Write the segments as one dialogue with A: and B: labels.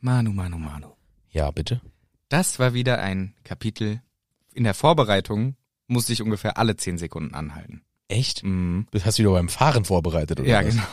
A: Manu, Manu, Manu.
B: Ja, bitte.
A: Das war wieder ein Kapitel. In der Vorbereitung musste ich ungefähr alle zehn Sekunden anhalten.
B: Echt?
A: Mhm.
B: Das hast du wieder beim Fahren vorbereitet, oder?
A: Ja,
B: was?
A: genau.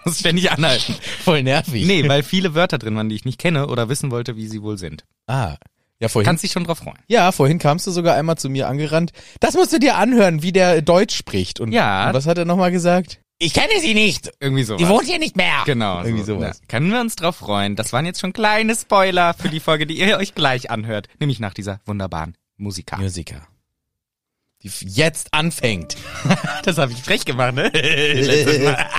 A: Ich muss ständig anhalten.
B: Voll nervig.
A: Nee, weil viele Wörter drin waren, die ich nicht kenne oder wissen wollte, wie sie wohl sind.
B: Ah. Ja, vorhin.
A: Kannst dich schon drauf freuen.
B: ja, vorhin kamst du sogar einmal zu mir angerannt. Das musst du dir anhören, wie der Deutsch spricht. Und,
A: Ja.
B: und was hat er nochmal gesagt? Ich kenne sie nicht.
A: Irgendwie so.
B: wohnt hier nicht mehr.
A: Genau.
B: Irgendwie
A: so.
B: sowas.
A: Na, können wir uns drauf freuen. Das waren jetzt schon kleine Spoiler für die Folge, die ihr euch gleich anhört. Nämlich nach dieser wunderbaren Musika.
B: Genau. Musiker. Die f- jetzt anfängt.
A: Das habe ich frech gemacht, ne? Letztes Mal.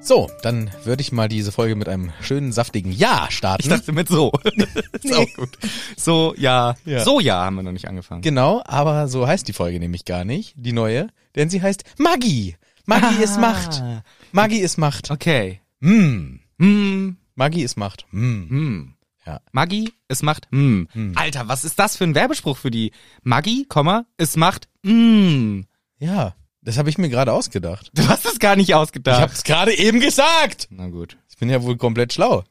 B: So, dann würde ich mal diese Folge mit einem schönen, saftigen Ja starten.
A: Ich dachte mit so. ist auch gut. So, ja.
B: Ja.
A: So, ja, haben wir noch nicht angefangen.
B: Genau, aber so heißt die Folge nämlich gar nicht, die neue, denn sie heißt Magie. Magie
A: Ah.
B: ist Macht. Magie ist Macht.
A: Okay.
B: Mm.
A: Hm,
B: Magie ist Macht. Mm.
A: hm.
B: Ja.
A: Maggi, es macht hm.
B: Mm.
A: Alter, was ist das für ein Werbespruch für die? Maggi, Komma, es macht hm.
B: Ja, das habe ich mir gerade ausgedacht.
A: Du hast es gar nicht
B: Ich
A: ausgedacht.
B: habe es gerade eben gesagt.
A: Na gut.
B: Ich bin ja wohl komplett schlau.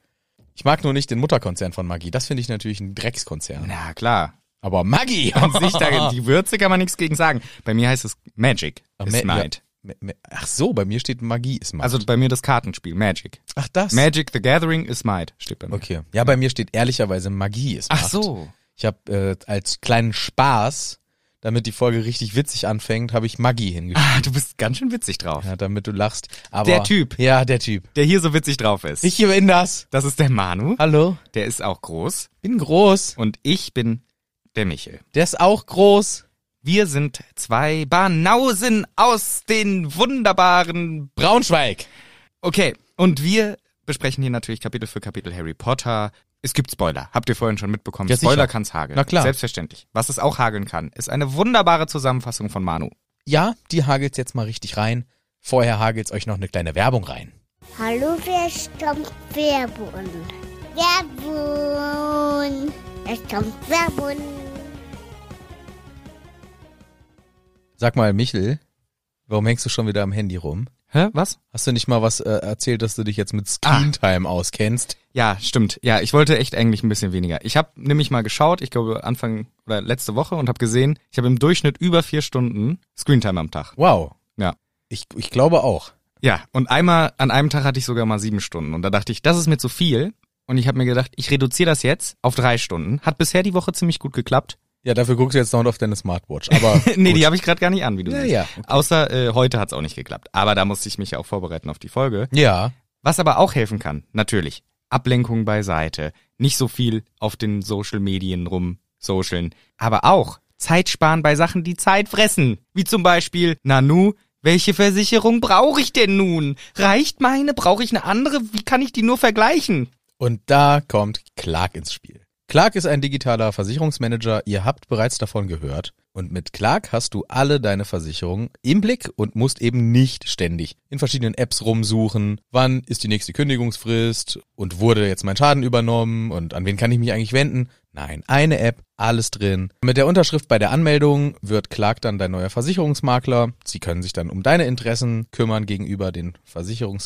B: Ich mag nur nicht den Mutterkonzern von Magie. Das finde ich natürlich ein Dreckskonzern.
A: Na klar.
B: Aber Magie
A: an sich, da, die Würze kann man nichts gegen sagen. Bei mir heißt es Magic
B: Ah,
A: is
B: Ma- ja.
A: Might.
B: Me- me- Ach so, bei mir steht Magie ist Macht.
A: Also bei mir das Kartenspiel, Magic.
B: ach das.
A: Magic the Gathering is Might, steht bei mir.
B: Okay. Ja, bei mir steht ehrlicherweise Magie ist Macht.
A: Ach so.
B: Ich habe äh, als kleinen Spaß, damit die Folge richtig witzig anfängt, habe ich Magie hingeschrieben,
A: Ah, du bist ganz schön witzig drauf.
B: ja, damit du lachst. Aber
A: Der Typ.
B: Ja, der Typ.
A: Der hier so witzig drauf ist.
B: Ich bin das.
A: das ist der Manu,
B: Hallo.
A: der ist auch groß.
B: Bin groß.
A: Und ich bin der Michel.
B: Der ist auch groß.
A: Wir sind zwei Banausen aus den wunderbaren...
B: Braunschweig.
A: Okay, und wir besprechen hier natürlich Kapitel für Kapitel Harry Potter. Es gibt Spoiler. Habt ihr vorhin schon mitbekommen.
B: Ja, sicher.
A: Spoiler kann's hageln.
B: Na klar.
A: Selbstverständlich. Was es auch hageln kann, ist eine wunderbare Zusammenfassung von Manu.
B: Ja, die hagelt's jetzt mal richtig rein. Vorher hagelt's euch noch eine kleine Werbung rein.
C: Hallo, wer stammt Werbun? Werbun! Es stammt Werbun!
B: Sag mal, Michel, warum hängst du schon wieder am Handy rum?
A: Hä? Was?
B: Hast du nicht mal was äh, erzählt, dass du dich jetzt mit Screentime auskennst?
A: Ja, stimmt. Ja, ich wollte echt eigentlich ein bisschen weniger. Ich habe nämlich mal geschaut, ich glaube Anfang oder letzte Woche und habe gesehen, ich habe im Durchschnitt über vier Stunden Screentime am Tag.
B: Wow.
A: Ja.
B: Ich, ich glaube auch.
A: Ja, und einmal an einem Tag hatte ich sogar mal sieben Stunden und da dachte ich, das ist mir zu viel. Und ich habe mir gedacht, ich reduziere das jetzt auf drei Stunden. Hat bisher die Woche ziemlich gut geklappt.
B: Ja, dafür guckst du jetzt noch auf deine Smartwatch. Aber
A: nee,
B: gut.
A: die habe ich gerade gar nicht an, wie du
B: Ja,
A: siehst.
B: ja, okay.
A: Außer äh, heute hat's auch nicht geklappt. Aber da musste ich mich ja auch vorbereiten auf die Folge.
B: Ja,
A: Was aber auch helfen kann, natürlich, Ablenkung beiseite, nicht so viel auf den Social Medien rumsocialn, aber auch Zeit sparen bei Sachen, die Zeit fressen. Wie zum Beispiel, Nanu, welche Versicherung brauche ich denn nun? Reicht meine? Brauche ich eine andere? Wie kann ich die nur vergleichen?
B: und da kommt Clark ins Spiel. Clark ist ein digitaler Versicherungsmanager, ihr habt bereits davon gehört. Und mit Clark hast du alle deine Versicherungen im Blick und musst eben nicht ständig in verschiedenen Apps rumsuchen, wann ist die nächste Kündigungsfrist und wurde jetzt mein Schaden übernommen und an wen kann ich mich eigentlich wenden. Nein, eine App, alles drin. Mit der Unterschrift bei der Anmeldung wird Clark dann dein neuer Versicherungsmakler. Sie können sich dann um deine Interessen kümmern gegenüber den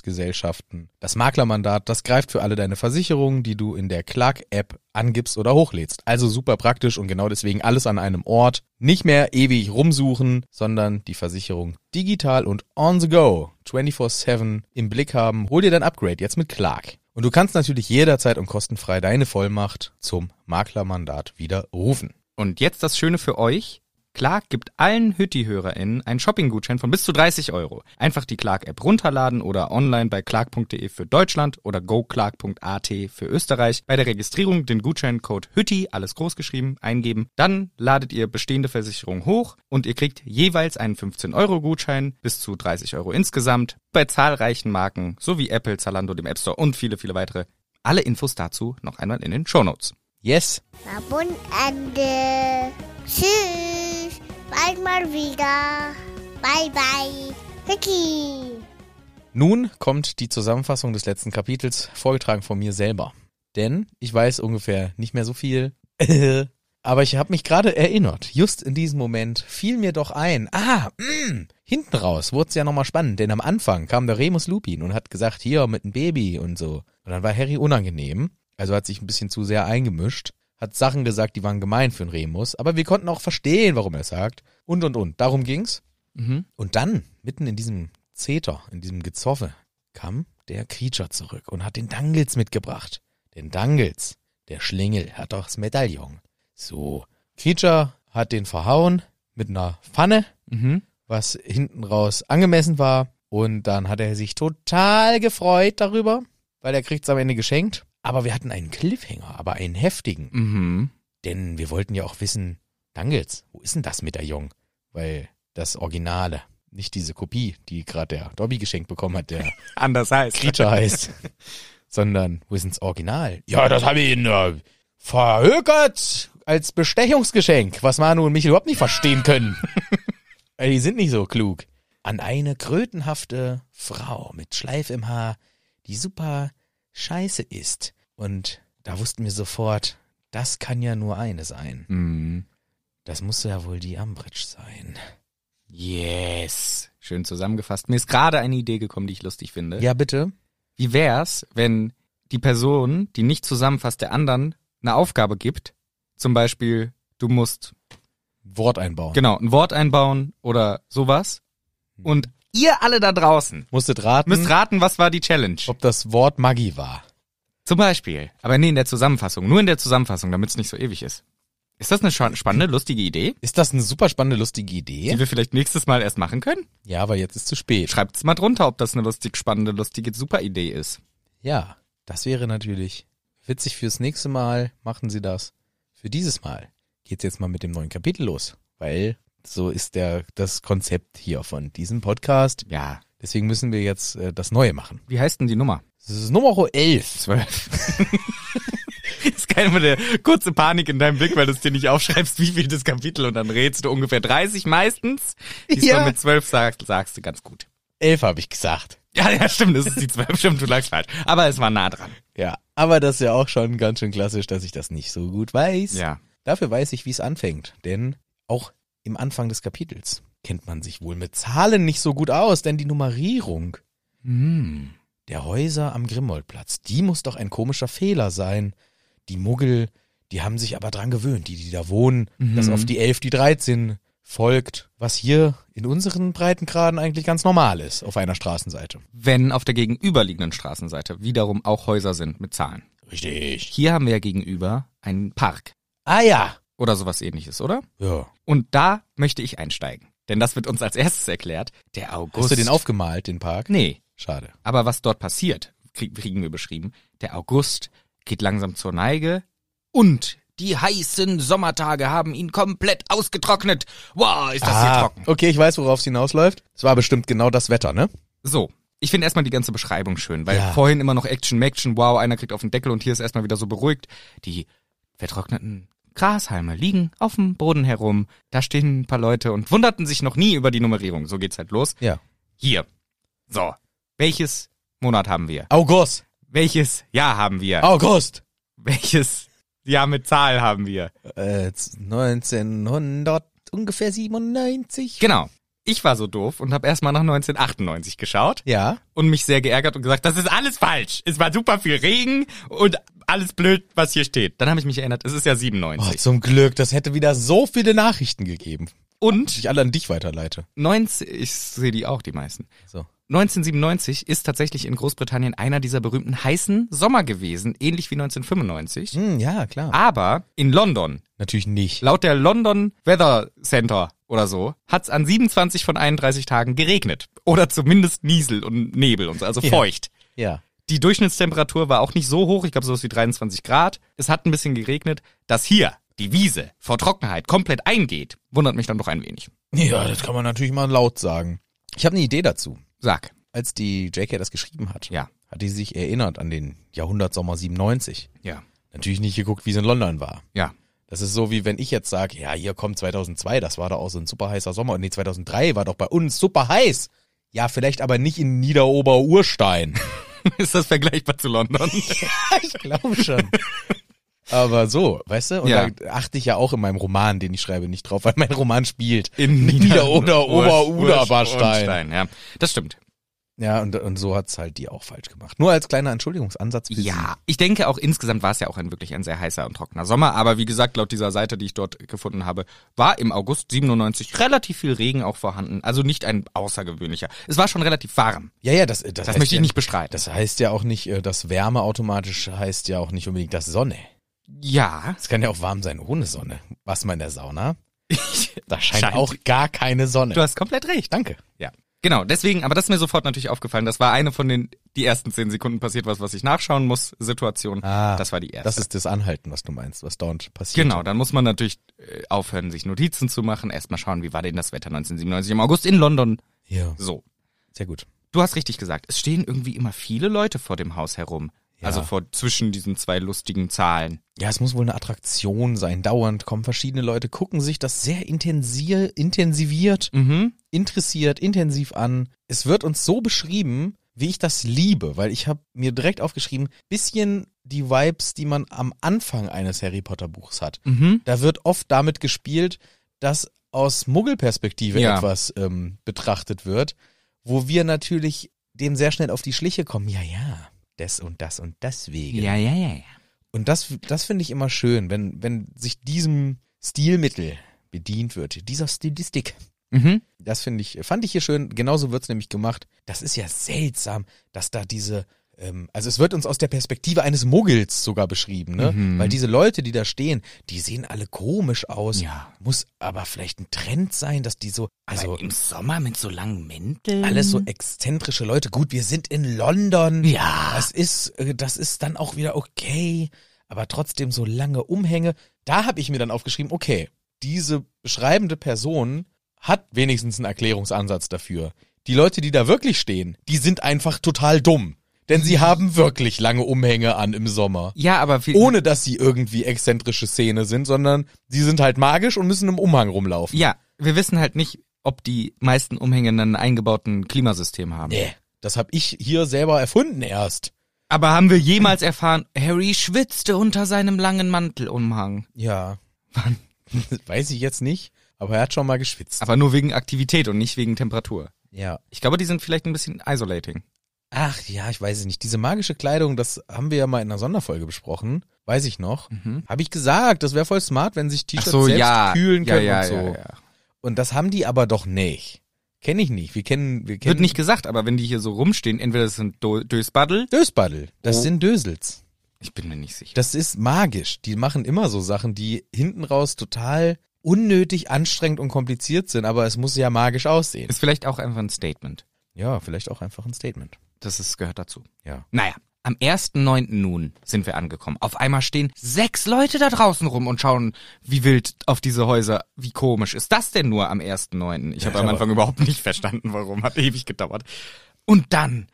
B: Versicherungsgesellschaften. Das Maklermandat, das greift für alle deine Versicherungen, die du in der Clark-App angibst oder hochlädst. Also super praktisch und genau deswegen alles an einem Ort. Nicht mehr ewig rumsuchen, sondern die Versicherung digital und on the go 24-7 im Blick haben. Hol dir dein Upgrade jetzt mit Clark. Und du kannst natürlich jederzeit und kostenfrei deine Vollmacht zum Maklermandat wieder rufen.
A: Und jetzt das Schöne für euch. Clark gibt allen Hütti-HörerInnen einen Shopping-Gutschein von bis zu 30 Euro. Einfach die Clark-App runterladen oder online bei clark.de für Deutschland oder goclark.at für Österreich. Bei der Registrierung den Gutscheincode Hütti, alles groß geschrieben, eingeben. Dann ladet ihr bestehende Versicherungen hoch und ihr kriegt jeweils einen 15-Euro-Gutschein, bis zu 30 Euro insgesamt, bei zahlreichen Marken, sowie Apple, Zalando, dem App Store und viele, viele weitere. Alle Infos dazu noch einmal in den Shownotes.
B: Yes.
C: Werbung Ende. Tschüss. Bald mal wieder. Bye bye. Hickey.
B: Nun kommt die Zusammenfassung des letzten Kapitels, vorgetragen von mir selber. Denn ich weiß ungefähr nicht mehr so viel. Aber ich habe mich gerade erinnert, just in diesem Moment fiel mir doch ein, ah, mh, hinten raus wurde es ja nochmal spannend, denn am Anfang kam der Remus Lupin und hat gesagt, hier mit dem Baby und so. Und dann war Harry unangenehm, also hat sich ein bisschen zu sehr eingemischt, hat Sachen gesagt, die waren gemein für den Remus, aber wir konnten auch verstehen, warum er es sagt. Und, und, und. Darum ging's. Und dann, mitten in diesem Zeter, in diesem Gezoffe, kam der Creature zurück und hat den Dangles mitgebracht. Den Dangles, der Schlingel, hat doch das Medaillon. So, Creature hat den verhauen mit einer Pfanne, was hinten raus angemessen war. Und dann hat er sich total gefreut darüber, weil er kriegt's am Ende geschenkt. Aber wir hatten einen Cliffhanger, aber einen heftigen.
A: Mhm.
B: Denn wir wollten ja auch wissen, Dangles, wo ist denn das Medaillon? Weil das Originale, nicht diese Kopie, die gerade der Dobby geschenkt bekommen hat, der
A: Anders heißt.
B: Creature heißt, sondern wo ist denn das Original? Ja, das habe ich Ihnen äh, verhökert als Bestechungsgeschenk, was Manu und mich überhaupt nicht verstehen können. Ey, die sind nicht so klug. An eine krötenhafte Frau mit Schleif im Haar, die super scheiße ist. Und da wussten wir sofort, das kann ja nur eine sein.
A: Mhm.
B: Das muss ja wohl die Ambridge sein.
A: Yes. Schön zusammengefasst. Mir ist gerade eine Idee gekommen, die ich lustig finde.
B: Ja, bitte.
A: Wie wär's, wenn die Person, die nicht zusammenfasst, der anderen eine Aufgabe gibt? Zum Beispiel, du musst
B: Wort einbauen.
A: genau ein Wort einbauen oder sowas.
B: Mhm.
A: Und ihr alle da draußen
B: Musstet raten,
A: müsst raten, was war die Challenge?
B: Mhm. ob das Wort Maggi war.
A: Zum Beispiel. Aber nee, in der Zusammenfassung. Nur in der Zusammenfassung, damit es nicht so ewig ist. Ist das eine scha- spannende, lustige Idee,
B: Ist das eine super spannende, lustige
A: die
B: Idee?
A: wir vielleicht nächstes Mal erst machen können?
B: Ja, aber jetzt ist zu spät.
A: Schreibt's mal drunter, ob das eine lustig, spannende, lustige, super Idee ist.
B: Ja, das wäre natürlich witzig fürs nächste Mal. Machen Sie das. Für dieses Mal geht's jetzt mal mit dem neuen Kapitel los, weil so ist der das Konzept hier von diesem Podcast.
A: Ja.
B: Deswegen müssen wir jetzt äh, das Neue machen.
A: Wie heißt denn die Nummer?
B: Das ist Nummer 11.
A: Zwölf. ist keine mal der kurze Panik in deinem Blick, weil du es dir nicht aufschreibst, wie viel das Kapitel und dann rätst du ungefähr 30 meistens. Diesmal
B: Ja.
A: mit zwölf sagst, sagst du ganz gut.
B: Elf habe ich gesagt.
A: Ja, ja, stimmt, das ist die zwölf, stimmt, du lagst falsch. Aber es war nah dran.
B: Ja, aber das ist ja auch schon ganz schön klassisch, dass ich das nicht so gut weiß.
A: Ja.
B: Dafür weiß ich, wie es anfängt, denn auch im Anfang des Kapitels kennt man sich wohl mit Zahlen nicht so gut aus, denn die Nummerierung
A: Hm.
B: der Häuser am Grimoldplatz, die muss doch ein komischer Fehler sein. Die Muggel, die haben sich aber dran gewöhnt, die, die da wohnen,
A: Mhm.
B: dass auf die 11 die 13 folgt, was hier in unseren Breitengraden eigentlich ganz normal ist auf einer Straßenseite.
A: Wenn auf der gegenüberliegenden Straßenseite wiederum auch Häuser sind mit Zahlen.
B: Richtig.
A: Hier haben wir ja gegenüber einen Park
B: Ah ja.
A: oder sowas ähnliches, oder?
B: Ja.
A: Und da möchte ich einsteigen. Denn das wird uns als erstes erklärt. Der August.
B: Hast du den aufgemalt, den Park?
A: Nee.
B: Schade.
A: Aber was dort passiert, krieg, kriegen wir beschrieben. Der August geht langsam zur Neige und die heißen Sommertage haben ihn komplett ausgetrocknet. Wow, ist das hier trocken.
B: Ah. Okay, ich weiß, worauf es hinausläuft. Es war bestimmt genau das Wetter, ne?
A: So. Ich finde erstmal die ganze Beschreibung schön, weil
B: Ja.
A: vorhin immer noch Action, Action, wow, einer kriegt auf den Deckel und hier ist erstmal wieder so beruhigt. Die vertrockneten Grashalme liegen auf dem Boden herum. Da stehen ein paar Leute und wunderten sich noch nie über die Nummerierung. So geht's halt los.
B: Ja.
A: Hier. So. Welches Monat haben wir?
B: August.
A: Welches Jahr haben wir?
B: Oh. August.
A: Welches Jahr mit Zahl haben wir?
B: Äh, 1900 ungefähr 97.
A: Genau. Ich war so doof und habe erstmal nach 1998 geschaut
B: Ja.
A: und mich sehr geärgert und gesagt, das ist alles falsch. Es war super viel Regen und alles blöd, was hier steht. Dann habe ich mich erinnert, es ist ja
B: Oh,
A: 97.
B: zum Glück, das hätte wieder so viele Nachrichten gegeben, die
A: Und
B: ich alle an dich weiterleite.
A: 19, ich sehe die auch, die meisten.
B: So.
A: 1997 ist tatsächlich in Großbritannien einer dieser berühmten heißen Sommer gewesen, ähnlich wie 1995.
B: Hm, ja, klar.
A: Aber in London
B: Natürlich nicht.
A: Laut der London Weather Center oder so, hat es an 27 von 31 Tagen geregnet. Oder zumindest Niesel und Nebel und so, also
B: Ja.
A: feucht.
B: Ja.
A: Die Durchschnittstemperatur war auch nicht so hoch, ich glaube sowas wie 23 Grad. Es hat ein bisschen geregnet. Dass hier die Wiese vor Trockenheit komplett eingeht, wundert mich dann doch ein wenig.
B: Ja, das kann man natürlich mal laut sagen. Ich habe eine Idee dazu.
A: Sag,
B: Als die JK das geschrieben hat,
A: ja,
B: hat die sich erinnert an den Jahrhundertsommer 97.
A: ja,
B: Natürlich nicht geguckt, wie es in London war.
A: ja,
B: Das ist so, wie wenn ich jetzt sage, ja, hier kommt 2002, das war doch auch so ein super heißer Sommer. Und nee, 2003 war doch bei uns super heiß. Ja, vielleicht aber nicht in Niederober-Urstein.
A: Ist das vergleichbar zu London?
B: ich glaube schon. Aber so, weißt du? Und
A: Ja.
B: da achte ich ja auch in meinem Roman, den ich schreibe, nicht drauf, weil mein Roman spielt.
A: In
B: Nieder- oder
A: Ur-
B: Ober-Uderbarstein.
A: Urstein, Ja, das stimmt.
B: Ja, und, und so hat's halt die auch falsch gemacht. Nur als kleiner Entschuldigungsansatz. für sie.
A: Ja, ich denke auch insgesamt war es ja auch ein wirklich ein sehr heißer und trockener Sommer. Aber wie gesagt, laut dieser Seite, die ich dort gefunden habe, war im August 97 relativ viel Regen auch vorhanden. Also nicht ein außergewöhnlicher. Es war schon relativ warm.
B: Ja, ja, das, das,
A: Das
B: heißt
A: möchte
B: ja,
A: ich nicht bestreiten.
B: Das heißt ja auch nicht, äh, dass Wärme automatisch heißt ja auch nicht unbedingt, dass Sonne.
A: ja,
B: Es kann ja auch warm sein ohne Sonne. Warst du mal in der Sauna? Da scheint,
A: Scheint.
B: auch gar keine Sonne.
A: du hast komplett recht.
B: Danke.
A: Ja. Genau, deswegen, aber das ist mir sofort natürlich aufgefallen. Das war eine von den, die ersten zehn Sekunden passiert was, was ich nachschauen muss, Situation.
B: Ah,
A: das war die erste.
B: Das ist das Anhalten, was du meinst, was dauernd passiert.
A: Genau, dann muss man natürlich äh, aufhören, sich Notizen zu machen. Erstmal schauen, wie war denn das Wetter 1997 im August in London.
B: Ja,
A: So.
B: sehr gut.
A: Du hast richtig gesagt, es stehen irgendwie immer viele Leute vor dem Haus herum.
B: Ja.
A: Also vor zwischen diesen zwei lustigen Zahlen.
B: Ja, es muss wohl eine Attraktion sein. Dauernd kommen verschiedene Leute, gucken sich das sehr intensiv, intensiviert,
A: Mhm.
B: interessiert, intensiv an. Es wird uns so beschrieben, wie ich das liebe, weil ich habe mir direkt aufgeschrieben, bisschen die Vibes, die man am Anfang eines Harry Potter Buchs hat.
A: Mhm.
B: Da wird oft damit gespielt, dass aus Muggelperspektive
A: Ja.
B: etwas ähm, betrachtet wird, wo wir natürlich dem sehr schnell auf die Schliche kommen. Ja, ja, das und das und deswegen.
A: Ja, ja, ja, ja.
B: Und das, das finde ich immer schön, wenn, wenn sich diesem Stilmittel bedient wird, dieser Stilistik.
A: Mhm.
B: Das finde ich, fand ich hier schön. Genauso wird's nämlich gemacht. Das ist ja seltsam, dass da diese, ähm, also es wird uns aus der Perspektive eines Muggels sogar beschrieben, ne?
A: Mhm.
B: Weil diese Leute, die da stehen, die sehen alle komisch aus.
A: Ja.
B: Muss aber vielleicht ein Trend sein, dass die so, also
A: Sommer mit so langen Mänteln.
B: alles so exzentrische Leute. Gut, wir sind in London.
A: Ja.
B: Das ist, äh, das ist dann auch wieder okay. Aber trotzdem so lange Umhänge. Da habe ich mir dann aufgeschrieben, okay, diese beschreibende Person hat wenigstens einen Erklärungsansatz dafür. Die Leute, die da wirklich stehen, die sind einfach total dumm. Denn sie haben wirklich lange Umhänge an im Sommer.
A: Ja, aber viel,
B: Ohne dass sie irgendwie exzentrische Szene sind, sondern sie sind halt magisch und müssen im Umhang rumlaufen.
A: Ja, wir wissen halt nicht, ob die meisten Umhänge einen eingebauten Klimasystem haben.
B: Nee, das habe ich hier selber erfunden erst.
A: Aber haben wir jemals erfahren, Harry schwitzte unter seinem langen Mantelumhang.
B: Ja. Weiß ich jetzt nicht, aber er hat schon mal geschwitzt.
A: Aber nur wegen Aktivität und nicht wegen Temperatur.
B: ja.
A: Ich glaube, die sind vielleicht ein bisschen isolating.
B: Ach ja, ich weiß es nicht. Diese magische Kleidung, das haben wir ja mal in einer Sonderfolge besprochen. Weiß ich noch.
A: Mhm.
B: Habe ich gesagt, das wäre voll smart, wenn sich T-Shirts selbst kühlen können und so. Und das haben die aber doch nicht. Kenne ich nicht. Wir kennen, wir kennen
A: Wird nicht gesagt, aber wenn die hier so rumstehen, entweder das sind Do Dösbaddel.
B: Dösbaddel. Das
A: Oh.
B: sind Dösels.
A: Ich bin mir nicht sicher.
B: Das ist magisch. Die machen immer so Sachen, die hinten raus total unnötig anstrengend und kompliziert sind, aber es muss ja magisch aussehen.
A: Ist vielleicht auch einfach ein Statement.
B: Ja, vielleicht auch einfach ein Statement.
A: Das ist, gehört dazu.
B: Ja.
A: Naja, am 1.9. nun sind wir angekommen. Auf einmal stehen sechs Leute da draußen rum und schauen wie wild auf diese Häuser. Wie komisch ist das denn nur am 1.9.? Ich habe am
B: aber-
A: Anfang überhaupt nicht verstanden, warum. Hat ewig gedauert. Und dann,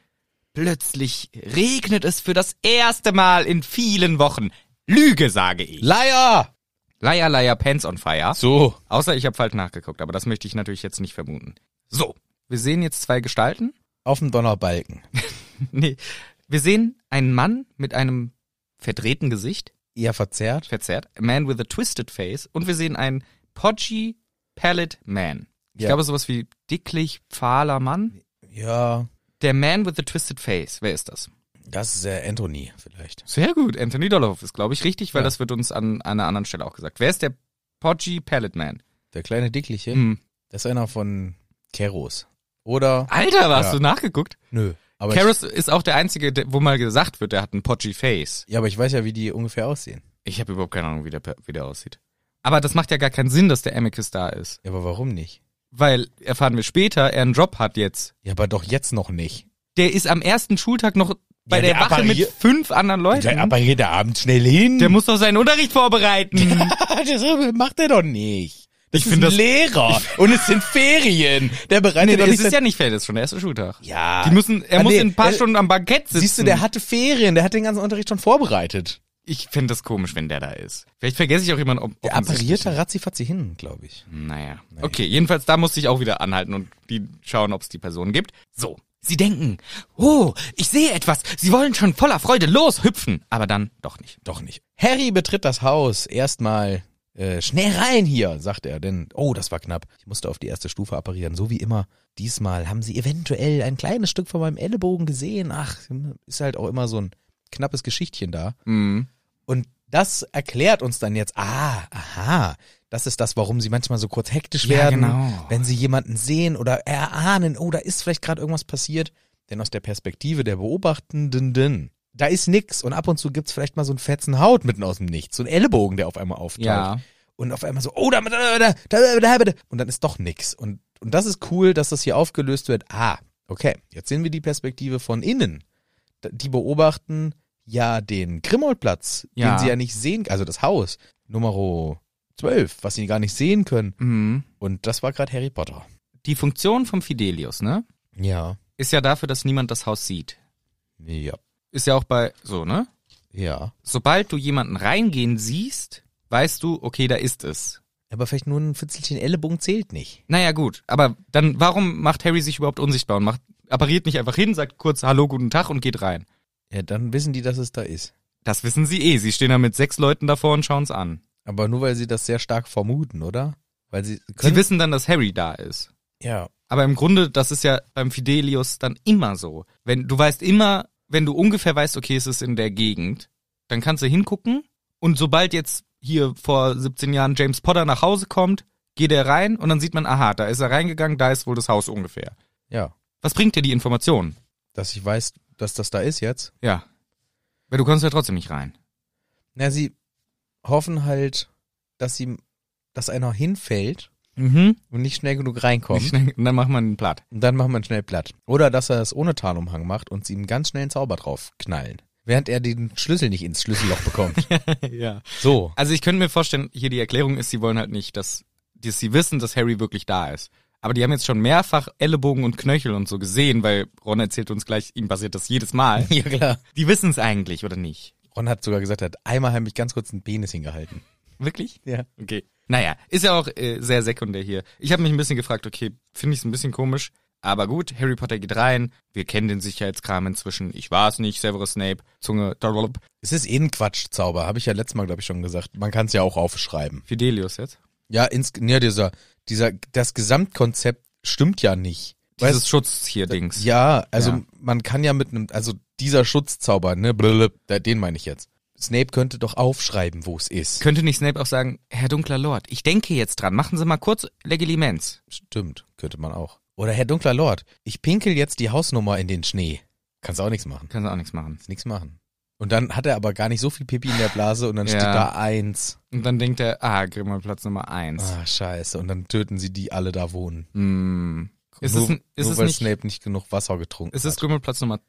A: plötzlich regnet es für das erste Mal in vielen Wochen. Lüge, sage ich.
B: Liar!
A: Liar, liar, pants on fire.
B: So.
A: Außer ich habe falsch nachgeguckt, aber das möchte ich natürlich jetzt nicht vermuten. So, wir sehen jetzt zwei Gestalten.
B: Auf dem Donnerbalken.
A: nee, wir sehen einen Mann mit einem verdrehten Gesicht,
B: Eher verzerrt.
A: verzerrt, a man with a twisted face und wir sehen einen podgy pallid man. Ich
B: Ja.
A: glaube sowas wie dicklich fahler Mann.
B: Ja,
A: Der man with the twisted face, wer ist das?
B: das ist äh, Anthony vielleicht.
A: Sehr gut, Anthony Dolloff ist glaube ich richtig, weil
B: Ja.
A: das wird uns an, einer anderen Stelle auch gesagt. Wer ist der podgy pallid man?
B: Der kleine Dickliche.
A: Hm. Ah,
B: Das ist einer von Keros. Oder?
A: Alter, hast
B: Ja.
A: du nachgeguckt?
B: Nö. Aber ich,
A: Karras ist auch der einzige, der- wo mal gesagt wird, der hat einen podgy face.
B: ja, aber ich weiß ja, wie die ungefähr aussehen.
A: Ich habe überhaupt keine Ahnung, wie der, wie der aussieht. Aber das macht ja gar keinen Sinn, dass der Amicus da ist.
B: Ja, aber warum nicht?
A: Weil, erfahren wir später, er einen Job hat jetzt.
B: Ja, aber doch jetzt noch nicht.
A: Der ist am ersten Schultag noch bei der,
B: Ja, der
A: Wache mit
B: apparier-
A: fünf anderen Leuten.
B: Der appariert da abends schnell hin.
A: Der muss doch seinen Unterricht vorbereiten.
B: das macht er doch nicht. Das
A: Ich
B: ist
A: find
B: ein
A: das-
B: Lehrer und es sind Ferien. Der bereitet
A: Nee,
B: doch
A: das
B: nicht
A: ist
B: sein-
A: ja nicht fair, das ist schon der erste Schultag.
B: ja.
A: Die müssen, er
B: Ah,
A: muss
B: nee,
A: in ein paar
B: er-
A: Stunden am Baguette sitzen.
B: Siehst du, der hatte Ferien, der hat den ganzen Unterricht schon vorbereitet.
A: Ich finde das komisch, wenn der da ist. Vielleicht vergesse ich auch jemanden. Ob,
B: Der appariert da ratzifatzi hin, glaube ich.
A: Naja. Okay, jedenfalls da musste ich auch wieder anhalten und die schauen, ob es die Person gibt. So. Sie denken, oh, ich sehe etwas. Sie wollen schon voller Freude loshüpfen. Aber dann doch nicht.
B: Doch nicht. Harry betritt das Haus erstmal. Äh, schnell rein hier, sagt er, denn, oh, das war knapp. Ich musste auf die erste Stufe apparieren, so wie immer. Diesmal haben sie eventuell ein kleines Stück von meinem Ellenbogen gesehen. Ach, ist halt auch immer so ein knappes Geschichtchen da.
A: Mhm.
B: Und das erklärt uns dann jetzt, ah, aha, das ist das, warum sie manchmal so kurz hektisch
A: Ja,
B: werden,
A: genau.
B: wenn sie jemanden sehen oder erahnen, oh, da ist vielleicht gerade irgendwas passiert. Denn aus der Perspektive der Beobachtenden, da ist nix und ab und zu gibt's vielleicht mal so einen fetzen Haut mitten aus dem Nichts, so einen Ellbogen, der auf einmal auftaucht.
A: Ja.
B: Und auf einmal so, oh, da, da, da, da, da, da, da, und dann ist doch nix. Und, und das ist cool, dass das hier aufgelöst wird. Ah, okay, jetzt sehen wir die Perspektive von innen. D- Die beobachten ja den Grimoldplatz,
A: Ja.
B: den sie ja nicht sehen, also das Haus, Nummer 12, was sie gar nicht sehen können.
A: Mhm.
B: Und das war gerade Harry Potter.
A: Die Funktion vom Fidelius, ne?
B: Ja.
A: Ist ja dafür, dass niemand das Haus sieht.
B: Ja.
A: Ist ja auch bei, so, ne?
B: Ja.
A: Sobald du jemanden reingehen siehst, weißt du, okay, da ist es.
B: Aber vielleicht nur ein Fitzelchen Ellenbogen zählt nicht.
A: Naja, gut. Aber dann, warum macht Harry sich überhaupt unsichtbar und macht, appariert nicht einfach hin, sagt kurz Hallo, guten Tag und geht rein?
B: Ja, dann wissen die, dass es da ist.
A: Das wissen sie eh. Sie stehen da mit sechs Leuten davor und schauen's an.
B: Aber nur, weil sie das sehr stark vermuten, oder? Weil sie
A: Sie wissen dann, dass Harry da ist.
B: ja.
A: Aber im Grunde, das ist ja beim Fidelius dann immer so. Wenn, du weißt immer, wenn du ungefähr weißt, okay, es ist in der Gegend, dann kannst du hingucken und sobald jetzt hier vor 17 Jahren James Potter nach Hause kommt, geht er rein und dann sieht man, aha, da ist er reingegangen, da ist wohl das Haus ungefähr.
B: Ja.
A: Was bringt dir die Information?
B: Dass ich weiß, dass das da ist jetzt.
A: Ja. Weil du kommst ja trotzdem nicht rein.
B: Na, sie hoffen halt, dass sie, dass einer hinfällt
A: Mhm.
B: und nicht schnell genug reinkommt.
A: Schnell, und dann macht man einen Platt.
B: Und dann machen wir ihn schnell platt. Oder dass er es ohne Tarnumhang macht und sie ihm ganz schnell einen Zauber drauf knallen. Während er den Schlüssel nicht ins Schlüsselloch bekommt.
A: ja.
B: So.
A: Also ich könnte mir vorstellen, hier die Erklärung ist, sie wollen halt nicht, dass, dass sie wissen, dass Harry wirklich da ist. Aber die haben jetzt schon mehrfach Ellenbogen und Knöchel und so gesehen, weil Ron erzählt uns gleich, ihm passiert das jedes Mal.
B: Ja, klar.
A: Die wissen es eigentlich, oder nicht?
B: Ron hat sogar gesagt, er hat einmal heimlich ganz kurz einen Penis hingehalten.
A: Wirklich?
B: Ja.
A: Okay. Naja, ist ja auch äh, sehr sekundär hier. Ich habe mich ein bisschen gefragt, okay, finde ich es ein bisschen komisch, aber gut, Harry Potter geht rein, wir kennen den Sicherheitskram inzwischen, ich war es nicht, Severus Snape, Zunge, Dolop.
B: Es ist eh ein Quatschzauber, habe ich ja letztes Mal, glaube ich, schon gesagt. Man kann es ja auch aufschreiben.
A: Fidelius jetzt.
B: Ja, ins, ja, dieser, dieser, das Gesamtkonzept stimmt ja nicht.
A: Dieses Schutz hier Dings.
B: Ja, also
A: Ja.
B: man kann ja mit einem, also dieser Schutzzauber, ne, blub, da- den meine ich jetzt. Snape könnte doch aufschreiben, wo es ist.
A: Könnte nicht Snape auch sagen, Herr dunkler Lord, ich denke jetzt dran, machen Sie mal kurz Legilimens.
B: Stimmt, könnte man auch. Oder Herr Dunkler Lord, ich pinkel jetzt die Hausnummer in den Schnee. Kannst auch nichts machen.
A: Kannst du auch nichts machen.
B: Kannst nichts machen. Und dann hat er aber gar nicht so viel Pipi in der Blase und dann
A: Ja.
B: steht da eins.
A: Und dann denkt er, ah, Grimmelplatz Nummer eins.
B: Ah, scheiße. Und dann töten sie die alle da wohnen.
A: Hm. Ist
B: nur
A: es, ein- ist
B: nur
A: es
B: weil
A: nicht,
B: Snape nicht genug Wasser getrunken
A: ist es
B: hat.
A: Grimmelplatz Nummer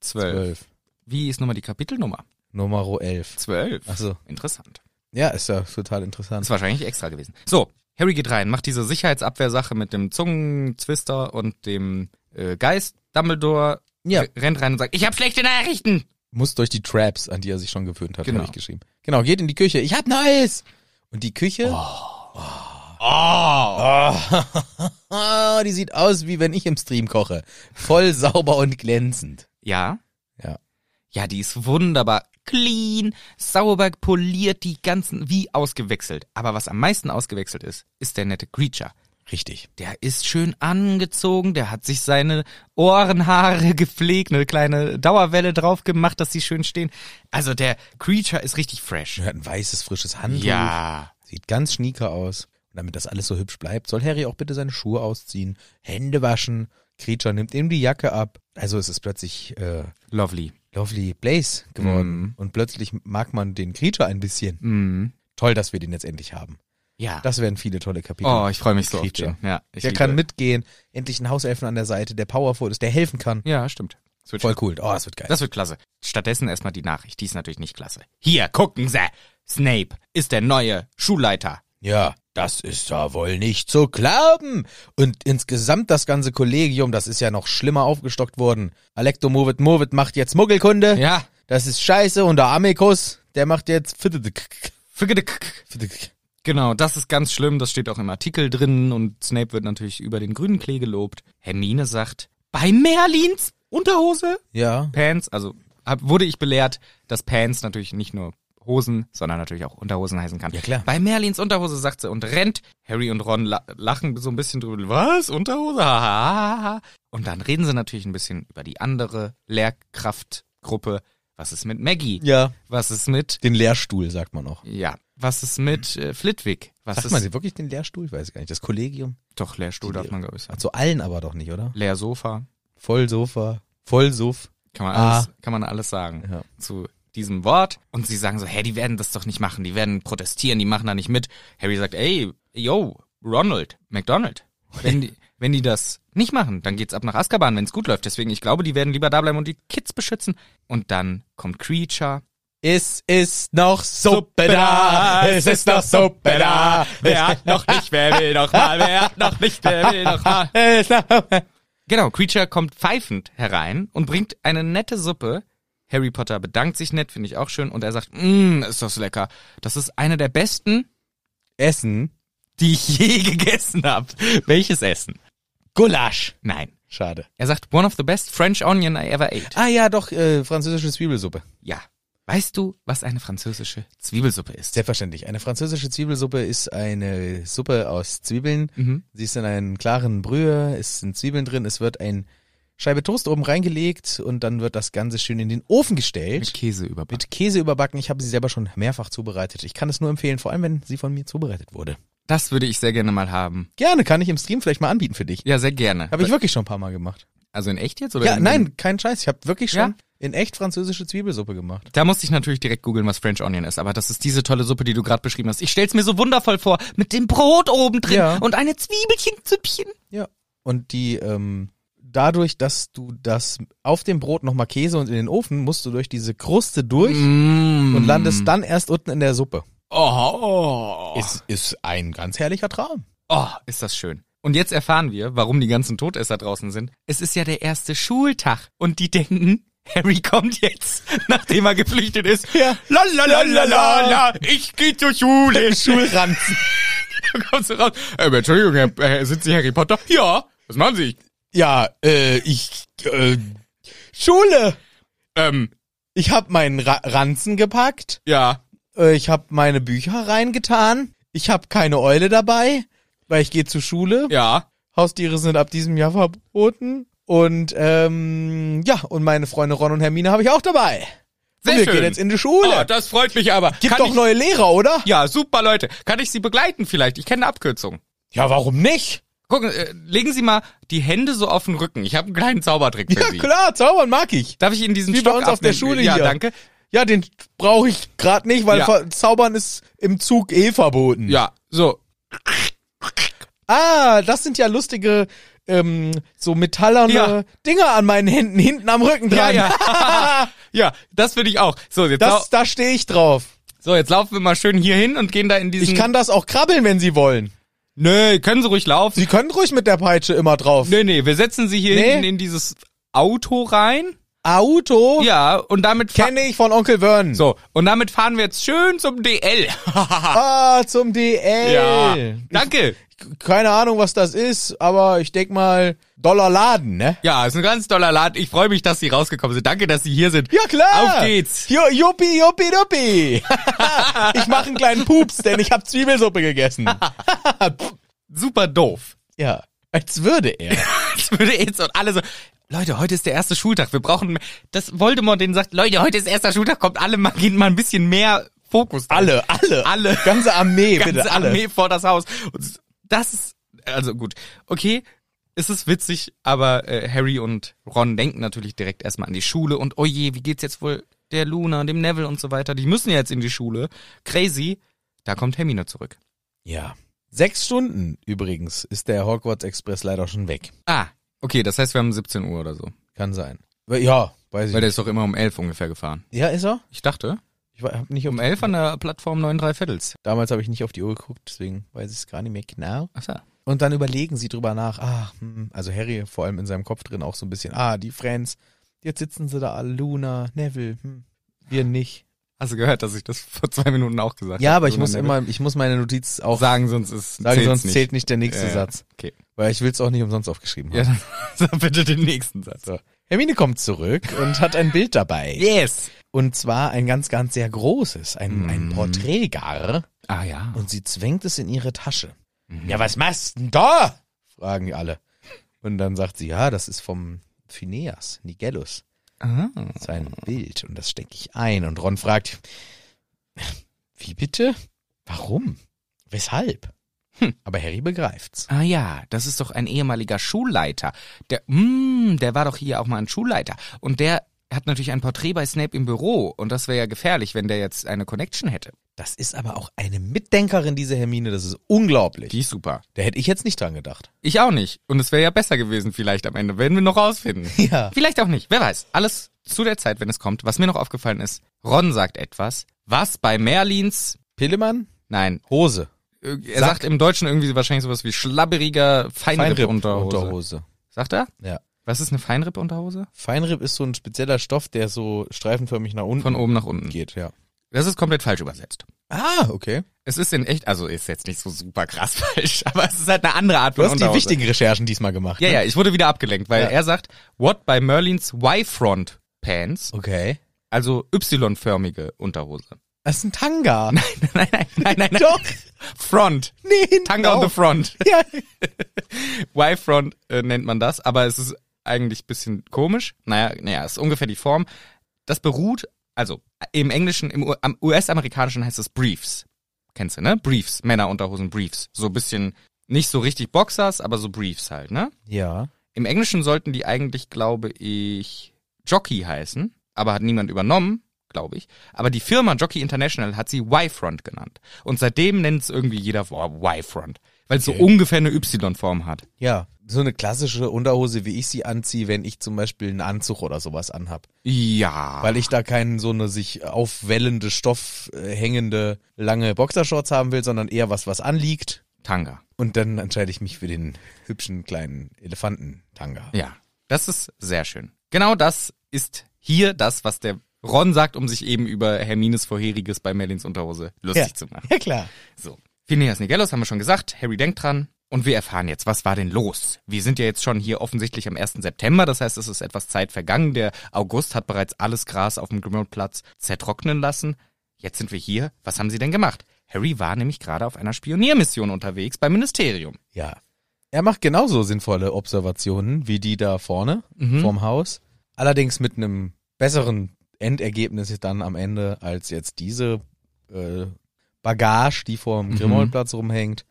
A: zwölf?
B: Zwölf.
A: Wie ist nochmal die Kapitelnummer?
B: Nummer elf.
A: Zwölf.
B: Ach so.
A: Interessant.
B: Ja, ist ja total interessant.
A: Ist wahrscheinlich extra gewesen. So, Harry geht rein, macht diese Sicherheitsabwehrsache mit dem Zungenzwister und dem äh, Geist Dumbledore.
B: Ja.
A: r- Rennt rein und sagt, ich habe schlechte Nachrichten.
B: muss durch die Traps, an die er sich schon gewöhnt hat,
A: Genau.
B: habe ich geschrieben. Genau, geht in die Küche. Ich hab Neues. Und die Küche,
A: Oh.
B: ah, die sieht aus, wie wenn ich im Stream koche. Voll sauber und glänzend.
A: Ja.
B: Ja.
A: Ja, die ist wunderbar. Clean, sauber poliert, die ganzen, wie ausgewechselt. Aber was am meisten ausgewechselt ist, ist der nette Creature.
B: Richtig.
A: Der ist schön angezogen, der hat sich seine Ohrenhaare gepflegt, eine kleine Dauerwelle drauf gemacht, dass sie schön stehen. Also der Creature ist richtig fresh.
B: Er hat ein weißes, frisches Handtuch.
A: Ja.
B: Sieht ganz schnieker aus. Und damit das alles so hübsch bleibt, soll Harry auch bitte seine Schuhe ausziehen, Hände waschen. Creature nimmt ihm die Jacke ab. Also es ist plötzlich äh,
A: Lovely.
B: Lovely Blaze geworden. Und plötzlich mag man den Creature ein bisschen.
A: Mhm.
B: Toll, dass wir den jetzt endlich haben.
A: Ja.
B: Das wären viele tolle Kapitel.
A: oh, ich freue mich so auf
B: Creature.
A: den. Ja, ich
B: der
A: liebe-
B: kann mitgehen, endlich einen Hauselfen an der Seite, der powerful ist, der helfen kann.
A: Ja, stimmt. Das wird,
B: Voll cool. Oh, das wird geil.
A: das wird klasse. Stattdessen erstmal die Nachricht. Die ist natürlich nicht klasse. Hier, gucken Sie. Snape ist der neue Schulleiter.
B: Ja, das ist ja wohl nicht zu glauben. Und insgesamt das ganze Kollegium, das ist ja noch schlimmer aufgestockt worden. Alecto Movit Movit macht jetzt Muggelkunde.
A: Ja.
B: Das ist scheiße. Und der Amicus, der macht jetzt... Fittedick.
A: Figgedick.
B: Fittedick.
A: Genau, das ist ganz schlimm, das steht auch im Artikel drin und Snape wird natürlich über den grünen Klee gelobt. Hermine sagt, bei Merlins Unterhose,
B: Ja.
A: Pants, also hab, wurde ich belehrt, dass Pants natürlich nicht nur Hosen, sondern natürlich auch Unterhosen heißen kann.
B: Ja, klar.
A: Bei Merlins Unterhose sagt sie und rennt. Harry und Ron la lachen so ein bisschen drüber. Was? Unterhose? Hahaha. und dann reden sie natürlich ein bisschen über die andere Lehrkraftgruppe. Was ist mit Maggie?
B: Ja.
A: Was ist mit,
B: Den Lehrstuhl, sagt man auch.
A: ja, was ist mit äh, Flitwick? Was
B: Sagt
A: ist
B: man wirklich den Lehrstuhl? Ich weiß gar nicht. Das Kollegium?
A: Doch, Lehrstuhl
B: Die
A: darf man, glaube ich, sagen.
B: Ach, zu allen aber doch nicht, oder?
A: Lehrsofa.
B: Vollsofa. Vollsuff.
A: Kann man
B: Ah.
A: alles, kann man alles sagen
B: Ja.
A: zu diesem Wort. Und sie sagen so, hä, die werden das doch nicht machen. Die werden protestieren, die machen da nicht mit. Harry sagt, ey, yo, Ronald, McDonald. Wenn die, wenn die das nicht machen, dann geht's ab nach Azkaban, wenn's gut läuft. Deswegen, ich glaube, die werden lieber da bleiben und die Kids beschützen. Und dann kommt Creature.
B: Es ist noch Suppe
A: da,
B: da.
A: es
B: Es
A: ist
B: ist
A: noch
B: noch Suppe da.
A: Wer hat noch nicht, wer will noch mal, wer hat noch nicht, wer will noch mal.
B: Äh,
A: Genau, Creature kommt pfeifend herein und bringt eine nette Suppe. Harry Potter bedankt sich nett, finde ich auch schön, und er sagt, mmm, ist das lecker. Das ist eine der besten,
B: Essen.
A: die ich je gegessen habe. Welches Essen?
B: Gulasch.
A: Nein.
B: Schade.
A: Er sagt, one of the best French onion I ever ate.
B: Ah ja, doch, äh, französische Zwiebelsuppe.
A: Ja. Weißt du, was eine französische Zwiebelsuppe ist?
B: Selbstverständlich. Eine französische Zwiebelsuppe ist eine Suppe aus Zwiebeln.
A: Mhm.
B: Sie ist in einen klaren Brühe, es sind Zwiebeln drin, es wird ein Scheibe Toast oben reingelegt und dann wird das Ganze schön in den Ofen
A: Mit
B: gestellt.
A: Käse überbacken.
B: Mit Käse überbacken. Ich habe sie selber schon mehrfach zubereitet. Ich kann es nur empfehlen, vor allem wenn sie von mir zubereitet wurde.
A: Das würde ich sehr gerne mal haben.
B: Gerne, kann ich im Stream vielleicht mal anbieten für dich.
A: Ja, sehr gerne.
B: Habe ich wirklich schon ein paar Mal gemacht.
A: also in echt jetzt? Oder
B: Ja,
A: in-
B: nein, kein Scheiß. Ich habe wirklich schon
A: Ja?
B: in echt französische Zwiebelsuppe gemacht.
A: Da musste ich natürlich direkt googeln, was French Onion ist, aber das ist diese tolle Suppe, die du gerade beschrieben hast. Ich stell's mir so wundervoll vor, mit dem Brot oben drin
B: Ja.
A: und eine Zwiebelchenzüppchen.
B: Ja. Und die, ähm, dadurch, dass du das auf dem Brot nochmal Käse und in den Ofen, musst du durch diese Kruste durch
A: Mm.
B: und landest dann erst unten in der Suppe.
A: Oh. Ist,
B: Ist, ist ein ganz herrlicher Traum.
A: oh, ist das schön. Und jetzt erfahren wir, warum die ganzen Todesser draußen sind. Es ist ja der erste Schultag und die denken, Harry kommt jetzt, nachdem er geflüchtet ist.
B: Ja.
A: La la la la la la, ich geh zur Schule.
B: Schulranzen.
A: Da kommst du raus. Ähm, Entschuldigung, Herr- äh, sind Sie Harry Potter? Ja. Was machen Sie?
B: ja, äh, ich, äh, Schule!
A: Ähm,
B: Ich habe meinen Ra Ranzen gepackt.
A: ja.
B: Äh, ich habe meine Bücher reingetan. Ich habe keine Eule dabei, weil ich gehe zur Schule.
A: Ja.
B: Haustiere sind ab diesem Jahr verboten. Und ähm, ja, und meine Freunde Ron und Hermine habe ich auch dabei.
A: Sehr
B: und wir
A: schön.
B: gehen jetzt in die Schule.
A: Ah, das freut mich aber.
B: Gibt
A: Kann
B: doch
A: ich,
B: neue Lehrer, oder?
A: Ja, super Leute. Kann ich Sie begleiten vielleicht? Ich kenne eine Abkürzung.
B: Ja, warum nicht?
A: Gucken, äh, legen Sie mal die Hände so auf den Rücken. Ich habe einen kleinen Zaubertrick für
B: Ja,
A: Sie.
B: klar, zaubern mag ich.
A: Darf ich Ihnen diesen
B: Wie bei
A: Stock
B: uns auf der
A: abnehmen?
B: Schule
A: Ja,
B: hier.
A: danke.
B: Ja, den brauche ich gerade nicht, weil
A: Ja.
B: ver- zaubern ist im Zug eh verboten.
A: Ja, so.
B: Ah, das sind ja lustige ähm, so metallerne
A: Ja.
B: Dinger an meinen Händen hinten am Rücken
A: Ja,
B: dran.
A: ja. ja, das würde ich auch. So, jetzt,
B: Das,
A: lau
B: da stehe ich drauf.
A: so, jetzt laufen wir mal schön hier hin und gehen da in diesen...
B: Ich kann das auch krabbeln, wenn Sie wollen.
A: Nee, können Sie ruhig laufen.
B: Sie können ruhig mit der Peitsche immer drauf.
A: nee, nee, wir setzen Sie hier
B: Nee.
A: hinten in dieses Auto rein.
B: Auto
A: Ja, und damit... fa-
B: kenne ich von Onkel Vernon.
A: So, und damit fahren wir jetzt schön zum DL.
B: Ah, zum DL.
A: ja, danke.
B: Keine Ahnung, was das ist, aber ich denk mal Dollarladen, ne?
A: Ja, ist ein ganz toller Laden. Ich freue mich, dass Sie rausgekommen sind. Danke, dass Sie hier sind.
B: Ja klar.
A: Auf geht's.
B: Jo, juppie, juppie, duppie. ich mache einen kleinen Pups, denn ich habe Zwiebelsuppe gegessen.
A: Super doof.
B: ja, als würde er.
A: Das würde jetzt und alle so. Leute, heute ist der erste Schultag. Wir brauchen das Voldemort, den sagt, Leute, heute ist erster Schultag. Kommt alle mal, geht mal ein bisschen mehr Fokus. drauf.
B: Alle, alle,
A: Alle.
B: Ganze Armee,
A: ganze
B: bitte, alle.
A: Armee vor das Haus. Und das ist also gut. Okay, es ist witzig, aber äh, Harry und Ron denken natürlich direkt erstmal an die Schule und oh je, wie geht's jetzt wohl der Luna, dem Neville und so weiter. Die müssen ja jetzt in die Schule. Crazy. Da kommt Hermine zurück.
B: Ja. Sechs Stunden übrigens ist der Hogwarts Express leider schon weg.
A: Ah, okay, das heißt, wir haben 17 Uhr oder so.
B: Kann sein. Ja, weiß ich.
A: Weil der
B: Nicht.
A: ist doch immer um 11 ungefähr gefahren.
B: Ja, ist er?
A: Ich dachte,
B: Ich habe nicht auf
A: um 11 an der Plattform 9 3 Viertels.
B: Damals habe ich nicht auf die Uhr geguckt, deswegen weiß ich es gar nicht mehr genau.
A: Ach so.
B: Und dann überlegen sie drüber nach, ah, hm, also Harry vor allem in seinem Kopf drin auch so ein bisschen, ah, die Friends, jetzt sitzen sie da, alle, Luna, Neville, hm, wir nicht.
A: Hast du gehört, dass ich das vor zwei Minuten auch gesagt habe?
B: Ja, aber ich
A: So
B: muss
A: eine-
B: immer, ich muss meine Notiz auch sagen,
A: sagen, sonst ist
B: sonst
A: nicht.
B: zählt nicht der nächste
A: Ja, ja.
B: Satz.
A: Okay.
B: Weil ich will es auch nicht umsonst aufgeschrieben
A: Ja,
B: haben.
A: dann sag bitte den nächsten Satz.
B: So. Hermine kommt zurück und hat ein Bild dabei.
A: Yes.
B: Und zwar ein ganz, ganz sehr großes, ein, ein
A: Mhm.
B: Porträt gar.
A: Ah ja.
B: und sie zwängt es in ihre Tasche. Ja, was machst denn da? fragen die alle. Und dann sagt sie, ja, das ist vom Phineas, Nigellus.
A: Ah.
B: Das ist ein Bild und das stecke ich ein. Und Ron fragt, wie bitte? Warum? Weshalb? Aber Harry begreift's.
A: Ah ja, das ist doch ein ehemaliger Schulleiter. Der, mm, der war doch hier auch mal ein Schulleiter. Und der hat natürlich ein Porträt bei Snape im Büro. Und das wäre ja gefährlich, wenn der jetzt eine Connection hätte.
B: Das ist aber auch eine Mitdenkerin, diese Hermine, das ist unglaublich.
A: Die ist super.
B: da hätte ich jetzt nicht dran gedacht.
A: Ich auch nicht. Und es wäre ja besser gewesen vielleicht am Ende. Werden wir noch rausfinden.
B: Ja.
A: Vielleicht auch nicht. Wer weiß. Alles zu der Zeit, wenn es kommt. Was mir noch aufgefallen ist. Ron sagt etwas, was bei Merlins,
B: Pillemann,
A: nein,
B: Hose.
A: Äh, Er sagt im Deutschen irgendwie wahrscheinlich sowas wie schlabberiger Feinrippunterhose.
B: Unterhose.
A: Sagt er?
B: Ja.
A: Was ist eine Feinrippunterhose?
B: Feinripp ist so ein spezieller Stoff, der so streifenförmig nach unten
A: Von oben nach unten.
B: Hm. geht, ja.
A: Das ist komplett falsch übersetzt.
B: Ah, okay.
A: Es ist in echt, also ist jetzt nicht so super krass falsch, aber es ist halt eine andere Art von
B: Du hast die
A: Unterhose.
B: wichtigen Recherchen diesmal gemacht.
A: Ja,
B: ne?
A: ja, ich wurde wieder abgelenkt, weil
B: Ja.
A: er sagt, what by Merlins Y-Front Pants,
B: Okay.
A: also Y-förmige Unterhose.
B: Das ist ein Tanga. Nein,
A: Nein, nein, nein, nein, nein.
B: Doch.
A: Front.
B: Nee, hinten
A: Tanga on
B: auch.
A: the front.
B: Ja.
A: Y-Front äh, nennt man das, aber es ist eigentlich ein bisschen komisch. Naja, naja, ist ungefähr die Form. Das beruht, also im Englischen, im U- am US-amerikanischen heißt es Briefs. Kennst du, ne? Briefs, Männerunterhosen, Briefs. So ein bisschen, nicht so richtig Boxers, aber so Briefs halt, ne?
B: Ja.
A: Im Englischen sollten die eigentlich, glaube ich, Jockey heißen, aber hat niemand übernommen, glaube ich. Aber die Firma Jockey International hat sie Y-Front genannt. Und seitdem nennt es irgendwie jeder Y-Front, weil es
B: Okay.
A: so ungefähr eine Y-Form hat.
B: Ja. So eine klassische Unterhose, wie ich sie anziehe, wenn ich zum Beispiel einen Anzug oder sowas anhab.
A: Ja.
B: Weil ich da keinen so eine sich aufwellende, stoffhängende, lange Boxershorts haben will, sondern eher was, was anliegt.
A: Tanga.
B: Und dann entscheide ich mich für den hübschen kleinen Elefantentanga.
A: Ja. Das ist sehr schön. Genau das ist hier das, was der Ron sagt, um sich eben über Hermines Vorheriges bei Merlins Unterhose lustig zu machen.
B: Ja, klar.
A: So. Phineas Nigellus haben wir schon gesagt. Harry denkt dran. Und wir erfahren jetzt, was war denn los? Wir sind ja jetzt schon hier offensichtlich am 1. September, das heißt, es ist etwas Zeit vergangen. Der August hat bereits alles Gras auf dem Grimmelplatz zertrocknen lassen. Jetzt sind wir hier. Was haben sie denn gemacht? Harry war nämlich gerade auf einer Pioniermission unterwegs beim Ministerium.
B: Ja. Er macht genauso sinnvolle Observationen wie die da vorne vorm Haus. Allerdings mit einem besseren Endergebnis dann am Ende als jetzt diese äh, Bagage, die vorm Grimoldplatz rumhängt.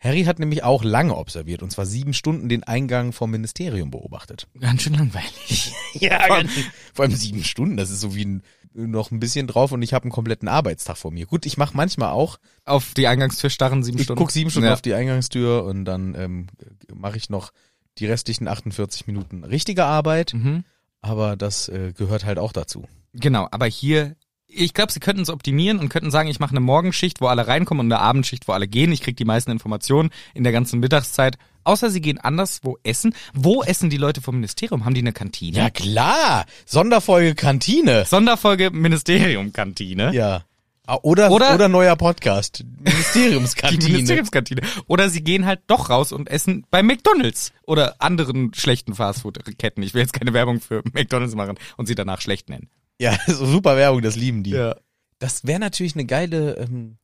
B: Harry hat nämlich auch lange observiert, und zwar sieben Stunden den Eingang vom Ministerium beobachtet.
A: Ganz schön langweilig.
B: Ja, vor allem, vor allem sieben Stunden, das ist so wie ein, noch ein bisschen drauf und ich habe einen kompletten Arbeitstag vor mir. Gut, ich mache manchmal auch
A: auf die Eingangstür starren sieben
B: ich
A: Stunden.
B: guck sieben Stunden
A: ja.
B: auf die Eingangstür und dann ähm, mache ich noch die restlichen 48 Minuten richtige Arbeit.
A: Mhm.
B: Aber das äh, gehört halt auch dazu.
A: Genau, aber hier, ich glaube, sie könnten es optimieren und könnten sagen, ich mache eine Morgenschicht, wo alle reinkommen und eine Abendschicht, wo alle gehen. Ich krieg die meisten Informationen in der ganzen Mittagszeit. Außer sie gehen anderswo essen. Wo essen die Leute vom Ministerium? Haben die eine Kantine?
B: klar, Sonderfolge Kantine.
A: Sonderfolge Ministerium-Kantine.
B: Ja. Ah, Oder,
A: Oder-
B: oder, neuer Podcast.
A: Die
B: Ministeriumskantine.
A: Ministeriumskantine. Oder sie gehen halt doch raus und essen bei McDonalds oder anderen schlechten Fastfood-Ketten. Ich will jetzt keine Werbung für McDonalds machen und sie danach schlecht nennen.
B: ja, so super Werbung, das lieben die. Das wäre natürlich eine geile ähm,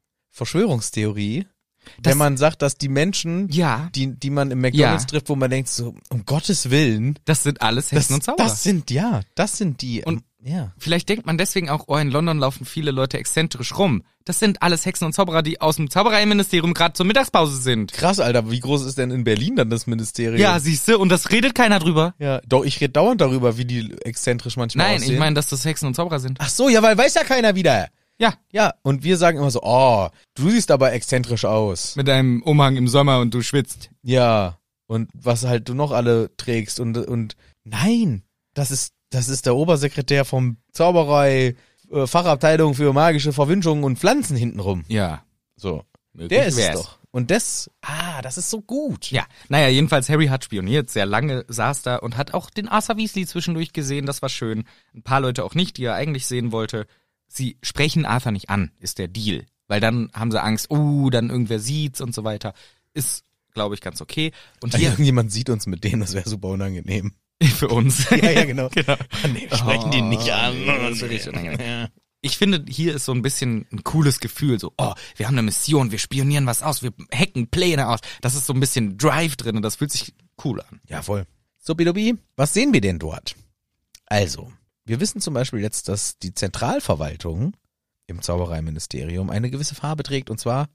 B: Verschwörungstheorie,
A: Das-
B: wenn man sagt, dass die Menschen,
A: Ja,
B: die, die man im McDonalds
A: Ja.
B: trifft, wo man denkt, so, um Gottes Willen,
A: das sind alles Hessen und Zauber.
B: das sind, ja, das sind die. ähm,
A: Und-
B: ja.
A: Vielleicht denkt man deswegen auch, oh, in London laufen viele Leute exzentrisch rum. Das sind alles Hexen und Zauberer, die aus dem Zaubereiministerium gerade zur Mittagspause sind.
B: Krass, Alter, wie groß ist denn in Berlin dann das Ministerium?
A: Ja, siehste, und das redet keiner drüber.
B: ja. Doch, ich rede dauernd darüber, wie die exzentrisch manchmal
A: Nein,
B: aussehen.
A: ich meine, dass das Hexen und Zauberer sind.
B: Ach so, ja, weil weiß ja keiner wieder.
A: Ja,
B: Ja, und wir sagen immer so, oh, du siehst aber exzentrisch aus.
A: mit deinem Umhang im Sommer und du schwitzt.
B: Ja, und was halt du noch alle trägst und, und nein, das ist, das ist der Obersekretär vom Zauberei, äh, Fachabteilung für magische Verwünschungen und Pflanzen hintenrum.
A: Ja,
B: So, der
A: möglich
B: ist
A: wär's.
B: es doch. Und das, ah, das ist so gut.
A: Ja, naja, jedenfalls Harry hat spioniert, sehr lange saß da und hat auch den Arthur Weasley zwischendurch gesehen, das war schön. Ein paar Leute auch nicht, die er eigentlich sehen wollte. Sie sprechen Arthur nicht an, ist der Deal. Weil dann haben sie Angst, uh, dann irgendwer sieht's und so weiter. Ist, glaube ich, ganz okay. Und hier
B: Irgendjemand sieht uns mit denen, das wäre super unangenehm.
A: für uns. genau.
B: genau.
A: Oh.
B: Ah, nee, wir sprechen die nicht an.
A: das ist richtig unangenehm. Ich finde, hier ist so ein bisschen ein cooles Gefühl, so, oh, wir haben eine Mission, wir spionieren was aus, wir hacken Pläne aus. Das ist so ein bisschen Drive drin und das fühlt sich cool an.
B: Ja, voll. So, Bidobi, was sehen wir denn dort? Also, wir wissen zum Beispiel jetzt, dass die Zentralverwaltung im Zaubereiministerium eine gewisse Farbe trägt, und zwar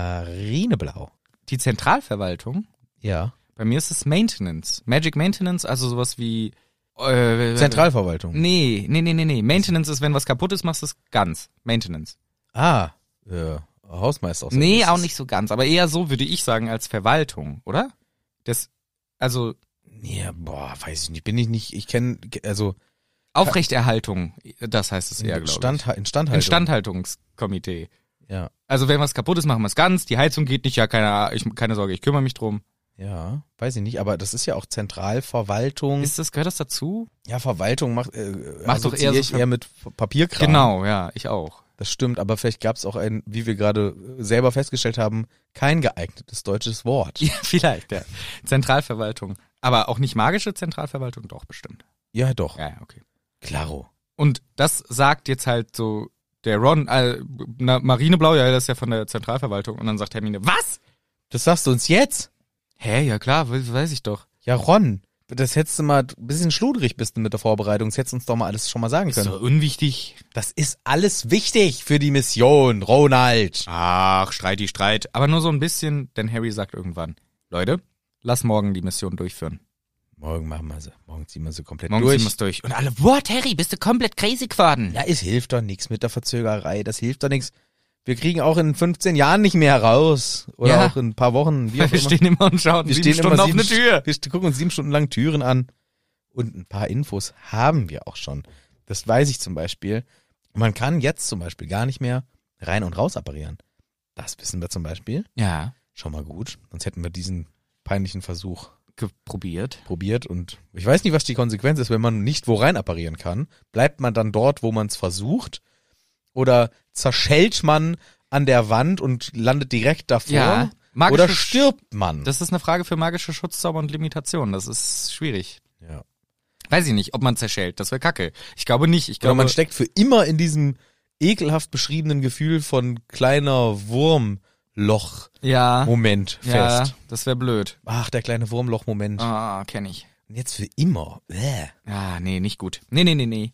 B: Marineblau.
A: Die Zentralverwaltung,
B: Ja.
A: bei mir ist es Maintenance. Magic Maintenance, also sowas wie... Äh,
B: Zentralverwaltung.
A: Nee, nee, nee, nee, nee. Maintenance ist, wenn was kaputt ist, machst du es ganz. Maintenance.
B: Ah, äh, Hausmeister.
A: Nee, auch nicht so ganz, aber eher so würde ich sagen als Verwaltung, oder? Das, also
B: Ja, boah, weiß ich nicht, bin ich nicht, ich kenne, also
A: Aufrechterhaltung, das heißt es eher, glaube
B: Stand,
A: ich.
B: Instandhaltung.
A: Instandhaltungskomitee.
B: Ja,
A: Also wenn was kaputt ist, machen wir es ganz. Die Heizung geht nicht, ja, keine, ich, keine Sorge, ich kümmere mich drum.
B: ja, weiß ich nicht, aber das ist ja auch Zentralverwaltung.
A: Ist das, gehört das dazu?
B: ja, Verwaltung macht, äh,
A: Macht doch eher
B: assoziier
A: so
B: ich
A: Ver-
B: eher mit Papierkram.
A: Genau, ja, ich auch.
B: Das stimmt, aber vielleicht gab es auch ein, wie wir gerade äh, selber festgestellt haben, kein geeignetes deutsches Wort.
A: Ja, vielleicht, ja. Zentralverwaltung. Aber auch nicht magische Zentralverwaltung, doch bestimmt.
B: Ja, doch.
A: Ja, ja, okay.
B: Klaro.
A: Und das sagt jetzt halt so der Ron, äh, na, Marineblau, ja, das ist ja von der Zentralverwaltung. Und dann sagt Hermine, was?
B: Das sagst du uns jetzt?
A: Hä, ja klar, we- weiß ich doch.
B: Ja, Ron, das hättest du mal, ein bisschen schludrig bist du mit der Vorbereitung, das hättest du uns doch mal alles schon mal sagen
A: Ist
B: können.
A: doch unwichtig.
B: Das ist alles wichtig für die Mission, Ronald.
A: Ach, Streit, die Streit. Aber nur so ein bisschen, denn Harry sagt irgendwann, Leute, lass morgen die Mission durchführen.
B: Morgen machen wir sie. Morgen ziehen wir sie komplett
A: Morgen
B: durch.
A: ziehen wir's durch. Und alle, what, Harry, bist du komplett crazy geworden?
B: ja, es hilft doch nichts mit der Verzögerei. Das hilft doch nichts. Wir kriegen auch in 15 Jahren nicht mehr raus. Oder
A: Ja.
B: auch in ein paar Wochen. Wie auch
A: Weil wir
B: immer.
A: stehen immer und schauen
B: Wir
A: sieben
B: stehen
A: Stunden
B: immer
A: auf eine
B: sieben
A: Tür.
B: St- Wir gucken uns sieben Stunden lang Türen an. Und ein paar Infos haben wir auch schon. Das weiß ich zum Beispiel. Man kann jetzt zum Beispiel gar nicht mehr rein und raus apparieren. Das wissen wir zum Beispiel.
A: Ja,
B: Schon mal gut. Sonst hätten wir diesen peinlichen Versuch
A: probiert.
B: probiert und ich weiß nicht, was die Konsequenz ist, wenn man nicht wo rein apparieren kann. Bleibt man dann dort, wo man es versucht? Oder zerschellt man an der Wand und landet direkt davor?
A: Ja. Magische
B: Oder stirbt man?
A: Das ist eine Frage für magische Schutzzauber und Limitation. Das ist schwierig.
B: ja.
A: Weiß ich nicht, ob man zerschellt. Das wäre kacke. Ich glaube nicht. Ich
B: Oder
A: glaube,
B: man steckt für immer in diesem ekelhaft beschriebenen Gefühl von kleiner Wurmloch-Moment
A: ja, ja,
B: fest.
A: das wäre blöd.
B: Ach, der kleine Wurmloch-Moment.
A: Ah, kenne ich.
B: Und Jetzt für immer. Bäh.
A: Ah, nee, nicht gut. Nee, nee, nee, nee.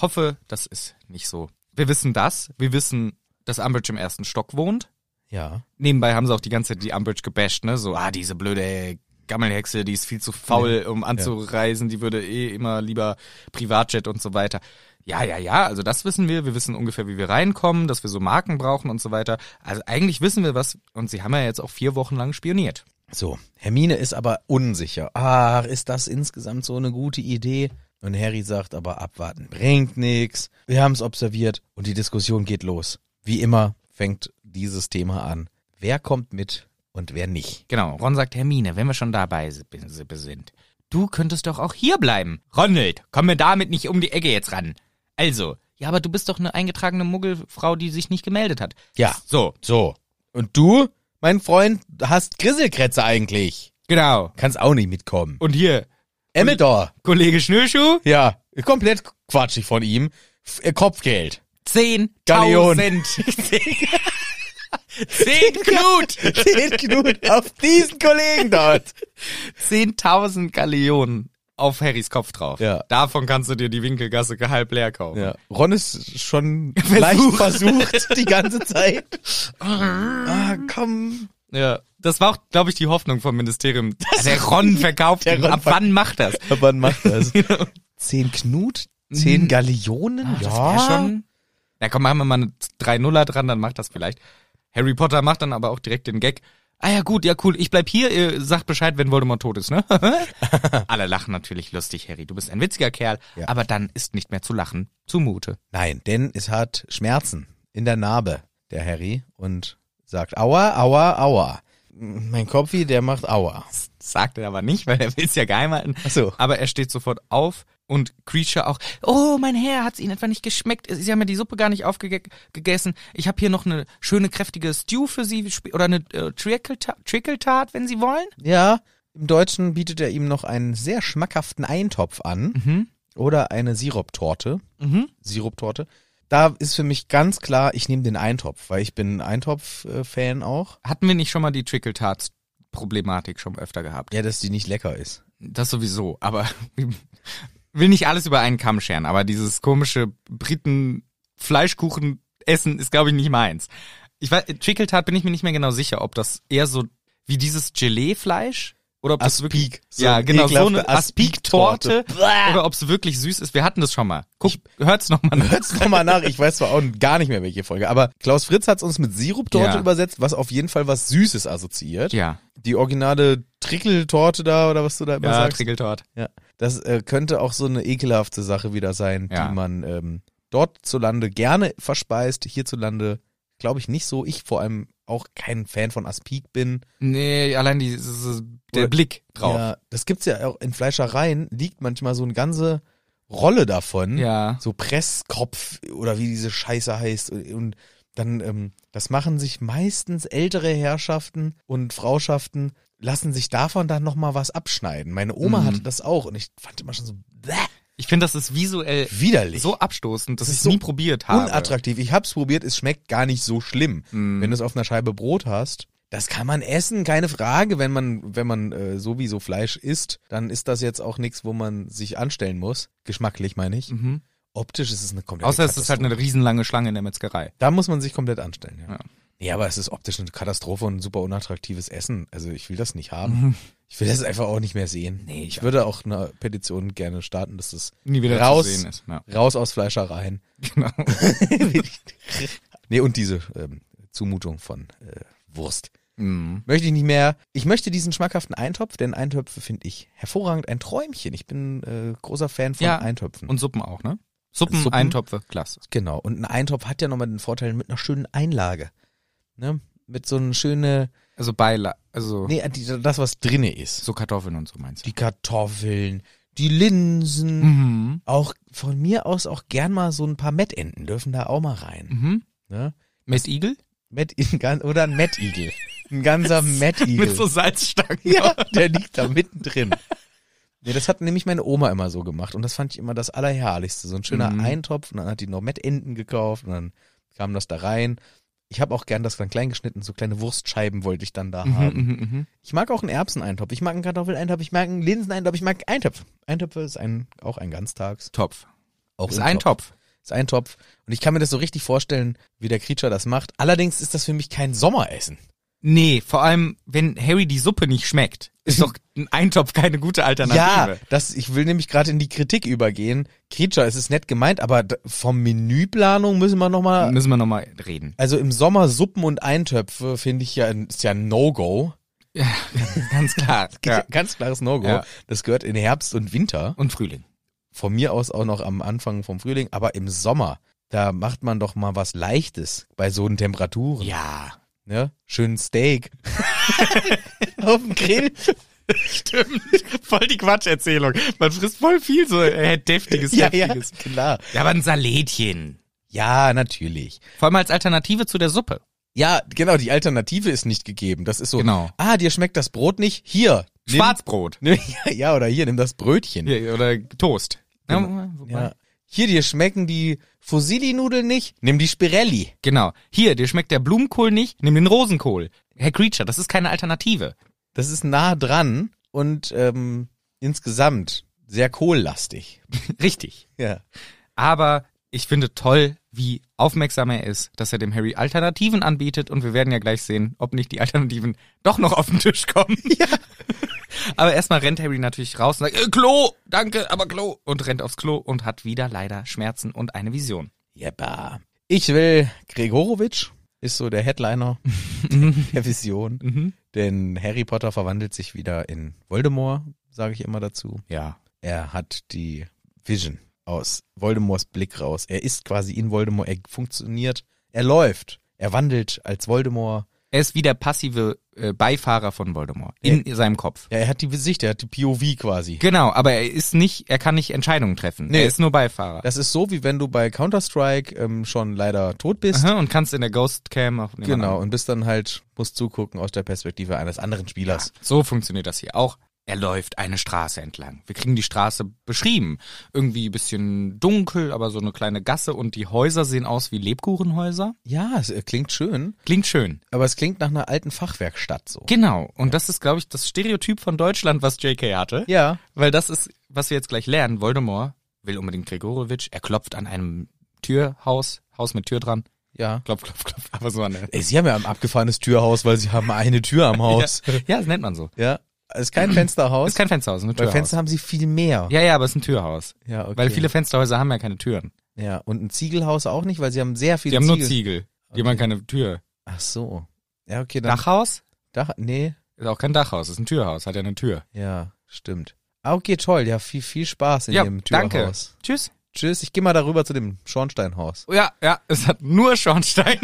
A: Hoffe, das ist nicht so. Wir wissen das. Wir wissen, dass Umbridge im ersten Stock wohnt.
B: Ja.
A: Nebenbei haben sie auch die ganze Zeit die Umbridge gebasht, ne? So, ah, diese blöde Gammelhexe, die ist viel zu faul, um anzureisen, die würde eh immer lieber Privatjet und so weiter. Ja, ja, ja, also das wissen wir. Wir wissen ungefähr, wie wir reinkommen, dass wir so Marken brauchen und so weiter. Also eigentlich wissen wir was und sie haben ja jetzt auch vier Wochen lang spioniert.
B: So, Hermine ist aber unsicher. Ach, ist das insgesamt so eine gute Idee? Und Harry sagt aber, abwarten bringt nix. Wir haben es observiert und die Diskussion geht los. Wie immer fängt dieses Thema an. Wer kommt mit und wer nicht?
A: Genau, Ron sagt Hermine, wenn wir schon dabei si- si- sind. Du könntest doch auch hier bleiben. Ronald, komm mir damit nicht um die Ecke jetzt ran. Also, ja, aber du bist doch eine eingetragene Muggelfrau, die sich nicht gemeldet hat.
B: Ja.
A: So,
B: So. Und du, mein Freund, hast Grisselkrätze eigentlich.
A: genau.
B: Kannst auch nicht mitkommen.
A: Und hier,
B: Emmerdor.
A: Kollege Schnürschuh,
B: Ja, komplett quatschig von ihm. F äh, Kopfgeld.
A: 10.000.
B: Galleon.
A: 10 Knut.
B: Den Knut auf diesen Kollegen dort.
A: 10.000 Galeonen auf Harrys Kopf drauf.
B: Ja.
A: Davon kannst du dir die Winkelgasse halb leer kaufen.
B: Ja, Ron ist schon leicht versucht die ganze Zeit. ah, komm.
A: Ja, das war auch, glaube ich, die Hoffnung vom Ministerium. der Ron verkauft
B: Der
A: ihn.
B: Ron
A: Ab wann macht das?
B: Aber
A: Genau.
B: wann macht das? Zehn Knut? Zehn Gallionen?
A: Das Mhm. Ah, wär schon Na komm, machen wir mal drei Nuller dran, dann macht das vielleicht. Harry Potter macht dann aber auch direkt den Gag. Ah ja gut, ja cool, ich bleib hier, ihr sagt Bescheid, wenn Voldemort tot ist, ne? Alle lachen natürlich lustig, Harry, du bist ein witziger Kerl,
B: Ja.
A: aber dann ist nicht mehr zu lachen zumute.
B: Nein, denn es hat Schmerzen in der Narbe, der Harry, und sagt Aua, Aua, Aua. Mein Kopfi, der macht Aua.
A: Sagt er aber nicht, weil er will es ja geheim halten.
B: Ach so.
A: Aber er steht sofort auf und Creature auch. Oh, mein Herr, hat's Ihnen etwa nicht geschmeckt? Sie haben ja die Suppe gar nicht aufgegessen. Ich habe hier noch eine schöne kräftige Stew für Sie sp- oder eine äh, Trickle-Ta- Trickle-Tart, wenn Sie wollen.
B: Ja, im Deutschen bietet er ihm noch einen sehr schmackhaften Eintopf an
A: Mhm.
B: oder eine Siruptorte. Siruptorte. Da ist für mich ganz klar, ich nehme den Eintopf, weil ich bin Eintopf-Fan auch.
A: Hatten wir nicht schon mal die Trickle-Tarts-Problematik schon öfter gehabt?
B: Ja, dass die nicht lecker ist.
A: Das sowieso, aber will nicht alles über einen Kamm scheren, aber dieses komische Briten-Fleischkuchen-Essen ist, glaube ich, nicht meins. Ich weiß, Trickle-Tart bin ich mir nicht mehr genau sicher, ob das eher so wie dieses Gelee-Fleisch oder ob das wirklich
B: Aspik. So
A: ja,
B: eine
A: genau, so
B: ekelhafte
A: eine Aspik-Torte. Oder ob es wirklich süß ist. Wir hatten das schon mal. Guck, hört's nochmal nach.
B: Hört's nochmal nach, ich weiß zwar auch gar nicht mehr, welche Folge, aber Klaus Fritz hat's uns mit Siruptorte
A: Ja.
B: übersetzt, was auf jeden Fall was Süßes assoziiert.
A: Ja,
B: Die originale Trickeltorte da oder was du da immer
A: ja
B: sagst.
A: Trickle-Tort.
B: Ja. Das äh, könnte auch so eine ekelhafte Sache wieder sein,
A: Ja.
B: die man ähm, dort zulande gerne verspeist, hierzulande glaube ich nicht so. Ich vor allem auch kein Fan von Aspik bin.
A: Nee, allein dieses, der
B: Oder-
A: Blick drauf.
B: Ja, das gibt's ja auch in Fleischereien, liegt manchmal so eine ganze Rolle davon.
A: ja.
B: So Presskopf oder wie diese Scheiße heißt. Und dann, ähm, das machen sich meistens ältere Herrschaften und Frauschaften, lassen sich davon dann nochmal was abschneiden. Meine Oma
A: Mhm.
B: hatte das auch und ich fand immer schon so bäh,
A: Ich finde, das ist visuell
B: widerlich.
A: so abstoßend, dass
B: Das
A: ich
B: ist so
A: nie probiert habe.
B: unattraktiv. Ich hab's probiert, es schmeckt gar nicht so schlimm.
A: Mm.
B: Wenn du es auf einer Scheibe Brot hast, das kann man essen, keine Frage. Wenn man, wenn man äh, sowieso Fleisch isst, dann ist das jetzt auch nichts, wo man sich anstellen muss. Geschmacklich meine ich.
A: Mhm.
B: Optisch ist es eine komplette
A: Außer es ist halt
B: Katastrophe.
A: eine riesenlange Schlange in der Metzgerei.
B: Da muss man sich komplett anstellen, ja.
A: Ja.
B: ja. Nee, aber es ist optisch eine Katastrophe und ein super unattraktives Essen. Also ich will das nicht haben. Ich will das einfach auch nicht mehr sehen.
A: Mhm. Nee, ich
B: ich würde auch eine Petition gerne starten, dass es
A: Nie wieder
B: Raus.
A: zu sehen ist. Ja.
B: raus aus Fleischereien.
A: Genau.
B: nee, und diese ähm, Zumutung von äh, Wurst.
A: Mhm.
B: Möchte ich nicht mehr. Ich möchte diesen schmackhaften Eintopf, denn Eintöpfe finde ich hervorragend ein Träumchen. Ich bin äh, großer Fan von
A: Ja.
B: Eintöpfen.
A: Und Suppen auch, ne? Suppen,
B: Suppen.
A: Eintopfe, klasse.
B: Genau. Und ein Eintopf hat ja nochmal den Vorteil mit einer schönen Einlage. Ne? Mit so einer schönen,
A: Also Beile, also
B: nee, die, das, was drinne ist.
A: so Kartoffeln und so meinst du.
B: Die Kartoffeln, die Linsen,
A: Mhm.
B: auch von mir aus auch gern mal so ein paar Mettenten dürfen da auch mal rein.
A: Mhm.
B: Ne?
A: Mit Igel?
B: Met, ein gan- oder ein Mettigel. Ein ganzer Mettigel.
A: Mit so Salzstangen.
B: ja, der liegt da mittendrin. Ja, das hat nämlich meine Oma immer so gemacht und das fand ich immer das Allerherrlichste. So ein schöner
A: Mhm.
B: Eintopf und dann hat die noch Mettenten gekauft und dann kam das da rein. Ich habe auch gern das dann klein geschnitten, so kleine Wurstscheiben wollte ich dann da
A: Mhm,
B: haben.
A: mhm, mhm.
B: Ich mag auch einen Erbseneintopf, ich mag einen Kartoffeleintopf, ich mag einen Linseneintopf, ich mag Eintopf. Eintöpfe ist ein, auch ein Ganztags.
A: Topf.
B: Auch
A: Ist ein Topf.
B: Ist ein Topf. Und ich kann mir das so richtig vorstellen, wie der Creature das macht. Allerdings ist das für mich kein Sommeressen.
A: Nee, vor allem, wenn Harry die Suppe nicht schmeckt, ist doch ein Eintopf keine gute
B: Ja,
A: Alternative.
B: das, ich will nämlich gerade in die Kritik übergehen. Creature, es ist nett gemeint, aber d- vom Menüplanung müssen wir
A: Ja.
B: nochmal.
A: Müssen wir nochmal reden.
B: Also im Sommer Suppen und Eintöpfe finde ich ja, ein- ist ja ein No-Go.
A: Ganz klar. ja.
B: Ganz klares No-Go.
A: Ja.
B: Das gehört in Herbst und Winter.
A: Und Frühling.
B: Von mir aus auch noch am Anfang vom Frühling, aber im Sommer, da macht man doch mal was Leichtes bei so den Temperaturen.
A: Ja.
B: Ne? Schönen Steak. Auf dem Grill.
A: Stimmt. Voll die Quatscherzählung. Man frisst voll viel so äh, deftiges,
B: Ja, ja,
A: heftiges.
B: klar.
A: Ja, aber ein Salätchen.
B: Ja, natürlich.
A: Vor allem als Alternative zu der Suppe.
B: Ja, genau, die Alternative ist nicht gegeben. Das ist so,
A: Genau.
B: ah, dir schmeckt das Brot nicht? Hier. Nimm,
A: Schwarzbrot.
B: Nimm, ja, ja, oder hier, nimm das Brötchen.
A: Ja, oder Toast. Genau. Ja, wobei-
B: Ja. Hier, dir schmecken die Fusilli-Nudeln nicht? Nimm die Spirelli.
A: Genau. Hier, dir schmeckt der Blumenkohl nicht, nimm den Rosenkohl. Herr Creature, das ist keine Alternative.
B: Das ist nah dran und ähm, insgesamt sehr kohllastig.
A: Richtig.
B: Ja.
A: Aber ich finde toll, wie aufmerksam er ist, dass er dem Harry Alternativen anbietet und wir werden ja gleich sehen, ob nicht die Alternativen doch noch auf den Tisch kommen. Ja. Aber erstmal rennt Harry natürlich raus und sagt, äh, Klo, danke, aber Klo. Und rennt aufs Klo und hat wieder leider Schmerzen und eine Vision.
B: Jeppa. Ich will Gregorowitsch, ist so der Headliner der Vision.
A: Mhm.
B: Denn Harry Potter verwandelt sich wieder in Voldemort, sage ich immer dazu.
A: Ja.
B: Er hat die Vision aus Voldemorts Blick raus. Er ist quasi in Voldemort, er funktioniert, er läuft, er wandelt als Voldemort.
A: Er ist wie der passive äh, Beifahrer von Voldemort in seinem Kopf.
B: Ja, er hat die Sicht, er hat die POV quasi.
A: Genau, aber er ist nicht, er kann nicht Entscheidungen treffen.
B: Nee.
A: Er ist nur Beifahrer.
B: Das ist so, wie wenn du bei Counter-Strike ähm, schon leider tot bist.
A: Aha, und kannst in der Ghost Cam auf jemand
B: Genau,
A: anderen-
B: und bist dann halt, musst zugucken aus der Perspektive eines anderen Spielers.
A: So funktioniert das hier auch. Er läuft eine Straße entlang. Wir kriegen die Straße beschrieben. Irgendwie ein bisschen dunkel, aber so eine kleine Gasse und die Häuser sehen aus wie Lebkuchenhäuser.
B: Ja, es äh, klingt schön,
A: Klingt schön.
B: aber es klingt nach einer alten Fachwerkstatt so.
A: Genau. Und das ist, glaube ich, das Stereotyp von Deutschland, was JK hatte.
B: Ja.
A: Weil das ist, was wir jetzt gleich lernen. Voldemort will unbedingt Gregorowitsch. Er klopft an einem Türhaus, Haus mit Tür dran.
B: Ja.
A: Klopf, klopf, klopf. Aber so eine.
B: Ey, sie haben ja ein abgefahrenes Türhaus, weil sie haben eine Tür am Haus.
A: Ja, das nennt man so.
B: Ja. Es ist kein Fensterhaus.
A: Ist kein Fensterhaus, ein
B: Bei
A: Türhaus.
B: Fenster haben sie viel mehr.
A: Ja, ja, aber es ist ein Türhaus.
B: Ja, okay.
A: Weil viele Fensterhäuser haben ja keine Türen.
B: ja, und ein Ziegelhaus auch nicht, weil sie haben sehr viele
A: Die haben
B: Ziegel.
A: nur Ziegel. Die haben keine Tür.
B: Ach so. Ja, okay, dann
A: Dachhaus?
B: Dach nee,
A: Ist auch kein Dachhaus, ist ein Türhaus, hat ja eine Tür.
B: ja, stimmt. Ah, okay, toll. Ja, viel viel Spaß in
A: ja,
B: dem Türhaus.
A: danke. Tschüss.
B: Tschüss, ich gehe mal darüber zu dem Schornsteinhaus.
A: Oh Ja, ja, es hat nur Schornstein.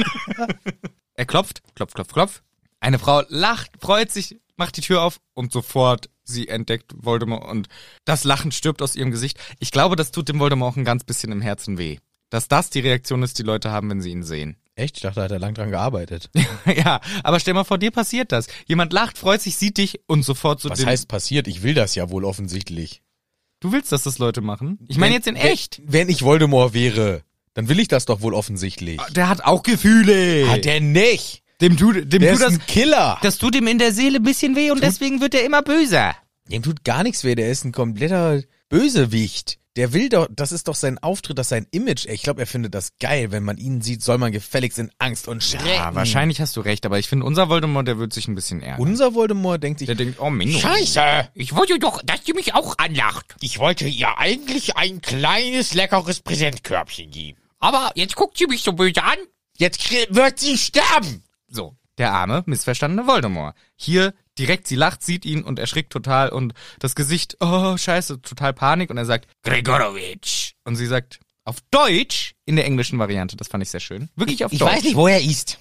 A: er klopft, klopf, klopf, klopf. Eine Frau lacht, freut sich, macht die Tür auf und sofort sie entdeckt Voldemort und das Lachen stirbt aus ihrem Gesicht. Ich glaube, das tut dem Voldemort auch ein ganz bisschen im Herzen weh. Dass das die Reaktion ist, die Leute haben, wenn sie ihn sehen.
B: Echt? Ich dachte, da hat er lang dran gearbeitet.
A: ja, aber stell mal vor, dir passiert das. Jemand lacht, freut sich, sieht dich und sofort so
B: Was
A: den-
B: heißt passiert? Ich will das ja wohl offensichtlich.
A: Du willst, dass das Leute machen? Ich meine jetzt in echt.
B: Wenn ich Voldemort wäre, dann will ich das doch wohl offensichtlich.
A: Der hat auch Gefühle.
B: Hat er nicht.
A: Ah, Dem du, dem
B: Der
A: du
B: ist
A: das,
B: ein Killer.
A: das tut ihm in der Seele ein bisschen weh und deswegen wird er immer böser.
B: Dem tut gar nichts weh, der ist ein kompletter Bösewicht. Der will doch, das ist doch sein Auftritt, das ist sein Image. Ich glaube, er findet das geil. Wenn man ihn sieht, soll man gefälligst in Angst und Schrecken.
A: Ja, Ah, wahrscheinlich hast du recht, aber ich finde, unser Voldemort, der wird sich ein bisschen ärgern.
B: Unser Voldemort denkt sich,
A: der denkt, oh Menno.
D: Scheiße!
A: Ich wollte doch, dass die mich auch anlacht.
D: Ich wollte ihr eigentlich ein kleines, leckeres Präsentkörbchen geben.
A: Aber jetzt guckt sie mich so böse an.
D: Jetzt krie- wird sie sterben!
A: So, der arme, missverstandene Voldemort. Hier direkt, sie lacht, sieht ihn und erschrickt total und das Gesicht, oh scheiße, total Panik und er sagt,
D: Gregorowitsch!
A: und sie sagt, auf Deutsch, in der englischen Variante, das fand ich sehr schön. Wirklich auf
D: Ich
A: Deutsch.
D: weiß nicht, wo er ist.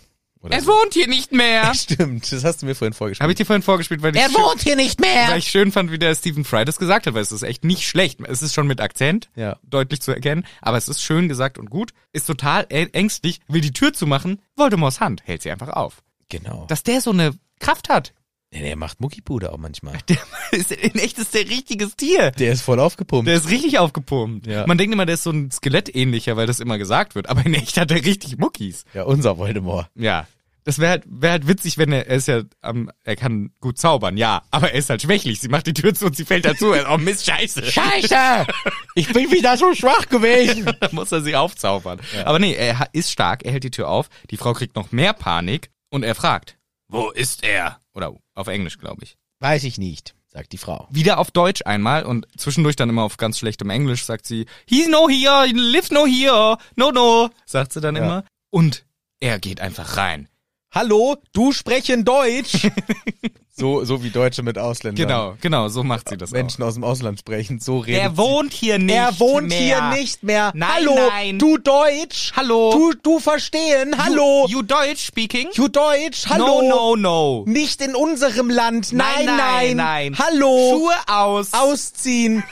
A: es wohnt hier nicht mehr.
B: stimmt, das hast du mir vorhin
A: Habe ich
B: vorgespielt.
A: dir vorhin vorgespielt, weil ich
D: Er
A: schön-
D: wohnt hier nicht mehr!
A: Weil ich schön fand, wie der Stephen Fry das gesagt hat, weil es ist echt nicht schlecht. Es ist schon mit Akzent,
B: Ja.
A: deutlich zu erkennen, aber es ist schön gesagt und gut. Ist total ä- ängstlich, will die Tür zumachen. Voldemorts Hand hält sie einfach auf.
B: Genau.
A: Dass der so eine Kraft hat,
B: Nee, der macht Muckibude auch manchmal.
A: der ist in echt ist der richtiges Tier.
B: Der ist voll aufgepumpt.
A: Der ist richtig aufgepumpt.
B: Ja.
A: Man denkt immer, der ist so ein Skelettähnlicher, weil das immer gesagt wird. Aber in echt hat er richtig Muckis.
B: ja, unser Voldemort.
A: Ja. Das wäre halt, wär halt witzig, wenn er, er ist ja, am, er kann gut zaubern, ja, aber er ist halt schwächlich. Sie macht die Tür zu und sie fällt dazu. Er- Oh Mist, scheiße.
D: Scheiße!
B: Ich bin wieder so schwach gewesen.
A: Da muss er sie aufzaubern. Aber nee, er ha- ist stark, er hält die Tür auf, die Frau kriegt noch mehr Panik und er fragt, wo ist er? Oder auf Englisch, glaube ich.
B: Weiß ich nicht, sagt die Frau.
A: Wieder auf Deutsch einmal und zwischendurch dann immer auf ganz schlechtem Englisch sagt sie, he's no here, he lives no here, no no, sagt sie dann
B: Ja.
A: immer. Und er geht einfach rein.
B: Hallo, du sprechen Deutsch. so, so wie Deutsche mit Ausländern.
A: Genau, genau, so macht sie das
B: Menschen aus dem Ausland sprechen, so
A: auch.
B: reden.
A: Er wohnt hier nicht
B: Er wohnt
A: mehr.
B: hier nicht mehr.
A: Nein,
B: Hallo,
A: nein.
B: du Deutsch.
A: Hallo.
B: Du, du verstehen. Hallo.
A: You, you Deutsch speaking?
B: You Deutsch. Hallo.
A: No, no, no.
B: Nicht in unserem Land. Nein, nein.
A: nein, nein.
B: Hallo.
A: Schuhe aus.
B: Ausziehen.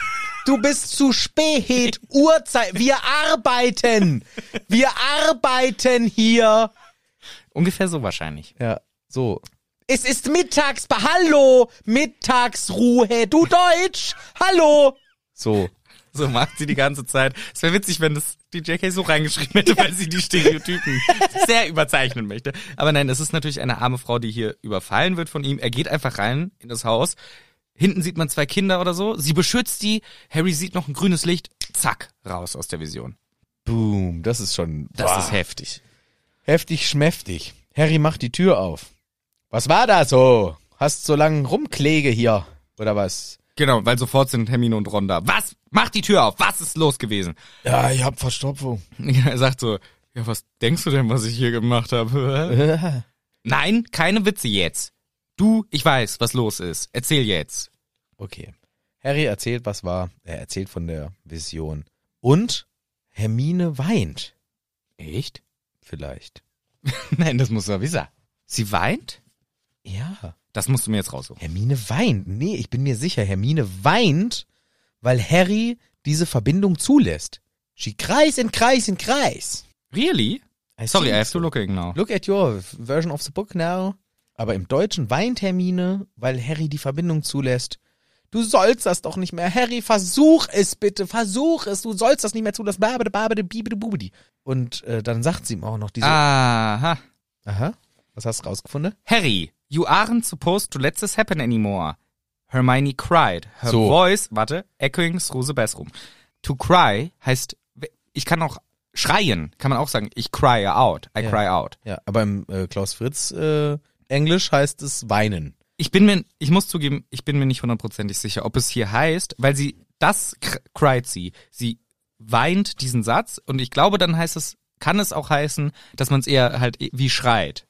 B: Du bist zu spät. Uhrzeit. Wir arbeiten. Wir arbeiten hier.
A: Ungefähr so wahrscheinlich.
B: Ja, so. Es ist mittags. Hallo. Mittagsruhe. Du Deutsch. Hallo. So.
A: So macht sie die ganze Zeit. Es wäre witzig, wenn das die JK so reingeschrieben hätte, weil sie die Stereotypen sehr überzeichnen möchte. Aber nein, es ist natürlich eine arme Frau, die hier überfallen wird von ihm. Er geht einfach rein in das Haus. Hinten sieht man zwei Kinder oder so. Sie beschützt die. Harry sieht noch ein grünes Licht. Zack, raus aus der Vision.
B: Boom. Das ist schon.
A: Das ist heftig.
B: Heftig schmäftig. Harry macht die Tür auf. Was war da so? Hast so lange Rumkläge hier, oder was?
A: Genau, weil sofort sind Hermine und Ron da. Was? Mach die Tür auf. Was ist los gewesen?
B: Ja, ich hab Verstopfung.
A: Er sagt so, Ja, was denkst du denn, was ich hier gemacht habe? Nein, keine Witze jetzt. Du, ich weiß, was los ist. Erzähl jetzt.
B: Okay. Harry erzählt, was war. Er erzählt von der Vision. Und Hermine weint.
A: Echt?
B: Vielleicht.
A: Nein, das muss Savisa. Sie weint?
B: Ja.
A: Das musst du mir jetzt raussuchen.
B: Hermine weint. Nee, ich bin mir sicher, Hermine weint, weil Harry diese Verbindung zulässt. She cries and cries and cries.
A: Really?
B: I
A: Sorry, I
B: think
A: have to
B: so.
A: looking now.
B: Look at your version of the book now. Aber im Deutschen weint Hermine, weil Harry die Verbindung zulässt. Du sollst das doch nicht mehr. Harry, versuch es bitte. Versuch es. Du sollst das nicht mehr zulassen. Babede, babede, bibede, bubedi. Und äh, dann sagt sie ihm auch noch
A: Ah.
B: diese...
A: Aha.
B: Aha. Was hast du rausgefunden?
A: Harry, you aren't supposed to let this happen anymore. Hermione cried. Her
B: So.
A: voice, warte, echoing through the bathroom. To cry heißt, ich kann auch schreien, kann man auch sagen. Ich cry out. I
B: Ja.
A: cry out.
B: Ja, aber im äh, Klaus Fritz äh, Englisch heißt es weinen.
A: Ich bin mir, ich muss zugeben, ich bin mir nicht hundertprozentig sicher, ob es hier heißt, weil sie, das cr- cried sie. Sie weint diesen Satz und ich glaube, dann heißt es, kann es auch heißen, dass man es eher halt e- wie schreit.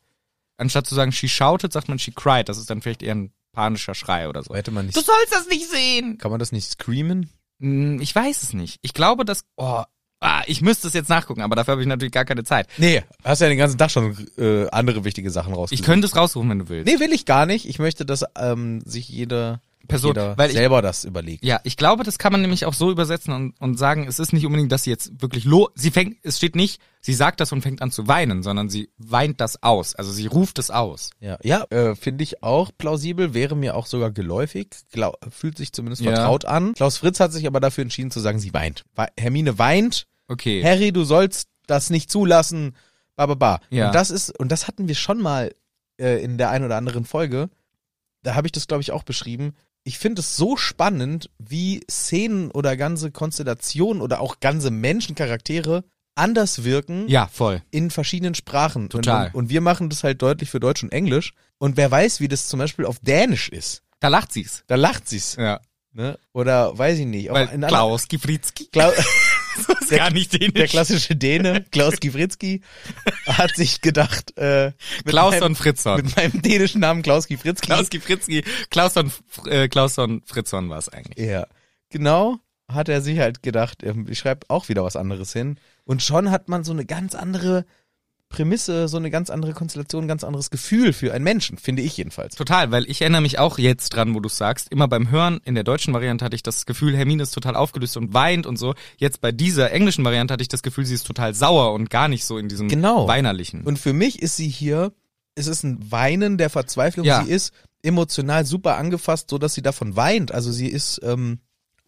A: Anstatt zu sagen, she shouted, sagt man she cried. Das ist dann vielleicht eher ein panischer Schrei oder so.
B: Hätte man nicht...
A: Du sollst das nicht sehen!
B: Kann man das nicht screamen?
A: Hm, Ich weiß es nicht. Ich glaube, dass, oh, ah, ich müsste es jetzt nachgucken, aber dafür habe ich natürlich gar keine Zeit.
B: Nee, hast ja den ganzen Tag schon äh, andere wichtige Sachen
A: Ich
B: rausgesucht.
A: könnte es raussuchen, wenn du willst.
B: Nee, will ich gar nicht. Ich möchte, dass ähm, sich jeder,
A: Person,
B: jeder
A: weil ich-
B: selber das überlegt.
A: Ja, ich glaube, das kann man nämlich auch so übersetzen und, und sagen, es ist nicht unbedingt, dass sie jetzt wirklich lo, sie fängt, es steht nicht, sie sagt das und fängt an zu weinen, sondern sie weint das aus. Also sie ruft es aus.
B: Ja, ja äh, finde ich auch plausibel, wäre mir auch sogar geläufig, Glau fühlt sich zumindest
A: Ja.
B: vertraut an. Klaus Fritz hat sich aber dafür entschieden zu sagen, sie weint. We Hermine weint,
A: Okay.
B: Harry, du sollst das nicht zulassen, ba, ba, ba.
A: Ja.
B: Und das ist, und das hatten wir schon mal äh, in der ein oder anderen Folge, da habe ich das, glaube ich, auch beschrieben. Ich finde es so spannend, wie Szenen oder ganze Konstellationen oder auch ganze Menschencharaktere anders wirken,
A: Ja, voll.
B: in verschiedenen Sprachen.
A: Total.
B: Und, und wir machen das halt deutlich für Deutsch und Englisch. Und wer weiß, wie das zum Beispiel auf Dänisch ist.
A: Da lacht sie's.
B: Da lacht sie's.
A: Ja.
B: Ne? Oder weiß ich nicht. auch
A: Weil
B: in anderen-
A: Klaus Gifritzki.
B: Klau
A: Das ist gar nicht den.
B: Oh, der klassische Däne, Klaus Gifritzki, hat sich gedacht, äh, mit,
A: Klaus
B: meinem,
A: und Fritzon.
B: mit meinem dänischen Namen Klaus Gifritzki.
A: Klaus Gifritzki. Klaus und, Fr- äh, Klaus und Fritzon war es eigentlich.
B: ja. Genau, hat er sich halt gedacht, ähm, ich schreibe auch wieder was anderes hin. Und schon hat man so eine ganz andere Prämisse, so eine ganz andere Konstellation, ein ganz anderes Gefühl für einen Menschen, finde ich jedenfalls.
A: Total, weil ich erinnere mich auch jetzt dran, wo du sagst, immer beim Hören in der deutschen Variante hatte ich das Gefühl, Hermine ist total aufgelöst und weint und so. Jetzt bei dieser englischen Variante hatte ich das Gefühl, sie ist total sauer und gar nicht so in diesem
B: Genau.
A: weinerlichen.
B: Und für mich ist sie hier, es ist ein Weinen der Verzweiflung.
A: Ja.
B: Sie ist emotional super angefasst, so dass sie davon weint. Also sie ist ähm,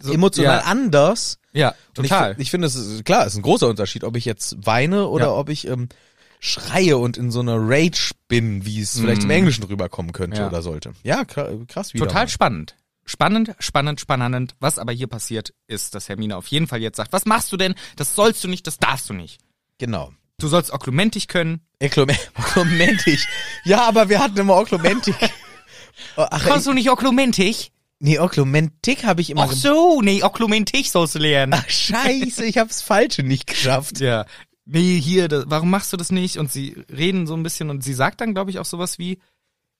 A: So,
B: emotional
A: ja.
B: anders.
A: ja,
B: Und
A: total.
B: Ich, fi- ich finde, es ist klar, es ist ein großer Unterschied, ob ich jetzt weine oder
A: Ja.
B: ob ich ähm, schreie und in so einer Rage bin, wie es vielleicht im Englischen rüberkommen könnte
A: Mhm. Ja.
B: oder sollte. Ja, kra- krass wieder.
A: total
B: mal.
A: spannend. Spannend, spannend, spannend. Was aber hier passiert, ist, dass Hermine auf jeden Fall jetzt sagt, was machst du denn? Das sollst du nicht, das darfst du nicht.
B: Genau.
A: Du sollst oklumentig können.
B: Eklome- Oklumentig. ja, aber wir hatten immer Oklumentik. Oh, Ach, ich,
A: Kannst du nicht oklumentig?
B: nee, Oklumentik habe ich immer
A: Ach so, nee, oklumentig sollst du lernen.
B: Ach, scheiße, ich hab's Falsche nicht geschafft.
A: Ja. Nee, hier, da, warum machst du das nicht? Und sie reden so ein bisschen und sie sagt dann, glaube ich, auch sowas wie,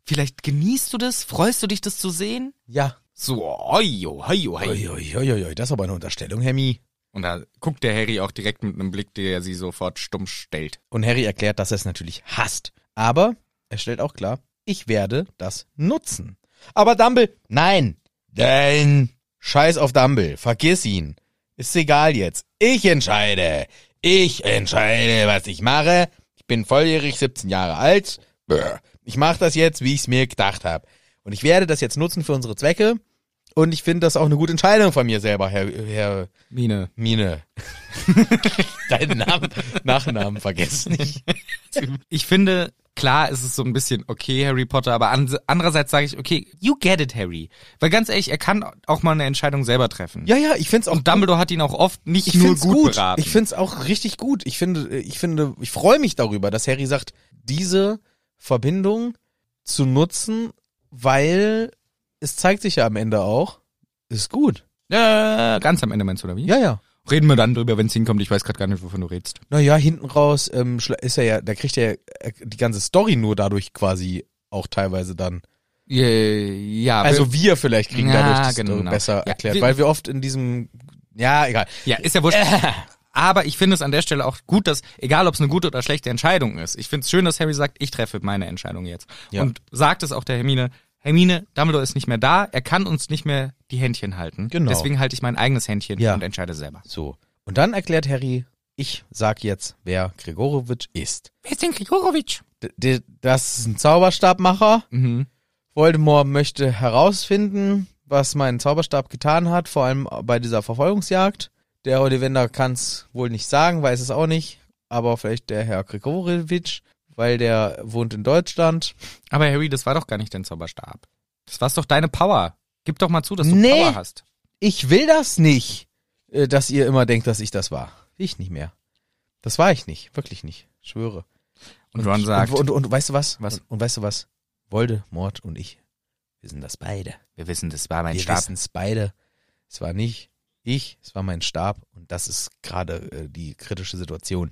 A: vielleicht genießt du das? Freust du dich, das zu sehen?
B: Ja.
A: So, oio, oio, oio.
B: Uiuiuiui, das ist aber eine Unterstellung, Hemmi.
A: Und da guckt der Harry auch direkt mit einem Blick, der sie sofort stumm stellt.
B: Und Harry erklärt, dass er es natürlich hasst. Aber er stellt auch klar, ich werde das nutzen. Aber Dumble, nein, nein, scheiß auf Dumble, vergiss ihn. Ist egal jetzt. Ich entscheide. Ich entscheide, was ich mache. Ich bin volljährig, 17 Jahre alt. Bäh. Ich mache das jetzt, wie ich es mir gedacht habe. Und ich werde das jetzt nutzen für unsere Zwecke. Und ich finde das auch eine gute Entscheidung von mir selber, Herr, Herr
A: Mine.
B: Mine. Deinen Namen, Nachnamen vergiss nicht.
A: Ich finde, klar ist es so ein bisschen okay, Harry Potter, aber an, andererseits sage ich, okay, you get it, Harry. Weil ganz ehrlich, er kann auch mal eine Entscheidung selber treffen.
B: Ja, ja, ich find's auch
A: Und Dumbledore hat ihn auch oft nicht
B: ich
A: nur
B: find's
A: gut,
B: gut.
A: beraten.
B: Ich find's auch richtig gut. Ich finde, ich finde, ich freue mich darüber, dass Harry sagt, diese Verbindung zu nutzen, weil es zeigt sich ja am Ende auch, ist gut.
A: äh, ganz am Ende meinst du, oder wie?
B: Ja, ja.
A: Reden wir dann drüber, wenn es hinkommt. Ich weiß gerade gar nicht, wovon du redest.
B: Naja, hinten raus ähm, schla- ist er ja, da kriegt er äh, die ganze Story nur dadurch quasi auch teilweise dann.
A: Ja,
B: Also wir vielleicht kriegen
A: Ja,
B: dadurch das
A: genau.
B: besser
A: Ja,
B: erklärt,
A: wir-
B: weil wir oft in diesem, ja, egal.
A: ja, ist ja wurscht. Aber ich finde es an der Stelle auch gut, dass, egal ob es eine gute oder schlechte Entscheidung ist, ich finde es schön, dass Harry sagt, ich treffe meine Entscheidung jetzt.
B: Ja.
A: Und sagt es auch der Hermine, Hermine, Dumbledore ist nicht mehr da, er kann uns nicht mehr die Händchen halten.
B: Genau.
A: Deswegen halte ich mein eigenes Händchen
B: Ja.
A: und entscheide selber.
B: So. Und dann erklärt Harry, ich sag jetzt, wer Gregorowitsch ist.
A: Wer ist denn Grigorowitsch?
B: D d- das ist ein Zauberstabmacher.
A: Mhm.
B: Voldemort möchte herausfinden, was mein Zauberstab getan hat, vor allem bei dieser Verfolgungsjagd. Der Ollivander kann es wohl nicht sagen, weiß es auch nicht. Aber vielleicht der Herr Gregorowitsch, weil der wohnt in Deutschland.
A: Aber Harry, das war doch gar nicht dein Zauberstab. Das war doch deine Power. Gib doch mal zu, dass du
B: Nee.
A: Power hast.
B: Ich will das nicht, äh, dass ihr immer denkt, dass ich das war. Ich nicht mehr. Das war ich nicht, wirklich nicht. Schwöre.
A: Und Ron sagt,
B: Und, und, und weißt du was?
A: Was?
B: Und, und weißt du was? Voldemort und ich wissen das beide.
A: wir wissen, das war mein
B: Wir
A: Stab.
B: wissen es beide. Es war nicht ich, es war mein Stab und das ist gerade äh, die kritische Situation.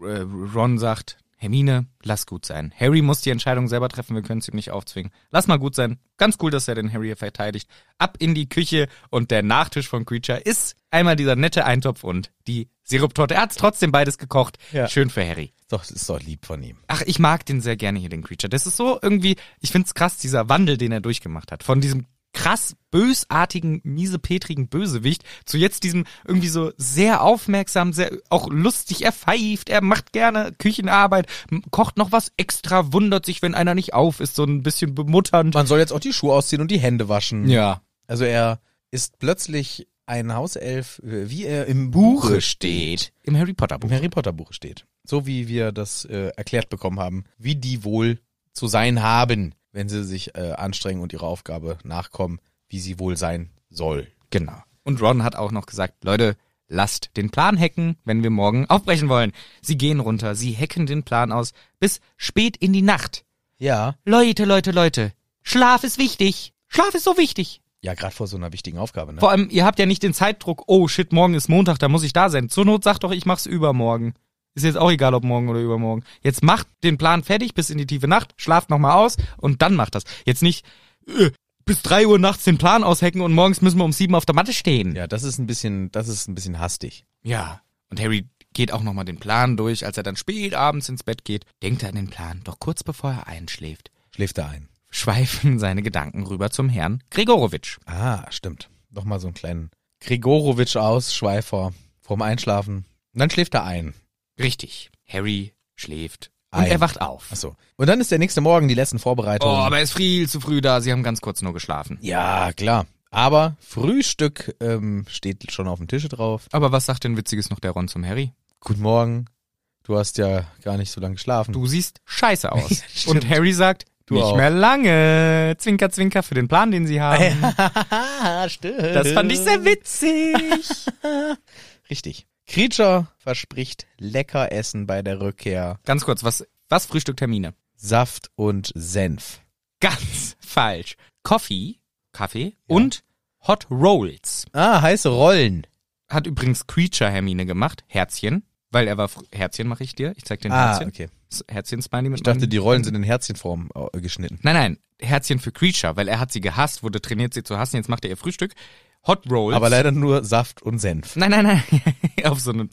A: äh, Ron sagt, Hermine, lass gut sein. Harry muss die Entscheidung selber treffen, wir können es ihm nicht aufzwingen. Lass mal gut sein. Ganz cool, dass er den Harry verteidigt. Ab in die Küche und der Nachtisch von Creature ist einmal dieser nette Eintopf und die Siruptorte. Er hat's trotzdem beides gekocht.
B: Ja.
A: Schön für Harry.
B: Ist Doch, ist doch lieb von ihm.
A: Ach, ich mag den sehr gerne hier, den Creature. Das ist so irgendwie, ich find's krass, dieser Wandel, den er durchgemacht hat. Von diesem krass bösartigen, miesepetrigen Bösewicht zu jetzt diesem irgendwie so sehr aufmerksam, sehr auch lustig, er pfeift, er macht gerne Küchenarbeit, m- kocht noch was extra, wundert sich, wenn einer nicht auf ist, so ein bisschen bemutternd.
B: Man soll jetzt auch die Schuhe ausziehen und die Hände waschen.
A: Ja.
B: Also er ist plötzlich ein Hauself, äh, wie er im Buche steht.
A: Im Harry Potter Buch.
B: Im Harry Potter Buche steht. So wie wir das äh, erklärt bekommen haben, wie die wohl zu sein haben, wenn sie sich äh, anstrengen und ihrer Aufgabe nachkommen, wie sie wohl sein soll.
A: Genau. Und Ron hat auch noch gesagt, Leute, lasst den Plan hacken, wenn wir morgen aufbrechen wollen. Sie gehen runter, sie hacken den Plan aus bis spät in die Nacht.
B: Ja,
A: Leute, Leute, Leute, Schlaf ist wichtig. Schlaf ist so wichtig.
B: ja, gerade vor so einer wichtigen Aufgabe, ne?
A: Vor allem, ihr habt ja nicht den Zeitdruck, oh shit, morgen ist Montag, da muss ich da sein. Zur Not sagt doch, ich mach's übermorgen. Ist jetzt auch egal, ob morgen oder übermorgen. Jetzt macht den Plan fertig bis in die tiefe Nacht, schlaft nochmal aus und dann macht das. Jetzt nicht äh, bis drei Uhr nachts den Plan aushacken und morgens müssen wir um sieben auf der Matte stehen.
B: Ja, das ist ein bisschen, das ist ein bisschen hastig.
A: Ja. Und Harry geht auch nochmal den Plan durch, als er dann spät abends ins Bett geht, denkt er an den Plan, doch kurz bevor er einschläft,
B: Schläft er ein.
A: schweifen seine Gedanken rüber zum Herrn Gregorowitsch.
B: Ah, stimmt. Nochmal so einen kleinen Grigorowitsch aus, Schweifer, vorm Einschlafen. Und dann schläft er ein.
A: Richtig. Harry schläft. Und
B: Ein.
A: er wacht auf.
B: Achso. Und dann ist der nächste Morgen die letzten
A: Oh,
B: Vorbereitungen.
A: aber er ist viel zu früh da. Sie haben ganz kurz nur geschlafen.
B: ja, klar. Aber Frühstück ähm, steht schon auf dem Tische drauf.
A: Aber was sagt denn Witziges noch der Ron zum Harry?
B: Guten Morgen. Du hast ja gar nicht so lange geschlafen.
A: Du siehst scheiße aus.
B: stimmt.
A: Und Harry sagt,
B: Du
A: nicht
B: auch.
A: mehr lange. Zwinker, zwinker für den Plan, den sie haben.
B: stimmt.
A: Das fand ich sehr witzig.
B: Richtig. Creature verspricht lecker Essen bei der Rückkehr.
A: ganz kurz, was, was frühstückt Hermine?
B: Saft und Senf.
A: Ganz falsch. Coffee, Kaffee und Hot Rolls.
B: Ah, heiße Rollen.
A: Hat übrigens Creature Hermine gemacht. Herzchen. Weil er war, fr- Herzchen mache ich dir. Ich zeig dir ein
B: Ah,
A: Herzchen.
B: okay.
A: S- Herzchen-Smiley mit
B: Ich dachte,
A: meinem-
B: die Rollen sind in Herzchenform äh, geschnitten.
A: Nein, nein, Herzchen für Creature, weil er hat sie gehasst, wurde trainiert, sie zu hassen. Jetzt macht er ihr Frühstück. Hot Rolls.
B: Aber leider nur Saft und Senf.
A: Nein, nein, nein. Auf so einen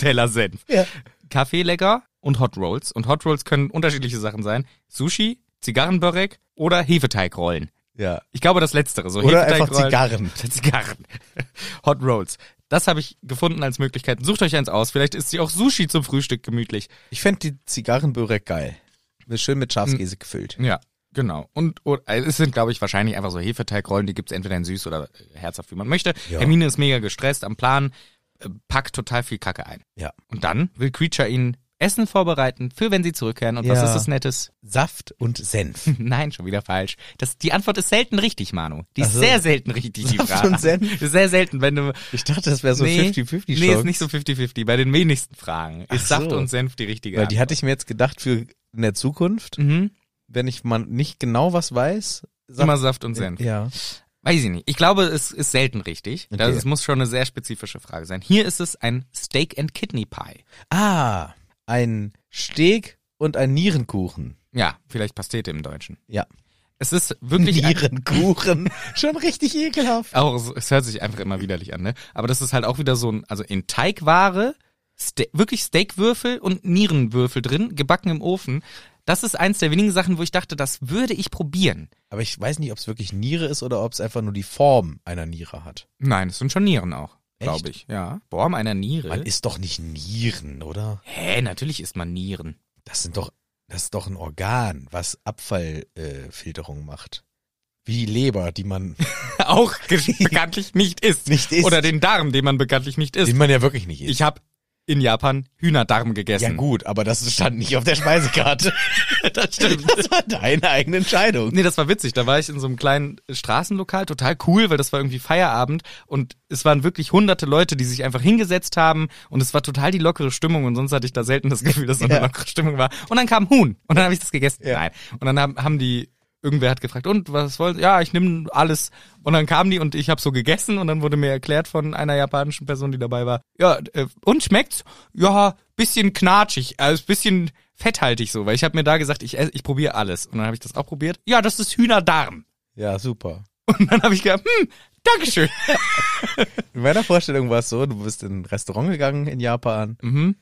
A: Teller Senf.
B: Ja.
A: Kaffee lecker und Hot Rolls. Und Hot Rolls können unterschiedliche Sachen sein. Sushi, Zigarrenbörek oder Hefeteigrollen.
B: Ja.
A: Ich glaube, das Letztere. So
B: Oder einfach
A: Hefeteigrollen
B: Zigarren.
A: oder Zigarren. Hot Rolls. Das habe ich gefunden als Möglichkeiten. Sucht euch eins aus. Vielleicht ist sie auch Sushi zum Frühstück gemütlich.
B: Ich fänd die Zigarrenbörek geil. Ist Schön mit Schafskäse gefüllt.
A: Ja, genau. Und, und also es sind, glaube ich, wahrscheinlich einfach so Hefeteigrollen, die gibt's entweder in süß oder äh, herzhaft, wie man möchte.
B: Ja.
A: Hermine ist mega gestresst am Plan, äh, packt total viel Kacke ein.
B: Ja.
A: Und dann will Creature ihnen Essen vorbereiten, für wenn sie zurückkehren. Und was
B: Ja.
A: ist das Nettes?
B: Saft und Senf.
A: Nein, schon wieder falsch. Das, die Antwort ist selten richtig, Manu. Die ist
B: Ach so.
A: sehr selten richtig, die
B: Saft
A: Frage.
B: und Senf?
A: Sehr selten, wenn du...
B: Ich dachte, das wäre so
A: nee,
B: 50-50
A: Nee, ist nicht so 50-50. Bei den wenigsten Fragen ist
B: Ach so.
A: Saft und Senf die richtige
B: Weil die
A: Antwort.
B: hatte ich mir jetzt gedacht für in der Zukunft,
A: mhm.
B: wenn ich mal nicht genau was weiß. Saft-
A: Immer Saft und Senf.
B: Ja.
A: Weiß ich nicht. Ich glaube, es ist selten richtig.
B: Okay.
A: Das es muss schon eine sehr spezifische Frage sein. Hier ist es ein Steak and Kidney Pie.
B: Ah, ein Steak und ein Nierenkuchen.
A: Ja, vielleicht Pastete im Deutschen.
B: Ja.
A: Es ist wirklich ein,
B: Nierenkuchen. Schon richtig ekelhaft.
A: auch, so- es hört sich einfach immer widerlich an, ne? Aber das ist halt auch wieder so ein, also in Teigware, Ste wirklich Steakwürfel und Nierenwürfel drin, gebacken im Ofen. Das ist eins der wenigen Sachen, wo ich dachte, das würde ich probieren.
B: Aber ich weiß nicht, ob es wirklich Niere ist oder ob es einfach nur die Form einer Niere hat.
A: Nein, es sind schon Nieren auch,
B: Echt?
A: glaube ich. Ja. Form einer Niere.
B: Man isst doch nicht Nieren, oder?
A: Hä, natürlich ist man Nieren.
B: Das sind doch, das ist doch ein Organ, was Abfallfilterung äh, Filterung macht. Wie die Leber, die man,
A: auch ge- bekanntlich nicht isst.
B: Nicht isst.
A: Oder den Darm, den man bekanntlich nicht isst.
B: die man ja wirklich nicht isst.
A: Ich habe in Japan Hühnerdarm gegessen.
B: ja gut, aber das stand nicht auf der Speisekarte.
A: das stimmt.
B: Das war deine eigene Entscheidung.
A: Nee, das war witzig. Da war ich in so einem kleinen Straßenlokal, total cool, weil das war irgendwie Feierabend und es waren wirklich hunderte Leute, die sich einfach hingesetzt haben und es war total die lockere Stimmung und sonst hatte ich da selten das Gefühl, dass so eine
B: Ja.
A: lockere Stimmung war. Und dann kam Huhn und dann habe ich das gegessen.
B: Ja.
A: Nein. Und dann haben, haben die irgendwer hat gefragt, und was wollen Sie? Ja, ich nehme alles. Und dann kamen die und ich habe so gegessen und dann wurde mir erklärt von einer japanischen Person, die dabei war, ja, äh, und schmeckt's? Ja, bisschen knatschig, also bisschen fetthaltig so, weil ich habe mir da gesagt, ich, ess- ich probiere alles. Und dann habe ich das auch probiert. Ja, das ist Hühnerdarm.
B: Ja, super.
A: Und dann habe ich gedacht, hm, Dankeschön.
B: In meiner Vorstellung war es so, du bist in ein Restaurant gegangen in Japan
A: Mhm.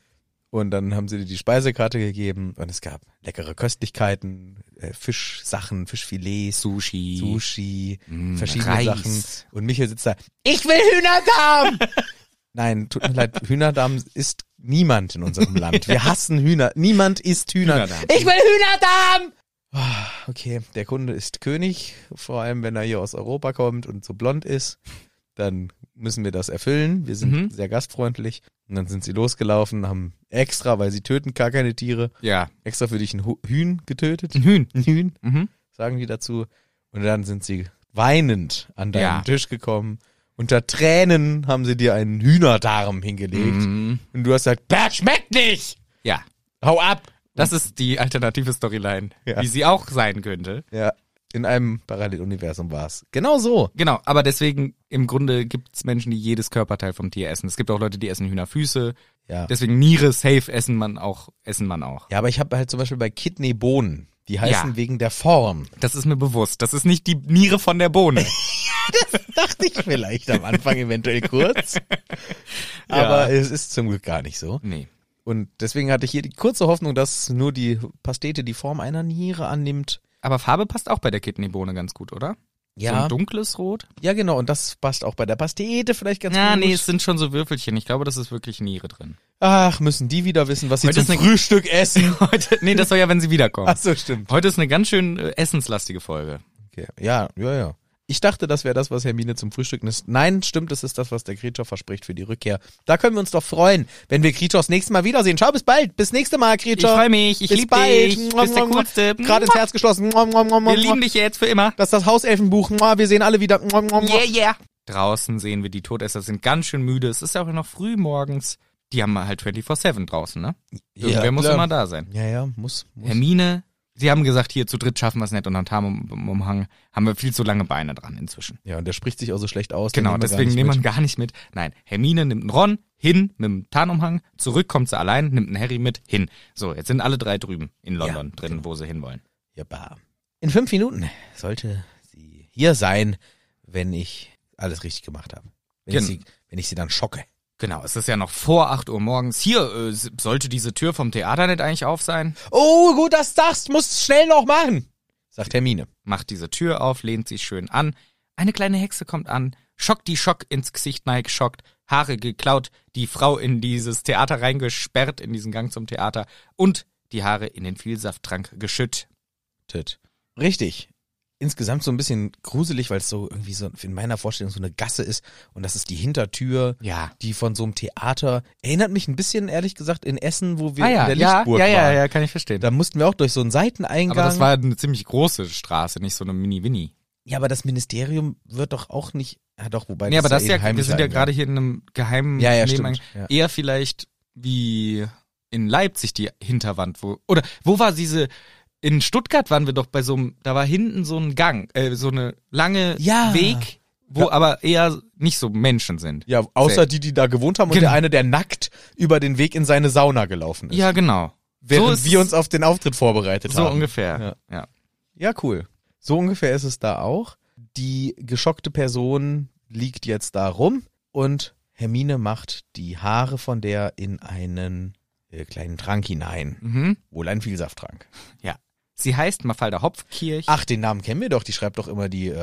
B: und dann haben sie dir die Speisekarte gegeben und es gab leckere Köstlichkeiten, äh, Fischsachen, Fischfilets,
A: Sushi.
B: Sushi,
A: Mm,
B: verschiedene
A: Reis.
B: Sachen. Und Michael sitzt da, ich will Hühnerdarm! Nein, tut mir leid, Hühnerdarm ist niemand in unserem Land. Wir hassen Hühner. Niemand isst Hühner.
A: Hühnerdarm.
B: Ich will Hühnerdarm! Ah, Okay, der Kunde ist König, vor allem wenn er hier aus Europa kommt und so blond ist. Dann müssen wir das erfüllen. Wir sind
A: Mhm.
B: sehr gastfreundlich. Und dann sind sie losgelaufen, haben extra, weil sie töten gar keine Tiere,
A: Ja,
B: extra für dich ein Hu- Hühn getötet.
A: ein Hühn.
B: Ein Hühn
A: Mhm.
B: sagen die dazu. Und dann sind sie weinend an deinen
A: Ja.
B: Tisch gekommen. Unter Tränen haben sie dir einen Hühnerdarm hingelegt.
A: Mhm.
B: Und du hast gesagt,
D: Das schmeckt nicht!
A: Ja,
B: hau ab!
A: das ist die alternative Storyline,
B: Ja.
A: wie sie auch sein könnte.
B: Ja, in einem Paralleluniversum war es. Genau so.
A: Genau, aber deswegen, im Grunde gibt's Menschen, die jedes Körperteil vom Tier essen. Es gibt auch Leute, die essen Hühnerfüße.
B: Ja.
A: Deswegen Niere safe essen man auch, essen man auch.
B: ja, aber ich habe halt zum Beispiel bei Kidneybohnen. Die heißen
A: Ja.
B: wegen der Form.
A: Das ist mir bewusst. Das ist nicht die Niere von der Bohne.
B: Dachte ich vielleicht am Anfang eventuell kurz. Aber es ist zum Glück gar nicht so.
A: nee.
B: Und deswegen hatte ich hier die kurze Hoffnung, dass nur die Pastete die Form einer Niere annimmt.
A: Aber Farbe passt auch bei der Kidneybohne ganz gut, oder? So ein dunkles Rot?
B: Ja, genau, und das passt auch bei der Pastete vielleicht ganz
A: Ja,
B: gut.
A: nee, es sind schon so Würfelchen. Ich glaube, das ist wirklich Niere drin.
B: Ach, müssen die wieder wissen, was sie
A: Heute
B: zum
A: ist eine-
B: Frühstück essen.
A: Heute, nee, das soll ja, wenn sie wiederkommen.
B: Ach so, stimmt.
A: Heute ist eine ganz schön äh, essenslastige Folge.
B: Okay. Ja, ja, ja. Ich dachte, das wäre das, was Hermine zum Frühstück isst. Nein, stimmt, das ist das, was der Krieger verspricht für die Rückkehr. Da können wir uns doch freuen, wenn wir Krieger das nächste Mal wiedersehen. Ciao, bis bald. Bis nächste Mal, Krieger.
A: Ich freu mich. Ich
B: bis
A: lieb
B: bald.
A: dich. Du bist der Coolste.
B: Gerade ins Herz geschlossen. Wir
A: Wir lieben dich jetzt für immer.
B: Das ist das Hauselfenbuch. Wir sehen alle wieder.
A: Yeah, yeah. Draußen sehen wir die Todesser sind ganz schön müde. Es ist ja auch noch früh morgens. Die haben halt 24-7 draußen, ne? Irgendwer muss
B: klar.
A: immer da sein.
B: Ja, ja, muss. muss.
A: Hermine, sie haben gesagt, hier zu dritt schaffen wir es nicht und am Tarnumhang haben wir viel zu lange Beine dran inzwischen.
B: Ja, und der spricht sich auch so schlecht aus. den
A: Genau,
B: nehmen wir gar
A: deswegen
B: nicht
A: nimmt
B: mit.
A: man gar nicht mit. Nein, Hermine nimmt einen Ron hin mit dem Tarnumhang, zurück kommt sie allein, nimmt einen Harry mit hin. So, jetzt sind alle drei drüben in London
B: Ja, genau.
A: drin, wo sie hinwollen.
B: Ja, bah. In fünf Minuten sollte sie hier sein, wenn ich alles richtig gemacht habe. Wenn, ich,
A: Gen-
B: sie, wenn ich sie dann schocke.
A: Genau, es ist ja noch vor 8 Uhr morgens. Hier, äh, sollte diese Tür vom Theater nicht eigentlich auf sein?
B: Oh, gut, dass du sagst, musst schnell noch machen, sagt Hermine.
A: macht diese Tür auf, lehnt sich schön an. Eine kleine Hexe kommt an, schockt die Schock ins Gesicht neig geschockt, Haare geklaut, die Frau in dieses Theater reingesperrt, in diesen Gang zum Theater und die Haare in den Vielsafttrank geschüttet.
B: Tit. Richtig. Insgesamt so ein bisschen gruselig, weil es so irgendwie so in meiner Vorstellung so eine Gasse ist und das ist die Hintertür,
A: Ja.
B: die von so einem Theater erinnert mich ein bisschen, ehrlich gesagt, in Essen, wo wir
A: Ah ja,
B: in der
A: ja,
B: Lichtburg
A: ja, ja,
B: waren.
A: ja, kann ich verstehen.
B: Da mussten wir auch durch so einen Seiteneingang.
A: Aber das war eine ziemlich große Straße, nicht so eine Mini-Winnie.
B: ja, aber das Ministerium wird doch auch nicht. Ja, doch, wobei.
A: Nee, aber das ist
B: eh
A: ja,
B: ein
A: wir
B: heimlicher
A: sind ja
B: Eingang.
A: gerade hier in einem geheimen
B: Ja, ja,
A: Nebeneingang.
B: stimmt. Ja.
A: Eher vielleicht wie in Leipzig die Hinterwand, wo, oder wo war diese In Stuttgart waren wir doch bei so einem, da war hinten so ein Gang, äh, so eine lange
B: Ja.
A: Weg, wo aber eher nicht so Menschen sind.
B: Ja, außer die, die da gewohnt haben und
A: Genau.
B: der eine, der nackt über den Weg in seine Sauna gelaufen ist.
A: Ja, genau.
B: Während
A: ist-
B: wir uns auf den Auftritt vorbereitet
A: so
B: haben.
A: ungefähr. Ja.
B: Ja, cool. So ungefähr ist es da auch. Die geschockte Person liegt jetzt da rum und Hermine macht die Haare von der in einen äh, kleinen Trank hinein.
A: Mhm.
B: Wohl ein Vielsafttrank.
A: Ja. Sie heißt Mafalda Hopfkirch.
B: Ach, den Namen kennen wir doch. Die schreibt doch immer die äh,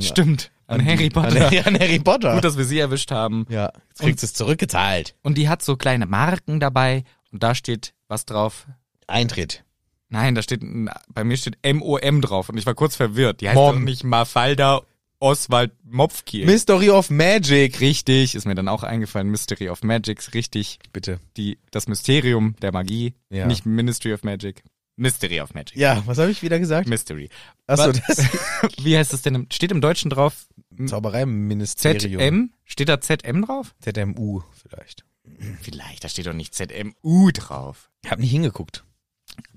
A: stimmt. An,
B: die-
A: Harry Potter.
B: An, an Harry Potter.
A: Gut, dass wir sie erwischt haben.
B: ja, jetzt kriegt es zurückgezahlt.
A: Und die hat so kleine Marken dabei und da steht was drauf.
B: Eintritt.
A: Nein, da steht, ein- bei mir steht MOM drauf und ich war kurz verwirrt. Die heißt
B: Mom.
A: doch nicht Mafalda Oswald Mopfkirch.
B: Mystery of Magic.
A: Richtig, ist mir dann auch eingefallen. Mystery of Magics, richtig.
B: Bitte.
A: Die, das Mysterium der Magie.
B: Ja.
A: Nicht Ministry of Magic. Mystery of Magic.
B: Ja, was habe ich wieder gesagt?
A: Mystery.
B: Achso,
A: Was?
B: das
A: Wie heißt das denn? im- Steht im Deutschen drauf
B: Zaubereiministerium.
A: ZM? Steht da ZM drauf?
B: ZMU vielleicht.
A: Vielleicht, da steht doch nicht ZMU drauf.
B: Ich habe nicht hingeguckt.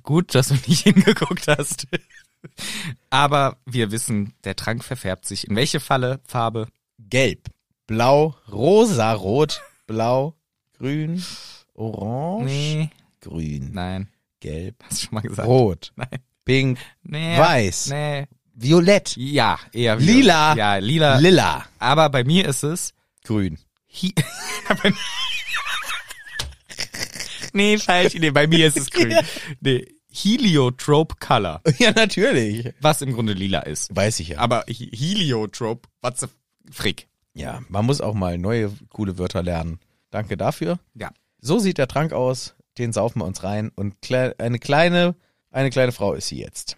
A: Gut, dass du nicht hingeguckt hast. Aber wir wissen, der Trank verfärbt sich. In welche Falle? Farbe?
B: Gelb, blau, rosa, rot, blau, grün, orange,
A: Nee.
B: grün,
A: Nein.
B: gelb,
A: Hast du schon mal gesagt?
B: rot,
A: Nein.
B: pink,
A: Nee.
B: Weiß.
A: Nee.
B: violett,
A: Ja, eher
B: Lila.
A: Ja, lila.
B: lila,
A: Aber bei mir ist es.
B: grün.
A: Hi nee, falsch. Nee, bei mir ist es grün. Nee, Heliotrope Color.
B: Ja, natürlich.
A: Was im Grunde lila ist.
B: Weiß ich ja.
A: Aber Hi- Heliotrope, what the frick?
B: Ja, man muss auch mal neue coole Wörter lernen. Danke dafür.
A: Ja.
B: So sieht der Trank aus, den saufen wir uns rein und kle eine kleine, eine kleine Frau ist sie jetzt.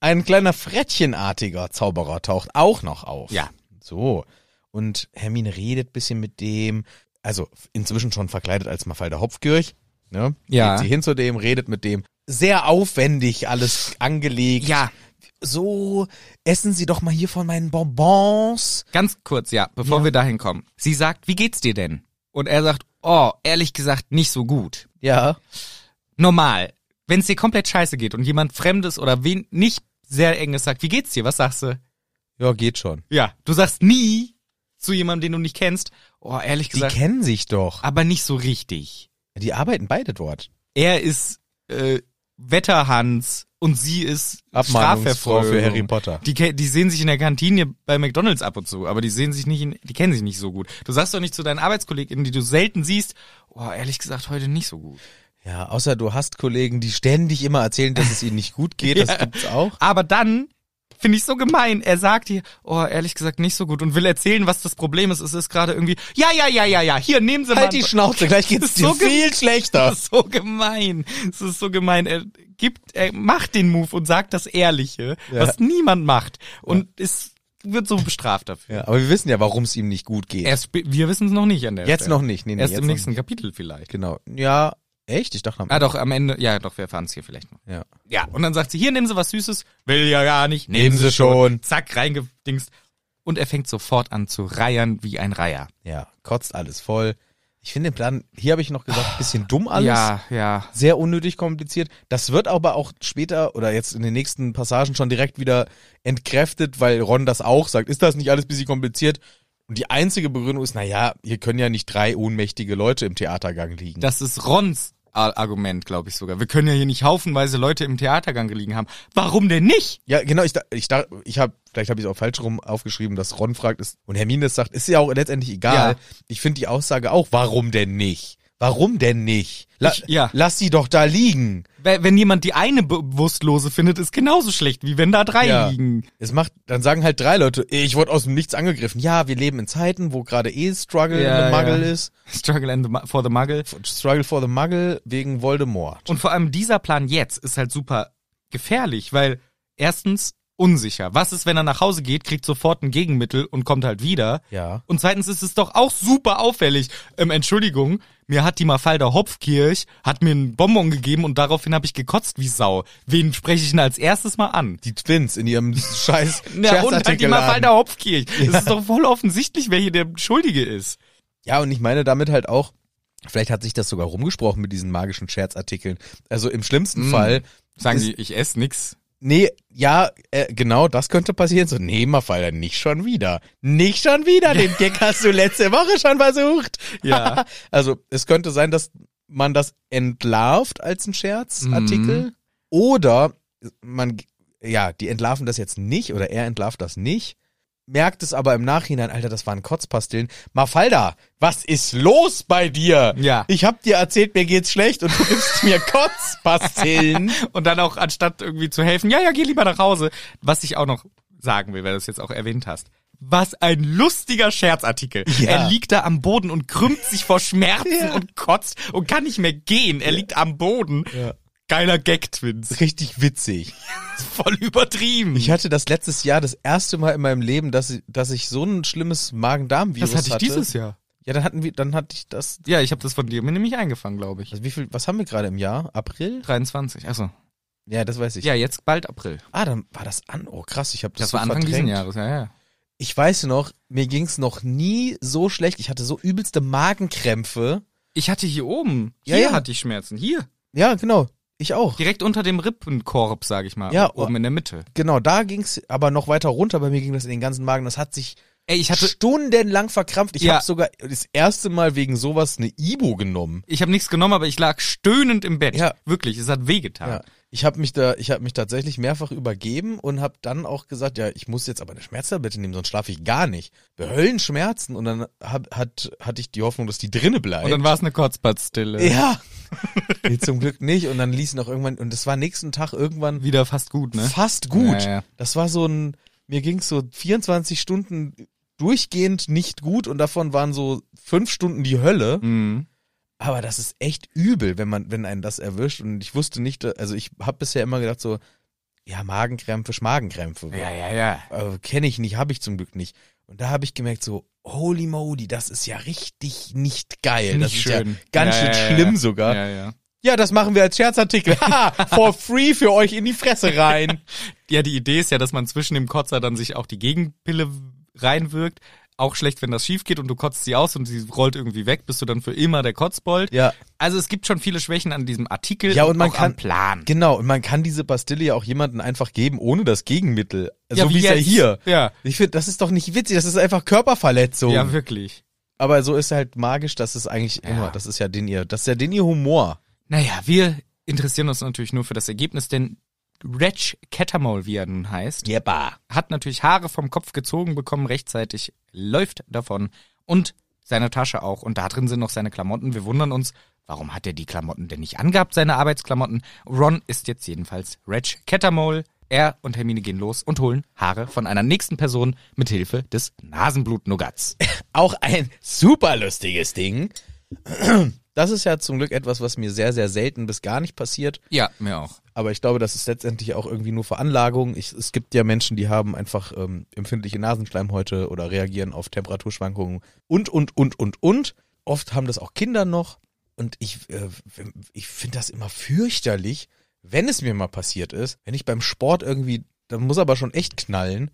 B: Ein kleiner frettchenartiger Zauberer taucht auch noch auf.
A: Ja.
B: So. Und Hermine redet bisschen mit dem, also inzwischen schon verkleidet als Mafalda Hopfkirch. Ne?
A: Ja.
B: Geht sie hin zu dem, redet mit dem. Sehr aufwendig alles angelegt.
A: Ja,
B: So, essen Sie doch mal hier von meinen Bonbons.
A: ganz kurz, ja, bevor wir dahin kommen. Sie sagt, wie geht's dir denn? Und er sagt, oh, ehrlich gesagt, nicht so gut.
B: Ja.
A: Normal. Wenn es dir komplett scheiße geht und jemand Fremdes oder wen nicht sehr enges sagt, wie geht's dir? Was sagst du?
B: Ja, geht schon.
A: Ja, du sagst nie zu jemandem, den du nicht kennst, oh, ehrlich
B: Die
A: gesagt,
B: kennen sich doch.
A: aber nicht so richtig.
B: Ah, Die arbeiten beide dort.
A: Er ist äh, Wetterhans und sie ist
B: Abmahnungsfrau
A: Strafverfolgung.
B: für Harry Potter.
A: Die, ke- die sehen sich in der Kantine bei McDonalds ab und zu, aber die sehen sich nicht, in, die kennen sich nicht so gut. Du sagst doch nicht zu deinen ArbeitskollegInnen, die du selten siehst, oh, ehrlich gesagt, heute nicht so gut.
B: Ja, außer du hast Kollegen, die ständig immer erzählen, dass es ihnen nicht gut geht. Das gibt's auch.
A: Aber dann finde ich so gemein. Er sagt dir, oh, ehrlich gesagt, nicht so gut und will erzählen, was das Problem ist. Es ist gerade irgendwie, ja, ja, ja, ja, ja, hier, nehmen Sie mal.
B: Halt die Schnauze, gleich geht's
A: ist so
B: dir
A: ge-
B: viel schlechter.
A: Das ist so gemein. Es ist so gemein. Er gibt, er macht den Move und sagt das Ehrliche,
B: Ja.
A: was niemand macht. Und es wird so bestraft dafür.
B: Ja, aber wir wissen ja, warum es ihm nicht gut geht.
A: Erst, sp- wir wissen es noch nicht an der
B: jetzt
A: Stelle.
B: noch nicht. Nee, nee,
A: Erst
B: jetzt
A: im
B: noch
A: nächsten
B: Nicht.
A: Kapitel vielleicht.
B: Genau. Ja, echt? Ich dachte am
A: Ah, doch, am Ende, ja, doch, wir erfahren es hier vielleicht noch.
B: Ja.
A: Ja, und dann sagt sie, hier, nehmen Sie was Süßes. Will ja gar nicht.
B: Nehmen Sie schon.
A: Zack, reingedingst. Und er fängt sofort an zu reiern wie ein Reiher.
B: Ja, kotzt alles voll. Ich finde den Plan, hier habe ich noch gesagt, bisschen dumm alles.
A: Ah. Ja, ja.
B: sehr unnötig kompliziert. Das wird aber auch später oder jetzt in den nächsten Passagen schon direkt wieder entkräftet, weil Ron das auch sagt. Ist das nicht alles ein bisschen kompliziert? Und die einzige Begründung ist, naja, hier können ja nicht drei ohnmächtige Leute im Theatergang liegen.
A: Das ist Rons Ar- Argument, glaube ich sogar. Wir können ja hier nicht haufenweise Leute im Theatergang gelegen haben. Warum denn nicht?
B: ja, genau, ich da, ich, da, ich habe, vielleicht habe ich es auch falsch rum aufgeschrieben, dass Ron fragt ist und Hermine das sagt, ist ja auch letztendlich egal.
A: Ja.
B: Ich finde die Aussage auch, warum denn nicht? Warum denn nicht? La
A: Ich- ja.
B: Lass sie doch da liegen.
A: We- Wenn jemand die eine bewusstlose findet, ist genauso schlecht, wie wenn da drei
B: Ja.
A: liegen.
B: Es macht, dann sagen halt drei Leute, ich wurde aus dem Nichts angegriffen. Ja, wir leben in Zeiten, wo gerade eh Struggle
A: Ja,
B: and the Muggle
A: ja.
B: ist.
A: Struggle and the, mu- for the Muggle.
B: Struggle for the Muggle wegen Voldemort.
A: Und vor allem dieser Plan jetzt ist halt super gefährlich, weil erstens unsicher. Was ist, wenn er nach Hause geht, kriegt sofort ein Gegenmittel und kommt halt wieder?
B: Ja.
A: Und zweitens ist es doch auch super auffällig. Ähm, Entschuldigung, mir hat die Mafalda Hopfkirch, hat mir einen Bonbon gegeben und daraufhin habe ich gekotzt wie Sau. Wen spreche ich denn als erstes mal an?
B: Die Twins in ihrem scheiß
A: Na, und halt die
B: Scherzartikelladen.
A: Mafalda Hopfkirch. Es ist doch voll offensichtlich, wer hier der Schuldige ist.
B: Ja, und ich meine damit halt
A: Mm.
B: auch, vielleicht hat sich das sogar rumgesprochen mit diesen magischen Scherzartikeln. Also im schlimmsten Fall
A: Sagen
B: Ist-
A: die, ich esse nix.
B: Nee, ja, äh, genau, das könnte passieren. So, nee, Mafalda, nicht schon wieder. Nicht schon wieder, den Gag hast du letzte Woche schon versucht.
A: Ja.
B: also, es könnte sein, dass man das entlarvt als einen Scherzartikel.
A: Mhm.
B: Oder man, ja, die entlarven das jetzt nicht oder er entlarvt das nicht. Merkt es aber im Nachhinein, Alter, das waren Kotzpastillen. Mafalda, was ist los bei dir?
A: Ja.
B: Ich hab dir erzählt, mir geht's schlecht und du gibst mir Kotzpastillen.
A: Und dann auch anstatt irgendwie zu helfen, ja, ja, geh lieber nach Hause. Was ich auch noch sagen will, weil du es jetzt auch erwähnt hast. Was ein lustiger Scherzartikel.
B: Ja.
A: Er liegt da am Boden und krümmt sich vor Schmerzen
B: Ja.
A: und kotzt und kann nicht mehr gehen. Er liegt am Boden.
B: Ja.
A: Geiler Gag, Twins.
B: Richtig witzig.
A: Voll übertrieben.
B: Ich hatte das letztes Jahr das erste Mal in meinem Leben, dass, ich- dass ich so ein schlimmes Magen-Darm-Virus
A: das hatte ich dieses Jahr.
B: Ja, dann hatten wir, dann hatte ich das.
A: Ja, ich habe das von dir mir nämlich eingefangen, glaube ich.
B: Also wie viel, was haben wir gerade im Jahr? April?
A: 23, achso.
B: Ja, das weiß ich.
A: Ja, jetzt bald April.
B: Ah, dann war das an. Oh, krass, ich habe das,
A: Das,
B: so
A: war Anfang
B: verdrängt.
A: dieses Jahres, ja, ja.
B: Ich weiß noch, mir ging's noch nie so schlecht. Ich hatte so übelste Magenkrämpfe.
A: Ich hatte hier oben,
B: Ja,
A: hier
B: ja.
A: hatte ich Schmerzen, hier.
B: Ja, genau. Ich auch.
A: Direkt unter dem Rippenkorb, sag ich mal.
B: Ja,
A: oben in der Mitte.
B: Genau, da ging's aber noch weiter runter. Bei mir ging das in den ganzen Magen. Das hat sich
A: Ey, ich hatte,
B: stundenlang verkrampft. Ich
A: Ja.
B: habe sogar das erste Mal wegen sowas eine Ibo genommen.
A: ich habe nichts genommen, aber ich lag stöhnend im Bett.
B: Ja.
A: Wirklich, es hat wehgetan.
B: Ja. Ich habe mich da, ich habe mich tatsächlich mehrfach übergeben und habe dann auch gesagt, ja, ich muss jetzt aber eine Schmerztablette nehmen, sonst schlafe ich gar nicht. Behöllen Schmerzen und dann hab, hat, hatte ich die Hoffnung, dass die drinne bleibt.
A: Und dann war es eine Kotzbadstille.
B: ja. nee, zum Glück nicht. Und dann ließ noch irgendwann und das war nächsten Tag irgendwann
A: Wieder fast gut, ne?
B: fast gut.
A: Ja, ja.
B: Das war so ein, mir ging's so 24 Stunden durchgehend nicht gut und davon waren so fünf Stunden die Hölle.
A: Mhm.
B: Aber das ist echt übel, wenn man, wenn einen das erwischt. Und ich wusste nicht, also ich habe bisher immer gedacht so, ja Magenkrämpfe, Schmagenkrämpfe.
A: Ja, ja, ja.
B: Äh, Kenne ich nicht, habe ich zum Glück nicht. Und da habe ich gemerkt so, holy moly, das ist ja richtig nicht geil. das
A: Nicht
B: ist ja
A: schön.
B: ganz
A: Ja,
B: schön
A: ja, ja,
B: schlimm sogar. Ja.
A: Ja, ja.
B: das machen wir als Scherzartikel. Haha, For free für euch in die Fresse rein.
A: Ja, die Idee ist ja, dass man zwischen dem Kotzer dann sich auch die Gegenpille reinwirkt. Auch schlecht, wenn das schief geht und du kotzt sie aus und sie rollt irgendwie weg, bist du dann für immer der Kotzbold.
B: Ja.
A: Also es gibt schon viele Schwächen an diesem Artikel
B: Ja, und man
A: auch
B: kann-
A: am Plan.
B: Genau, und man kann diese Pastille ja auch jemandem einfach geben, ohne das Gegenmittel. so wie es ja
A: jetzt.
B: hier.
A: Ja.
B: Ich finde, das ist doch nicht witzig, das ist einfach Körperverletzung.
A: Ja, wirklich.
B: Aber so ist halt magisch, dass es eigentlich immer, das ist ja den ihr, das ist ja den ihr Humor.
A: Naja, wir interessieren uns natürlich nur für das Ergebnis, denn Reg Catamol, wie er nun heißt,
B: Jeppa.
A: hat natürlich Haare vom Kopf gezogen bekommen, rechtzeitig läuft davon und seine Tasche auch. Und da drin sind noch seine Klamotten. Wir wundern uns, warum hat er die Klamotten denn nicht angehabt, seine Arbeitsklamotten? Ron ist jetzt jedenfalls Reg Catamol. Er und Hermine gehen los und holen Haare von einer nächsten Person mit Hilfe des Nasenblut-Nougats.
B: Auch ein super lustiges Ding. Das ist ja zum Glück etwas, was mir sehr, sehr selten bis gar nicht passiert.
A: Ja, mir auch.
B: Aber ich glaube, das ist letztendlich auch irgendwie nur Veranlagung. Ich, es gibt ja Menschen, die haben einfach ähm, empfindliche Nasenschleimhäute oder reagieren auf Temperaturschwankungen und, und, und, und, und. Oft haben das auch Kinder noch. Und ich, äh, ich finde das immer fürchterlich, wenn es mir mal passiert ist, wenn ich beim Sport irgendwie, dann muss aber schon echt knallen.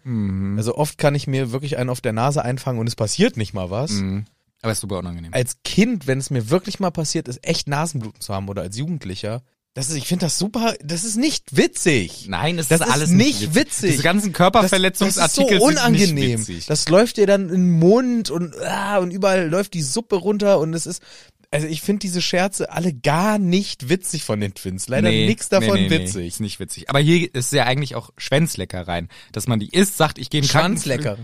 B: Also oft kann ich mir wirklich einen auf der Nase einfangen und es passiert nicht mal was
A: Mhm. Aber ist super unangenehm.
B: als Kind, wenn es mir wirklich mal passiert ist, echt Nasenbluten zu haben oder als Jugendlicher, das ist, ich finde das super, das ist nicht witzig.
A: Nein, es
B: Das
A: ist
B: ist
A: alles
B: nicht witzig.
A: Diese ganzen
B: Das, das
A: Körperverletzungsartikel
B: ist so unangenehm.
A: sind nicht witzig.
B: das läuft dir dann in den Mund und, ah, und überall läuft die Suppe runter und es ist, also ich finde diese Scherze alle gar nicht witzig von den Twins. Leider
A: Nee,
B: nichts davon
A: nee, nee, nee,
B: witzig.
A: Ist nicht witzig. Aber hier ist ja eigentlich auch Schwänzleckereien, dass man die isst, sagt, ich gehe in den
B: Schwanzlecker.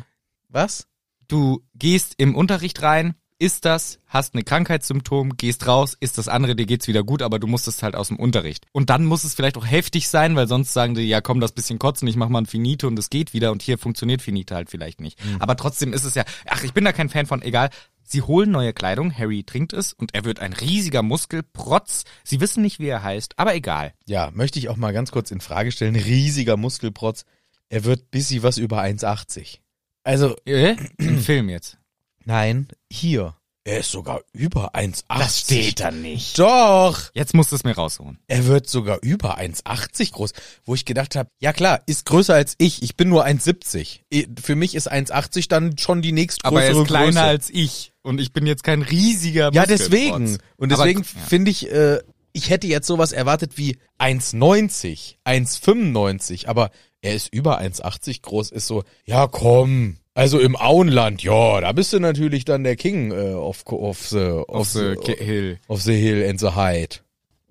B: Was?
A: Du gehst im Unterricht rein, isst das, hast eine Krankheitssymptom, gehst raus, isst das andere, dir geht's wieder gut, aber du musst es halt aus dem Unterricht. Und dann muss es vielleicht auch heftig sein, weil sonst sagen die, ja komm, das bisschen kotzen, ich mach mal ein Finite und es geht wieder und hier funktioniert Finite halt vielleicht nicht. Aber trotzdem ist es ja, ach, ich bin da kein Fan von, egal. Sie holen neue Kleidung, Harry trinkt es und er wird ein riesiger Muskelprotz. Sie wissen nicht, wie er heißt, aber egal.
B: Ja, möchte ich auch mal ganz kurz in Frage stellen. Riesiger Muskelprotz. Er wird bissi was über 1,80. Also,
A: Äh? Im Film jetzt.
B: Nein, hier. Er ist sogar über 1,80.
D: Das steht da nicht.
B: Doch,
A: Jetzt musst du es mir rausholen.
B: er wird sogar über 1,80 groß, wo ich gedacht habe, ja klar, ist größer als ich, ich bin nur 1,70. Eh, Für mich ist 1,80 dann schon die nächstgrößere
A: Aber er ist kleiner
B: Größe.
A: als ich und ich bin jetzt kein riesiger
B: ja,
A: Muskelprotz.
B: deswegen. Und
A: Aber-
B: deswegen
A: ja.
B: finde ich, äh, Ich hätte jetzt sowas erwartet wie 1,90, 1,95, aber er ist über 1,80 groß, ist so, ja komm, also im Auenland, ja, da bist du natürlich dann der King äh, of, of the,
A: Auf the Ki- Hill.
B: of the Hill and the Hyde.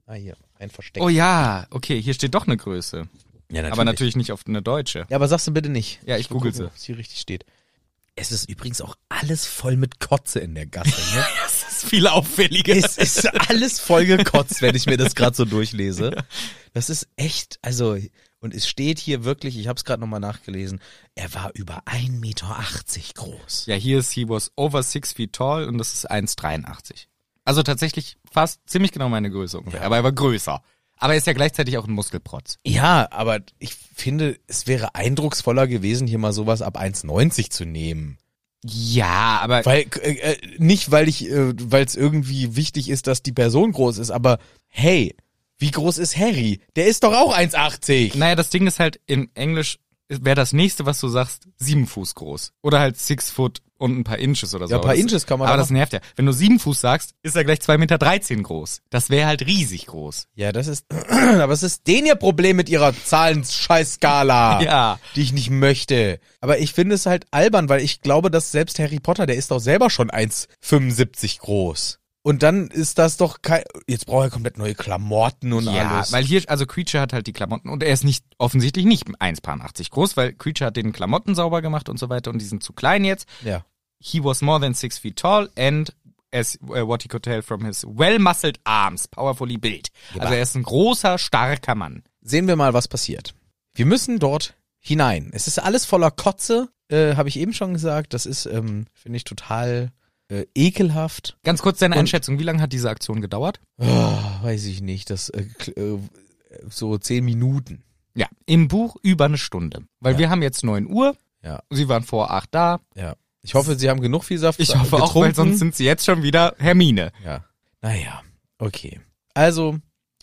B: Ah, hier, ein Versteck.
A: Oh ja, okay, hier steht doch eine Größe.
B: ja,
A: Aber natürlich nicht auf eine deutsche.
B: Ja, aber sagst du bitte nicht.
A: Ja, ich
B: will
A: google
B: gucken,
A: sie.
B: ob's hier richtig steht. Es ist übrigens auch alles voll mit Kotze in der Gasse, ne?
A: Das ist viel auffälliger.
B: es ist alles voll gekotzt, wenn ich mir das gerade so durchlese. Das ist echt, also, und es steht hier wirklich, ich habe es gerade nochmal nachgelesen, er war über 1,80 Meter groß.
A: Ja, hier ist he was over six feet tall und das ist 1,83. Also tatsächlich fast ziemlich genau meine Größe ungefähr. Aber er war größer. Aber er ist ja gleichzeitig auch ein Muskelprotz.
B: Ja, aber ich finde, es wäre eindrucksvoller gewesen, hier mal sowas ab 1,90 zu nehmen.
A: Ja, aber
B: Weil, äh, äh, nicht weil ich, äh, weil es irgendwie wichtig ist, dass die Person groß ist, aber hey, wie groß ist Harry? Der ist doch auch 1,80.
A: naja, das Ding ist halt in Englisch wäre das nächste, was du sagst, sieben Fuß groß oder halt six foot und ein paar Inches oder so.
B: Ja, ein paar
A: Aber das-
B: Inches kann man
A: Aber
B: da
A: das nervt ja. Wenn du sieben Fuß sagst, ist er gleich 2,13 Meter groß. Das wäre halt riesig groß.
B: Ja, das ist, aber es ist den ihr Problem mit ihrer Zahlenscheißskala.
A: Ja.
B: Die ich nicht möchte. Aber ich finde es halt albern, weil ich glaube, dass selbst Harry Potter, der ist doch selber schon 1,75 groß. Und dann ist das doch kein, jetzt braucht er komplett neue Klamotten und
A: ja,
B: alles.
A: weil hier, also Creature hat halt die Klamotten und er ist nicht, offensichtlich nicht 1,80 groß, weil Creature hat den Klamotten sauber gemacht und so weiter und die sind zu klein jetzt.
B: ja.
A: He was more than six feet tall and as äh, what he could tell from his well-muscled arms, powerfully built. Also er ist ein großer, starker Mann.
B: Sehen wir mal, was passiert. Wir müssen dort hinein. Es ist alles voller Kotze, äh, habe ich eben schon gesagt. Das ist, ähm, finde ich, total äh, ekelhaft.
A: Ganz kurz deine
B: Und-
A: Einschätzung, wie lange hat diese Aktion gedauert?
B: Ah, weiß ich nicht, das äh, kl- äh, so zehn Minuten.
A: Ja, im Buch über eine Stunde. Weil wir haben jetzt 9 Uhr,
B: Ja,
A: sie waren vor 8 da.
B: ja. Ich hoffe, Sie haben genug viel Saft
A: Ich hoffe auch, weil sonst sind sie jetzt schon wieder Hermine.
B: ja. Naja, okay. Also,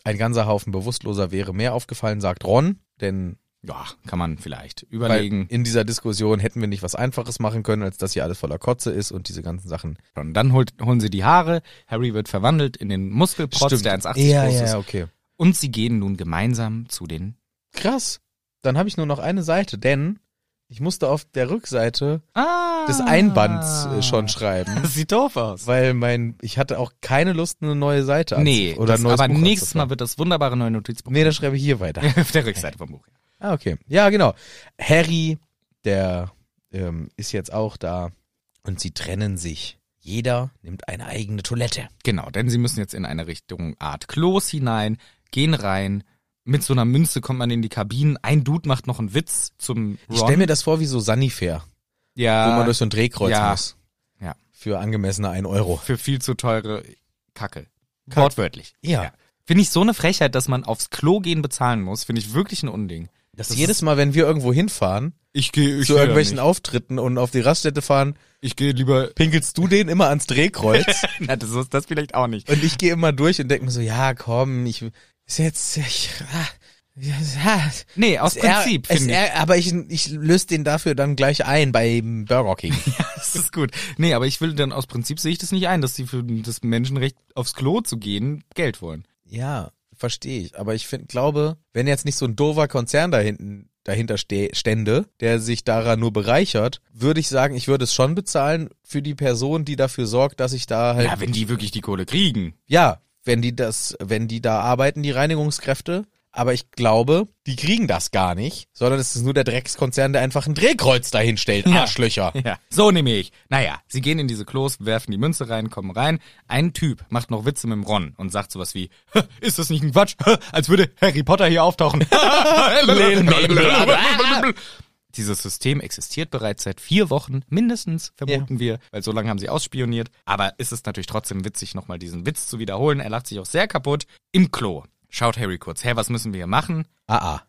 B: ein ganzer Haufen Bewusstloser wäre mehr aufgefallen, sagt Ron, denn
A: Ja, kann man vielleicht
B: weil
A: überlegen.
B: in dieser Diskussion hätten wir nicht was Einfaches machen können, als dass hier alles voller Kotze ist und diese ganzen Sachen.
A: Und dann holt, holen sie die Haare, Harry wird verwandelt in den Muskelprotz, der 1,80
B: ja,
A: groß
B: ja,
A: ist.
B: ja, okay.
A: Und sie gehen nun gemeinsam zu den...
B: Krass. Dann habe ich nur noch eine Seite, denn ich musste auf der Rückseite
A: Ah,
B: des Einbands äh, schon schreiben.
A: Das sieht doof aus.
B: Weil mein, ich hatte auch keine Lust, eine neue Seite anzuf-
A: Nee,
B: oder ein
A: das,
B: neues
A: aber
B: Buch
A: nächstes
B: anzufangen.
A: Mal wird das wunderbare neue Notizbuch
B: Nee, das schreibe ich hier weiter.
A: auf der Rückseite vom Buch.
B: ah, okay. Ja, genau. Harry, der ähm, ist jetzt auch da und sie trennen sich. Jeder nimmt eine eigene Toilette.
A: Genau, denn sie müssen jetzt in eine Richtung Art Klos hinein, gehen rein. Mit so einer Münze kommt man in die Kabinen. Ein Dude macht noch einen Witz zum Ron.
B: Ich stelle mir das vor wie so Sunnyfair,
A: ja,
B: wo man durch so ein Drehkreuz
A: ja.
B: muss.
A: Ja.
B: Für angemessene 1 Euro.
A: für viel zu teure Kacke. Wortwörtlich.
B: Ja.
A: Finde ich so eine Frechheit, dass man aufs Klo gehen bezahlen muss, finde ich wirklich ein Unding.
B: Dass jedes Mal, wenn wir irgendwo hinfahren,
A: Ich gehe
B: zu irgendwelchen Auftritten und auf die Raststätte fahren,
A: Ich gehe lieber.
B: pinkelst du den immer ans Drehkreuz
A: Na, das ist das vielleicht auch nicht.
B: und ich gehe immer durch und denke mir so, ja, komm, ich ist jetzt ich, ah, ja,
A: Nee, aus
B: es ärg-
A: Prinzip
B: es
A: finde ich.
B: ärg- aber ich, ich löse den dafür dann gleich ein beim Burger King.
A: Das ist gut. Nee, aber ich will dann aus Prinzip sehe ich das nicht ein, dass sie für das Menschenrecht aufs Klo zu gehen Geld wollen.
B: ja, verstehe ich. Aber ich find, glaube, wenn jetzt nicht so ein dover Konzern da hinten dahinter ste stände, der sich daran nur bereichert, würde ich sagen, ich würde es schon bezahlen für die Person, die dafür sorgt, dass ich da halt
A: Ja, wenn die wirklich die Kohle kriegen.
B: Ja, wenn die das, wenn die da arbeiten, die Reinigungskräfte. Aber ich glaube, die kriegen das gar nicht, sondern es ist nur der Dreckskonzern, der einfach ein Drehkreuz dahin stellt.
A: Ja.
B: Arschlöcher.
A: Ja. So nehme ich. Naja, sie gehen in diese Klos, werfen die Münze rein, kommen rein. Ein Typ macht noch Witze mit dem Ron und sagt sowas wie, "Hä, ist das nicht ein Quatsch? Hä, Als würde Harry Potter hier auftauchen. Dieses System existiert bereits seit vier Wochen, mindestens, vermuten wir, weil so lange haben sie ausspioniert. Aber ist es natürlich trotzdem witzig, nochmal diesen Witz zu wiederholen. Er lacht sich auch sehr kaputt. Im Klo schaut Harry kurz, hä, was müssen wir hier machen?
B: Ah, ah.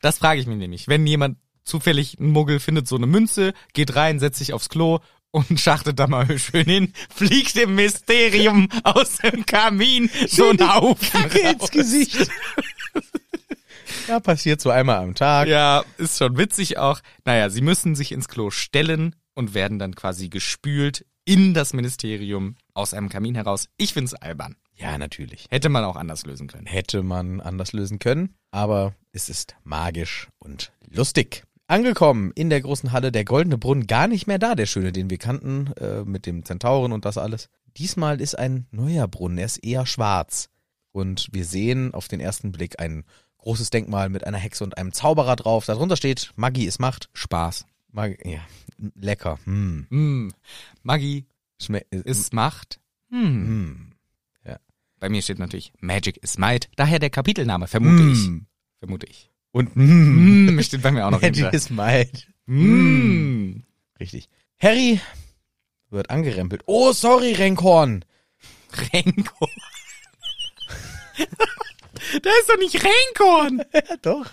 A: Das frage ich mich nämlich. Wenn jemand zufällig einen Muggel findet, so eine Münze, geht rein, setzt sich aufs Klo und schachtet da mal schön hin, fliegt im Mysterium aus dem Kamin so ein Haufen. raus.
B: Gesicht. Genau. ja, passiert so einmal am Tag.
A: Ja, ist schon witzig auch. Naja, sie müssen sich ins Klo stellen und werden dann quasi gespült in das Ministerium aus einem Kamin heraus. Ich find's albern.
B: Ja, natürlich.
A: Hätte man auch anders lösen können.
B: Hätte man anders lösen können, aber es ist magisch und lustig. Angekommen in der großen Halle, der goldene Brunnen, gar nicht mehr da, der schöne, den wir kannten, äh, mit dem Zentauren und das alles. Diesmal ist ein neuer Brunnen, er ist eher schwarz. Und wir sehen auf den ersten Blick ein großes Denkmal mit einer Hexe und einem Zauberer drauf. Darunter steht, Magie ist Macht.
A: Spaß.
B: Mag ja, lecker. Hm.
A: Mm. Magie
B: Schme
A: ist Macht. Hm.
B: hm.
A: Bei mir steht natürlich Magic is Might. Daher der Kapitelname, vermute ich.
B: Hm.
A: Vermute ich.
B: Und hm.
A: Mm, steht bei mir auch noch
B: Magic
A: hinter.
B: is might.
A: Mm.
B: Richtig. Harry wird angerempelt. Oh, sorry, Renkhorn.
A: Renko. da ist doch nicht Renkorn.
B: Ja, doch.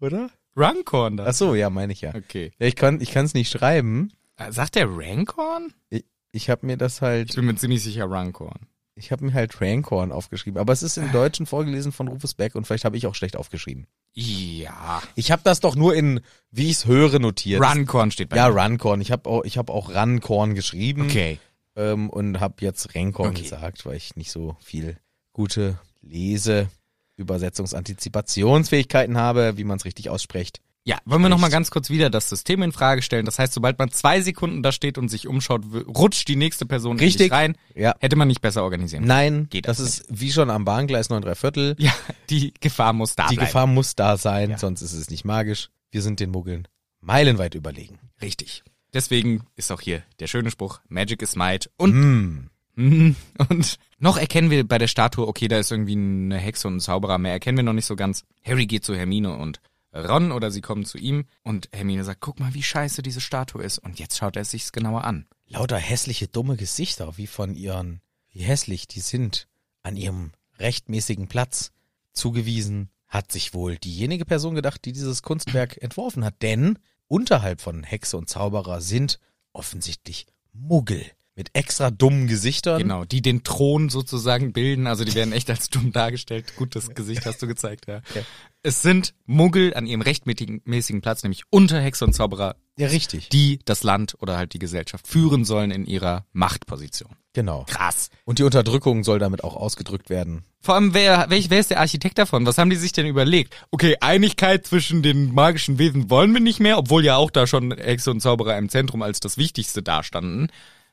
B: Oder?
A: Rankorn da.
B: Ach so, ja, meine ich ja.
A: Okay.
B: ja ich kann ich kann es nicht schreiben.
A: Äh, Sagt der Rankorn?
B: Ich, ich habe mir das
A: Ich
B: halt,
A: bin mir ziemlich sicher Rankorn.
B: ich habe mir halt Rankhorn aufgeschrieben. Aber es ist im Deutschen vorgelesen von Rufus Beck und vielleicht habe ich auch schlecht aufgeschrieben.
A: Ja.
B: Ich habe das doch nur in, wie ich es höre, notiert.
A: Rankorn steht bei
B: Ja,
A: mir.
B: Runcorn. Ich habe auch, ich hab auch Runcorn geschrieben
A: Okay.
B: ähm, und habe jetzt Renkorn
A: Okay.
B: gesagt, weil ich nicht so viel gute Lese, Übersetzungsantizipationsfähigkeiten habe, wie man es richtig ausspricht.
A: Ja, wollen wir nochmal
B: Echt?
A: ganz kurz wieder das System in Frage stellen. Das heißt, sobald man zwei Sekunden da steht und sich umschaut, w- rutscht die nächste Person in dich
B: Richtig.
A: rein.
B: Ja.
A: Hätte man nicht besser organisieren können.
B: Nein,
A: Geht
B: das
A: auch
B: ist wie schon am Bahngleis 9 3 Viertel.
A: Ja, die Gefahr muss da
B: Die
A: bleiben.
B: Gefahr muss da sein,
A: Ja.
B: sonst ist es nicht magisch. Wir sind den Muggeln meilenweit überlegen.
A: Richtig. Deswegen ist auch hier der schöne Spruch, Magic is Might. Und
B: Mm.
A: Mhm. Und noch erkennen wir bei der Statue, okay, da ist irgendwie eine Hexe und ein Zauberer, mehr erkennen wir noch nicht so ganz. Harry geht zu Hermine und Ron oder sie kommen zu ihm und Hermine sagt, guck mal, wie scheiße diese Statue ist. Und jetzt schaut er es sich genauer an.
B: Lauter hässliche, dumme Gesichter, wie von ihren, wie hässlich die sind, an ihrem rechtmäßigen Platz zugewiesen, hat sich wohl diejenige Person gedacht, die dieses Kunstwerk entworfen hat. Denn unterhalb von Hexe und Zauberer sind offensichtlich Muggel mit extra dummen Gesichtern.
A: Genau, die den Thron sozusagen bilden, also die werden echt als dumm dargestellt. Gut, das Gesicht hast du gezeigt, ja.
B: Ja.
A: Es sind Muggel an ihrem rechtmäßigen mäßigen Platz, nämlich unter Hexe und Zauberer,
B: Ja, richtig.
A: die das Land oder halt die Gesellschaft führen sollen in ihrer Machtposition.
B: Genau.
A: Krass.
B: Und die Unterdrückung soll damit auch ausgedrückt werden.
A: Vor allem, wer, welch, wer ist der Architekt davon? Was haben die sich denn überlegt? Okay, Einigkeit zwischen den magischen Wesen wollen wir nicht mehr, obwohl ja auch da schon Hexe und Zauberer im Zentrum als das Wichtigste dastanden.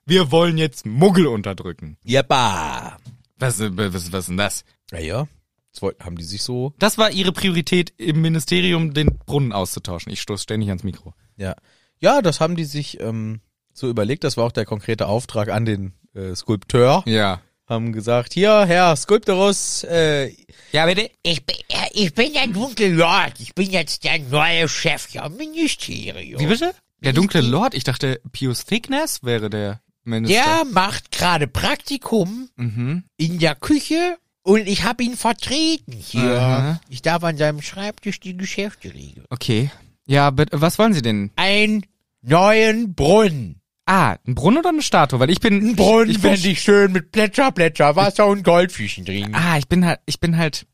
A: Wir wollen jetzt Muggel unterdrücken.
B: Jeppa!
A: Was, äh, was, was ist denn das?
B: Ja, ja. Das wollten, haben die sich so.
A: Das war ihre Priorität im Ministerium, den Brunnen auszutauschen. Ich stoß ständig ans Mikro.
B: Ja. Ja, das haben die sich ähm, so überlegt. Das war auch der konkrete Auftrag an den äh, Skulpteur.
A: Ja.
B: Haben gesagt, hier, Herr Skulptorus, äh,
A: Ja, bitte?
D: Ich, bin- äh, ich bin der dunkle Lord. Ich bin jetzt der neue Chef hier im Ministerium.
A: Wie bitte? Der dunkle Lord, ich dachte, Pius Thickness wäre der Minister.
D: Der macht gerade Praktikum
A: Mhm.
D: in der Küche und ich habe ihn vertreten hier.
A: Aha.
D: Ich darf an seinem Schreibtisch die Geschäfte regeln.
A: Okay. Ja, bitte, was wollen Sie denn?
D: Einen neuen Brunnen.
A: Ah, ein Brunnen oder eine Statue? Weil ich bin.
D: Ein Brunnen
A: ich bin,
D: fände ich schön mit Plätscher, Plätscher, Wasser und Goldfischen drin.
A: Ah, ich bin halt, ich bin halt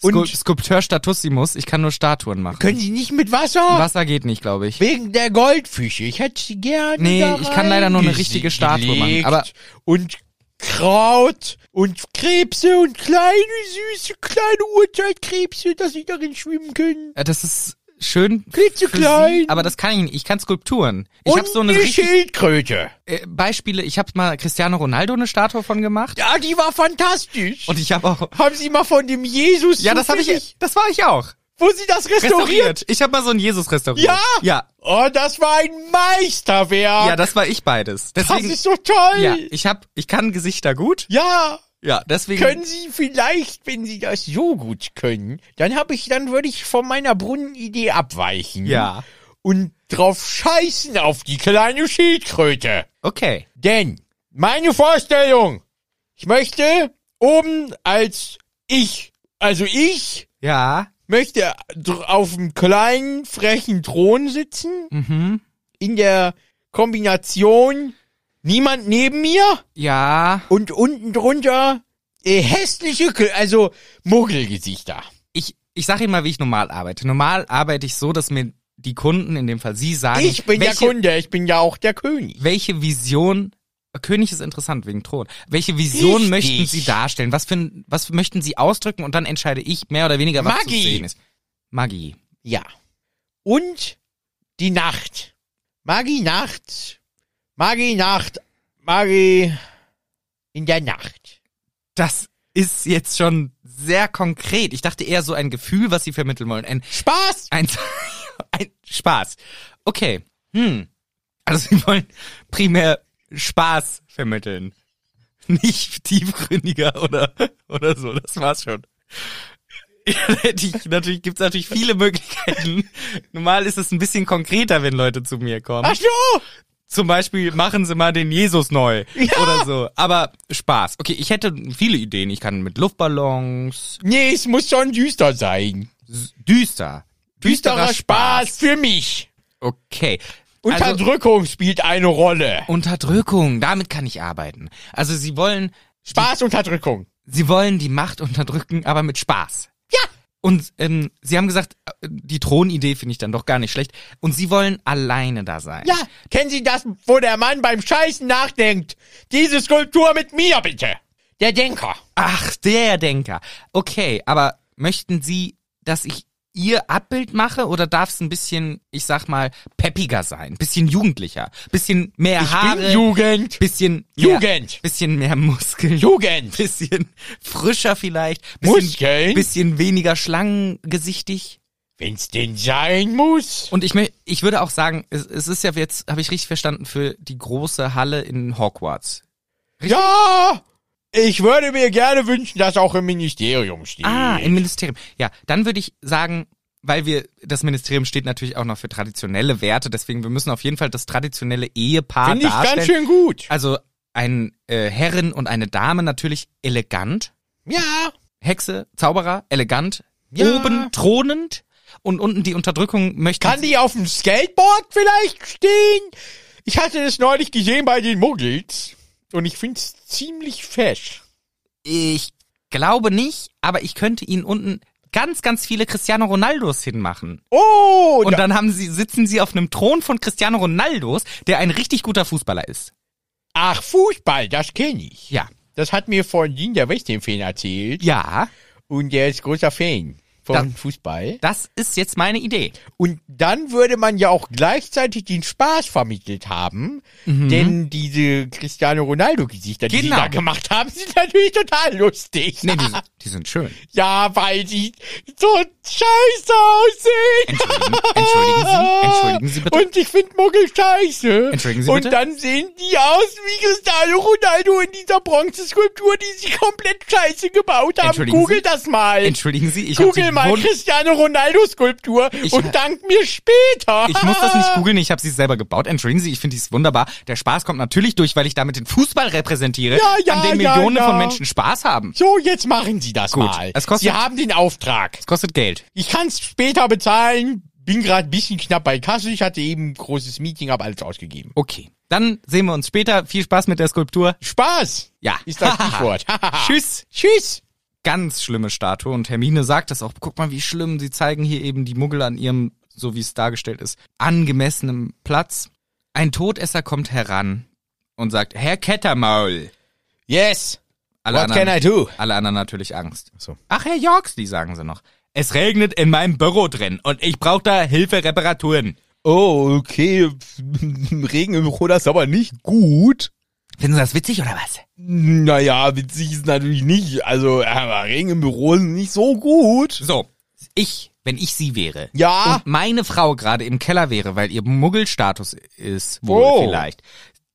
D: Und-
A: Skul Skulpteur Statussimus, ich kann nur Statuen machen.
D: Können Sie nicht mit Wasser?
A: Wasser geht nicht, glaube ich.
D: Wegen der Goldfische. Ich hätte sie gerne.
A: Nee,
D: da
A: ich kann leider nur eine richtige Statue machen,
D: reingelegt
A: aber-
D: und Kraut und Krebse und kleine, süße, kleine Urzeitkrebse, dass sie darin schwimmen können.
A: Äh, Das ist schön.
D: Klitzeklein.
A: für Sie, Aber das kann ich nicht. Ich kann Skulpturen. Ich
D: und
A: habe so eine
D: eine
A: richtig,
D: Schildkröte.
A: äh, Beispiele. Ich habe mal Cristiano Ronaldo eine Statue von gemacht.
D: Ja, die war fantastisch.
A: Und ich habe auch.
D: haben Sie mal von dem Jesus
A: Ja, das habe
D: zufällig,
A: ich. Das war ich auch.
D: Wo Sie das restauriert?
A: Restauriert. Ich habe mal so einen Jesus restauriert.
D: Ja?
A: Ja.
D: Oh, das war ein Meisterwerk.
A: Ja, das war ich beides.
D: das
A: Deswegen.
D: ist so toll.
A: ja, ich hab, ich kann Gesichter gut.
D: ja.
A: Ja, deswegen.
D: Können Sie vielleicht, wenn Sie das so gut können, dann habe ich, dann würde ich von meiner Brunnenidee abweichen.
A: Ja.
D: Und drauf scheißen auf die kleine Schildkröte.
A: Okay.
D: Denn meine Vorstellung, ich möchte oben als ich, also ich
A: Ja.
D: möchte dr- auf dem kleinen, frechen Thron sitzen,
A: Mhm.
D: in der Kombination niemand neben mir
A: Ja.
D: und unten drunter äh, hässliche, Kö- also Muggelgesichter.
A: ich, ich sage Ihnen mal, wie ich normal arbeite. Normal arbeite ich so, dass mir die Kunden, in dem Fall Sie, sagen,
D: Ich bin
A: welche,
D: der Kunde, ich bin ja auch der König.
A: welche Vision König ist interessant wegen Thron. Welche Vision
D: Richtig.
A: möchten Sie darstellen? Was, für, ein- was möchten Sie ausdrücken? Und dann entscheide ich mehr oder weniger, was
D: Magie.
A: zu sehen ist. Magie.
D: Ja. Und die Nacht. Magi-Nacht. Magi-Nacht. Magi in der Nacht.
A: Das ist jetzt schon sehr konkret. Ich dachte eher so ein Gefühl, was Sie vermitteln wollen. Ein,
D: Spaß!
A: ein, ein Spaß. Okay. Hm. Also Sie wollen primär Spaß vermitteln. Nicht tiefgründiger oder, oder so. Das war's schon. Ja, hätte ich, natürlich gibt's natürlich viele Möglichkeiten. Normal ist es ein bisschen konkreter, wenn Leute zu mir kommen.
D: Ach so!
A: Zum Beispiel machen sie mal den Jesus neu oder so. Aber Spaß. Okay, ich hätte viele Ideen. Ich kann mit Luftballons,
D: Nee, es muss schon düster sein.
A: s- düster.
D: Düsterer Spaß für mich.
A: Okay. also,
D: Unterdrückung spielt eine Rolle.
A: Unterdrückung, damit kann ich arbeiten. Also sie wollen,
D: Spaß, Unterdrückung.
A: sie wollen die Macht unterdrücken, aber mit Spaß.
D: Ja.
A: Und ähm, sie haben gesagt, äh, die Thronidee finde ich dann doch gar nicht schlecht. Und sie wollen alleine da sein.
D: Ja, kennen Sie das, wo der Mann beim Scheißen nachdenkt? Diese Skulptur mit mir bitte. Der Denker.
A: Ach, der Denker. Okay, aber möchten Sie, dass ich Ihr Abbild mache oder darf es ein bisschen, ich sag mal, peppiger sein, bisschen jugendlicher, bisschen mehr Haare,
D: Jugend.
A: bisschen mehr,
D: Jugend.
A: bisschen mehr Muskeln,
D: Jugend.
A: bisschen frischer vielleicht, bisschen,
D: Muskeln?
A: bisschen weniger schlangengesichtig.
D: Wenn's denn sein muss.
A: Und ich, mö- ich würde auch sagen, es, es ist ja jetzt, habe ich richtig verstanden, für die große Halle in Hogwarts.
D: Ja. Ich würde mir gerne wünschen, dass auch im Ministerium steht.
A: Ah, im Ministerium. Ja, dann würde ich sagen, weil wir, das Ministerium steht natürlich auch noch für traditionelle Werte, deswegen wir müssen auf jeden Fall das traditionelle Ehepaar
D: Finde ich
A: darstellen.
D: ganz schön gut.
A: Also ein äh, Herrin und eine Dame natürlich elegant,
D: Ja.
A: Hexe, Zauberer elegant,
D: Ja.
A: oben thronend und unten die Unterdrückung möchte.
D: Kann die auf dem Skateboard vielleicht stehen? Ich hatte das neulich gesehen bei den Muggels. Und ich find's ziemlich fesch.
A: ich glaube nicht, aber ich könnte ihnen unten ganz ganz viele Cristiano Ronaldos hinmachen.
D: Oh,
A: Und
D: da-
A: dann haben sie sitzen sie auf einem Thron von Cristiano Ronaldos, der ein richtig guter Fußballer ist.
D: ach, Fußball, das kenne ich.
A: Ja.
D: Das hat mir vorhin der Westin-Fan erzählt.
A: Ja,
D: Und der ist großer Fan von
A: Da-
D: Fußball.
A: das ist jetzt meine Idee.
D: Und dann würde man ja auch gleichzeitig den Spaß vermittelt haben. Denn diese Cristiano Ronaldo-Gesichter, die sie
A: Mhm. Genau.
D: da gemacht haben, sind natürlich total lustig.
A: Nee, die, sind- die sind schön.
D: Ja, weil die so scheiße aussehen.
A: Entschuldigen, entschuldigen Sie, entschuldigen Sie bitte.
D: Und ich finde Muggel scheiße.
A: Entschuldigen Sie
D: Und
A: bitte?
D: dann sehen die aus wie Cristiano Ronaldo in dieser Bronzeskulptur, die sie komplett scheiße gebaut haben.
A: Entschuldigen
D: Google
A: Sie?
D: das mal.
A: Entschuldigen Sie, ich habe sie
D: Google mal
A: gewund-
D: Cristiano Ronaldo Skulptur
A: Ich-
D: und dank mir später.
A: ich muss das
D: Ah.
A: nicht googeln, ich habe sie selber gebaut. Entschuldigen Sie, ich finde dies wunderbar. Der Spaß kommt natürlich durch, weil ich damit den Fußball repräsentiere,
D: Ja, ja,
A: an dem
D: ja,
A: Millionen
D: ja.
A: von Menschen Spaß haben.
D: So, jetzt machen Sie das
A: Gut,
D: mal.
A: es kostet-
D: sie haben den Auftrag.
A: Es kostet Geld.
D: Ich kann es später bezahlen. Bin gerade ein bisschen knapp bei Kasse. Ich hatte eben ein großes Meeting, habe alles ausgegeben.
A: Okay, dann sehen wir uns später. Viel Spaß mit der Skulptur.
D: Spaß
A: Ja.
D: ist das Stichwort.
A: Tschüss.
D: Tschüss.
A: Ganz schlimme Statue und Hermine sagt das auch. Guck mal, wie schlimm. Sie zeigen hier eben die Muggel an ihrem, so wie es dargestellt ist, angemessenem Platz. Ein Todesser kommt heran und sagt, Herr Kettermaul.
D: Yes.
A: Alle
D: What can I do?
A: Alle anderen natürlich Angst.
B: So.
A: Ach, Herr Jorks, die sagen sie noch. Es regnet in meinem Büro drin und ich brauche da Hilfe, Reparaturen.
B: Oh, okay. Regen im Büro, das ist aber nicht gut.
A: Finden Sie das witzig oder was?
B: Naja, witzig ist natürlich nicht. Also, aber Regen im Büro ist nicht so gut.
A: So, ich, wenn ich Sie wäre.
B: Ja.
A: Und meine Frau gerade im Keller wäre, weil ihr Muggelstatus ist wohl
B: Oh.
A: vielleicht.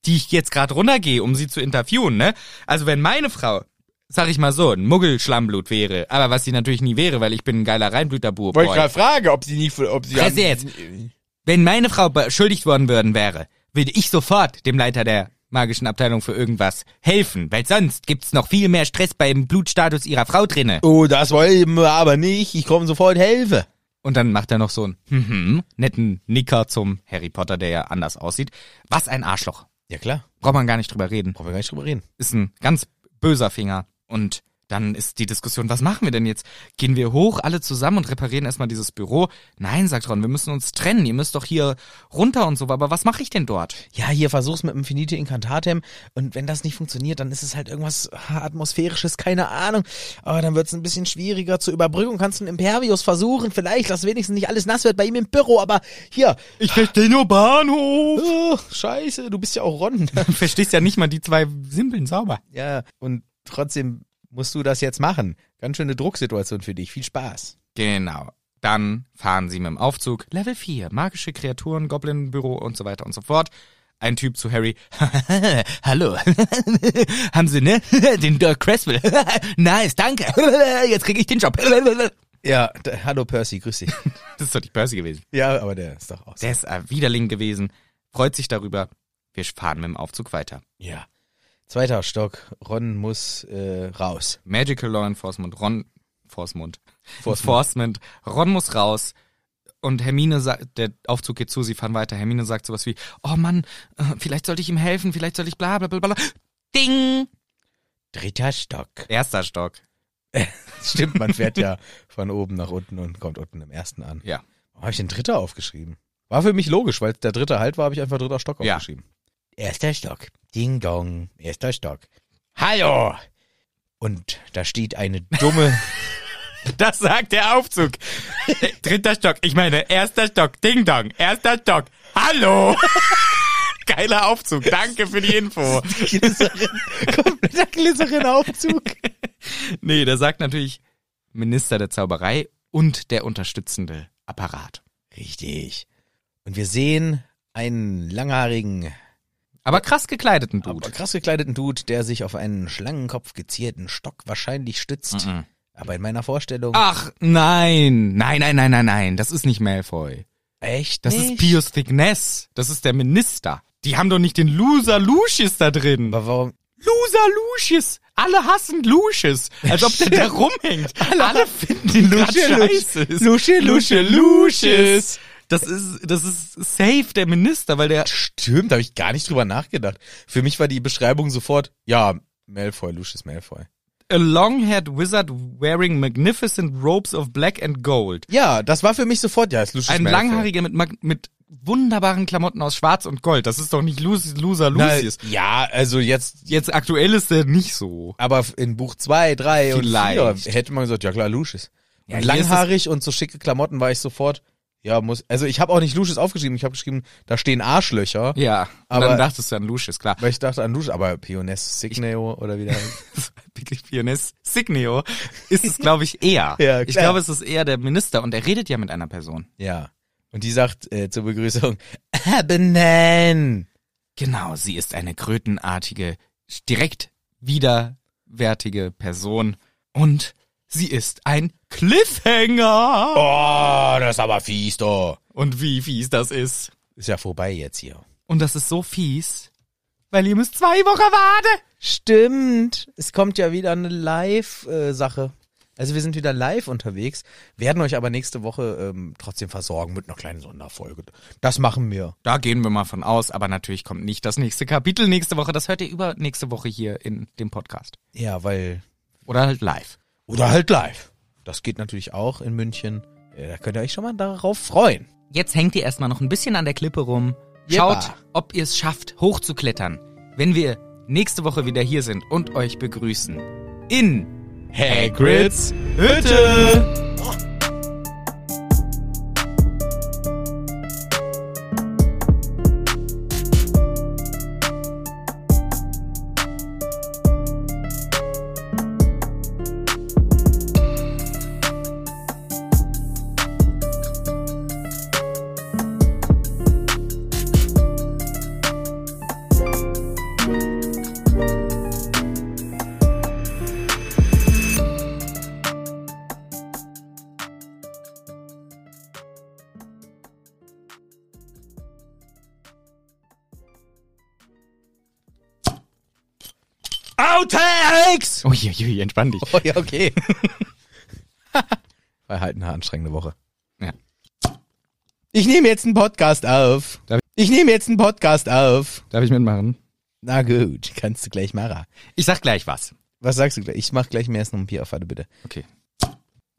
A: Die ich jetzt gerade runtergehe, um sie zu interviewen, ne? Also wenn meine Frau, sag ich mal so, ein Muggelschlammblut wäre, aber was sie natürlich nie wäre, weil ich bin ein geiler Reinblüterbuhr.
D: Wollte ich gerade fragen, ob sie nicht, ob sie
A: Fresse jetzt. Wenn meine Frau beschuldigt worden würden wäre, würde ich sofort dem Leiter der magischen Abteilung für irgendwas helfen, weil sonst gibt's noch viel mehr Stress beim Blutstatus ihrer Frau drinne.
B: Oh, das wollen wir aber nicht. Ich komme sofort helfe.
A: Und dann macht er noch so einen mhm, netten Nicker zum Harry Potter, der ja anders aussieht. Was ein Arschloch.
B: Ja klar,
A: Braucht man gar nicht drüber reden.
B: brauchen wir gar nicht drüber reden.
A: Ist ein ganz böser Finger. Und Dann ist die Diskussion, was machen wir denn jetzt? Gehen wir hoch alle zusammen und reparieren erstmal dieses Büro? Nein, sagt Ron, wir müssen uns trennen. Ihr müsst doch hier runter und so. Aber was mache ich denn dort?
B: Ja, hier versuch's mit dem Finite Incantatem und wenn das nicht funktioniert, dann ist es halt irgendwas atmosphärisches, keine Ahnung. Aber dann wird's ein bisschen schwieriger zur Überbrückung. Kannst du einen Impervius versuchen, vielleicht, dass wenigstens nicht alles nass wird bei ihm im Büro, aber hier.
A: Ich verstehe nur Bahnhof.
B: Oh, scheiße, du bist ja auch Ron.
A: Du verstehst ja nicht mal die zwei simpeln sauber.
B: ja, und trotzdem musst du das jetzt machen. Ganz schöne Drucksituation für dich. Viel Spaß.
A: Genau. Dann fahren sie mit dem Aufzug Level 4, magische Kreaturen, Goblinbüro und so weiter und so fort. Ein Typ zu Harry. Hallo. Haben Sie, ne? Den Dirk Creswell. nice, danke. Jetzt kriege ich den Job. das
B: Ja, da, hallo Percy, grüß dich.
A: ist doch nicht Percy gewesen.
B: ja, aber der ist doch aus.
A: Der ist ein Widerling gewesen. Freut sich darüber. Wir fahren mit dem Aufzug weiter.
B: Ja. Zweiter Stock. Ron muss äh, raus.
A: Magical Law Enforcement, Ron Forsmund.
B: Forsmund.
A: Enforcement, Ron muss raus. Und Hermine sagt, der Aufzug geht zu, sie fahren weiter. Hermine sagt sowas wie, oh Mann, äh, vielleicht sollte ich ihm helfen, vielleicht sollte ich bla bla bla bla. Ding!
B: Dritter Stock.
A: Erster Stock.
B: Stimmt, man fährt ja von oben nach unten und kommt unten im ersten an.
A: Ja.
B: Warum habe ich den Dritter aufgeschrieben? War für mich logisch, weil der dritte Halt war, habe ich einfach dritter Stock
A: Ja.
B: aufgeschrieben. Erster Stock. Ding dong. Erster Stock. Hallo! Und da steht eine dumme.
A: Das sagt der Aufzug. Äh, Dritter Stock, ich meine, erster Stock, Ding Dong, erster Stock. Hallo! Geiler Aufzug, danke für die Info.
B: Glycerin, kompletter Glycerin-Aufzug.
A: Nee, da sagt natürlich Minister der Zauberei und der unterstützende Apparat.
B: Richtig. Und wir sehen einen langhaarigen,
A: Aber krass gekleideten
B: aber
A: Dude.
B: krass gekleideten Dude, der sich auf einen Schlangenkopf gezierten Stock wahrscheinlich stützt.
A: Mhm.
B: Aber in meiner Vorstellung.
A: Ach, nein. Nein, nein, nein, nein, nein. Das ist nicht Malfoy.
B: echt?
A: Das ist Pius Thickness. Das ist der Minister. Die haben doch nicht den Loser Lucius da drin.
B: Aber warum?
A: Loser Lucius. Alle hassen Lucius. Als ob der da rumhängt. Alle, finden ihn grad
B: Lucius,
A: scheiße.
B: Lucius, Lucius, Lucius.
A: Das ist, das ist safe der Minister, weil der
B: Stimmt, da habe ich gar nicht drüber nachgedacht. Für mich war die Beschreibung sofort, ja, Malfoy, Lucius Malfoy.
A: a long-haired wizard wearing magnificent robes of black and gold.
B: Ja, das war für mich sofort, ja, ist Lucius
A: Ein
B: Malfoy.
A: langhaariger mit, Mag- mit wunderbaren Klamotten aus Schwarz und Gold. Das ist doch nicht Lu- Loser Lucius.
B: Na, ja, also jetzt,
A: Jetzt aktuell ist der nicht so.
B: aber in Buch 2, 3 und
A: Vielleicht.
B: 4 hätte man gesagt, ja klar, Lucius.
A: Ja,
B: und
A: hier ist es-
B: langhaarig und so schicke Klamotten war ich sofort, ja, muss, also ich habe auch nicht Lucius aufgeschrieben, ich habe geschrieben, da stehen Arschlöcher,
A: Ja, aber
B: Aber-
A: dann dachtest du an Lucius, klar.
B: weil ich dachte an Lucius, aber Pioness Signeo oder wie der heißt.
A: Pickles Pianist Signeo ist es, glaube ich, eher.
B: Ja,
A: ich
B: klar.
A: glaube, es ist eher der Minister und er redet ja mit einer Person.
B: Ja. Und die sagt äh, zur Begrüßung, Abenen.
A: Genau, sie ist eine krötenartige, direkt widerwärtige Person und sie ist ein Cliffhanger.
B: Oh,
A: Ah,
B: das ist aber fies, doch.
A: Und wie fies das ist.
B: Ist ja vorbei jetzt hier.
A: Und das ist so fies, weil ihr müsst zwei Wochen warten.
B: Stimmt. Es kommt ja wieder eine Live-Sache. also wir sind wieder live unterwegs, werden euch aber nächste Woche ähm, trotzdem versorgen mit einer kleinen Sonderfolge. Das machen wir.
A: Da gehen wir mal von aus, aber natürlich kommt nicht das nächste Kapitel nächste Woche. Das hört ihr übernächste Woche hier in dem Podcast.
B: Ja, weil.
A: Oder halt live.
B: Oder halt live. Das geht natürlich auch in München. Äh, Da könnt ihr euch schon mal darauf freuen.
A: Jetzt hängt ihr erstmal noch ein bisschen an der Klippe rum.
B: Jeppa.
A: Schaut, ob ihr es schafft, hochzuklettern. Wenn wir nächste Woche wieder hier sind und euch begrüßen. In Hagrids Hütte!
B: Outtakes!
A: Oh, Uiuiui, entspann dich.
B: Oh ja, okay. War halt eine anstrengende Woche.
A: Ja.
B: Ich nehme jetzt einen Podcast auf.
A: Darf
B: Ich nehme jetzt einen Podcast auf.
A: Darf ich mitmachen?
B: Na gut, kannst du gleich machen.
A: Ich sag gleich was.
B: Was sagst du gleich? Ich mach gleich mehr als noch ein Bier auf, warte bitte.
A: Okay.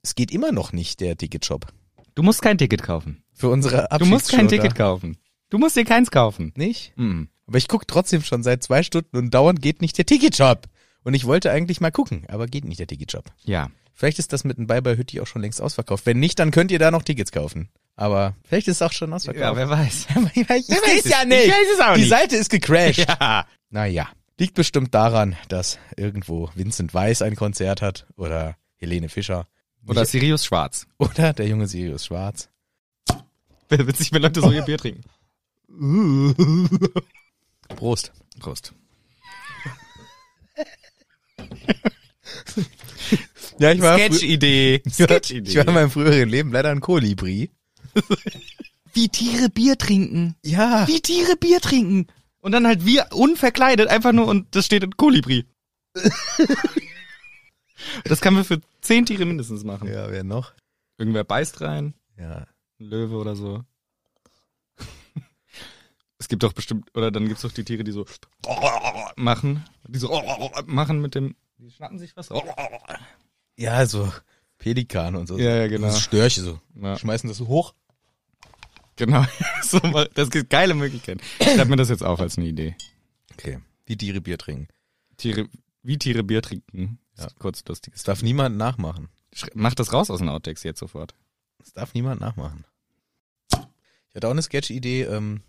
B: Es geht immer noch nicht, der Ticketshop.
A: Du musst kein Ticket kaufen.
B: Für unsere
A: Du musst kein
B: Abschiedsshow
A: Ticket
B: da.
A: kaufen. Du musst dir keins kaufen.
B: Nicht?
A: Mhm.
B: Aber ich guck trotzdem schon seit zwei Stunden und dauernd geht nicht der Ticketshop. Und ich wollte eigentlich mal gucken, aber geht nicht der Ticketshop.
A: Ja.
B: Vielleicht ist das mit dem Bye-Bye-Hütti auch schon längst ausverkauft. Wenn nicht, dann könnt ihr da noch Tickets kaufen. Aber vielleicht ist es auch schon
A: Ja,
B: ausverkauft.
A: wer weiß.
B: ich
A: weiß
B: weiß
A: es. Ich weiß es auch
B: Die
A: nicht.
B: Seite ist gecrashed.
A: Ja.
B: Naja, liegt bestimmt daran, dass irgendwo Vincent Weiss ein Konzert hat oder Helene Fischer
A: Oder Sirius Schwarz.
B: oder der junge Sirius Schwarz.
A: Wer witzig, wenn Leute so ihr Bier trinken.
B: Prost.
A: Prost.
B: Ja, ich
A: Sketch-Idee.
B: frü- Ich war in
A: Sketch-Idee.
B: meinem früheren Leben leider ein Kolibri.
A: Wie Tiere Bier trinken.
B: Ja.
A: Wie Tiere Bier trinken. Und dann halt wir unverkleidet einfach nur und das steht in Kolibri. das können wir für zehn Tiere mindestens machen.
B: Ja, wer noch?
A: Irgendwer beißt rein.
B: Ja.
A: Ein Löwe oder so. Es gibt doch bestimmt, oder dann gibt's doch die Tiere, die so machen, die so machen mit dem, die schnappen sich was. Ja,
B: Ja, so Pelikan und so.
A: ja, genau.
B: Das Störche so.
A: Ja.
B: Schmeißen das so hoch.
A: Genau. So, mal- das gibt geile Möglichkeiten. Ich schreib mir das jetzt auf als eine Idee.
B: Okay. Wie Tiere Bier trinken.
A: Tiere, wie Tiere Bier trinken. Ist
B: Ja.
A: kurz lustig.
B: Das darf niemand nachmachen.
A: Schrei- Mach das raus aus den Outtakes jetzt sofort.
B: Das darf niemand nachmachen. Ich hatte auch eine Sketch-Idee, ähm,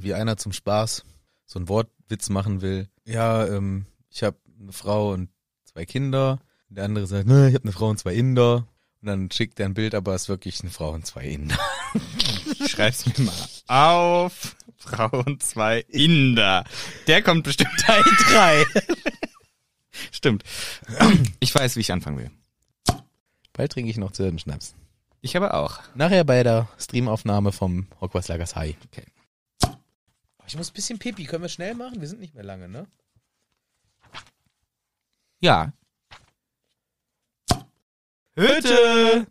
B: wie einer zum Spaß so einen Wortwitz machen will. Ja, ähm, ich habe eine Frau und zwei Kinder. Und der andere sagt, ne, ich habe eine Frau und zwei Inder. Und dann schickt er ein Bild, aber es ist wirklich eine Frau und zwei Inder.
A: Ich Schreib's mir mal auf. Frau und zwei Inder. Der kommt bestimmt Teil drei. Stimmt. Ich weiß, wie ich anfangen will.
B: Bald trinke ich noch Zirbenschnaps.
A: Ich habe auch.
B: Nachher bei der Streamaufnahme vom Hogwarts Lagers High.
A: Okay.
B: Ich muss ein bisschen pipi. Können wir schnell machen? Wir sind nicht mehr lange, ne?
A: Ja. Hütte.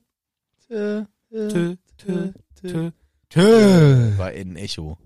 B: Tö,
A: Tö, tö, tö.
B: War in Echo.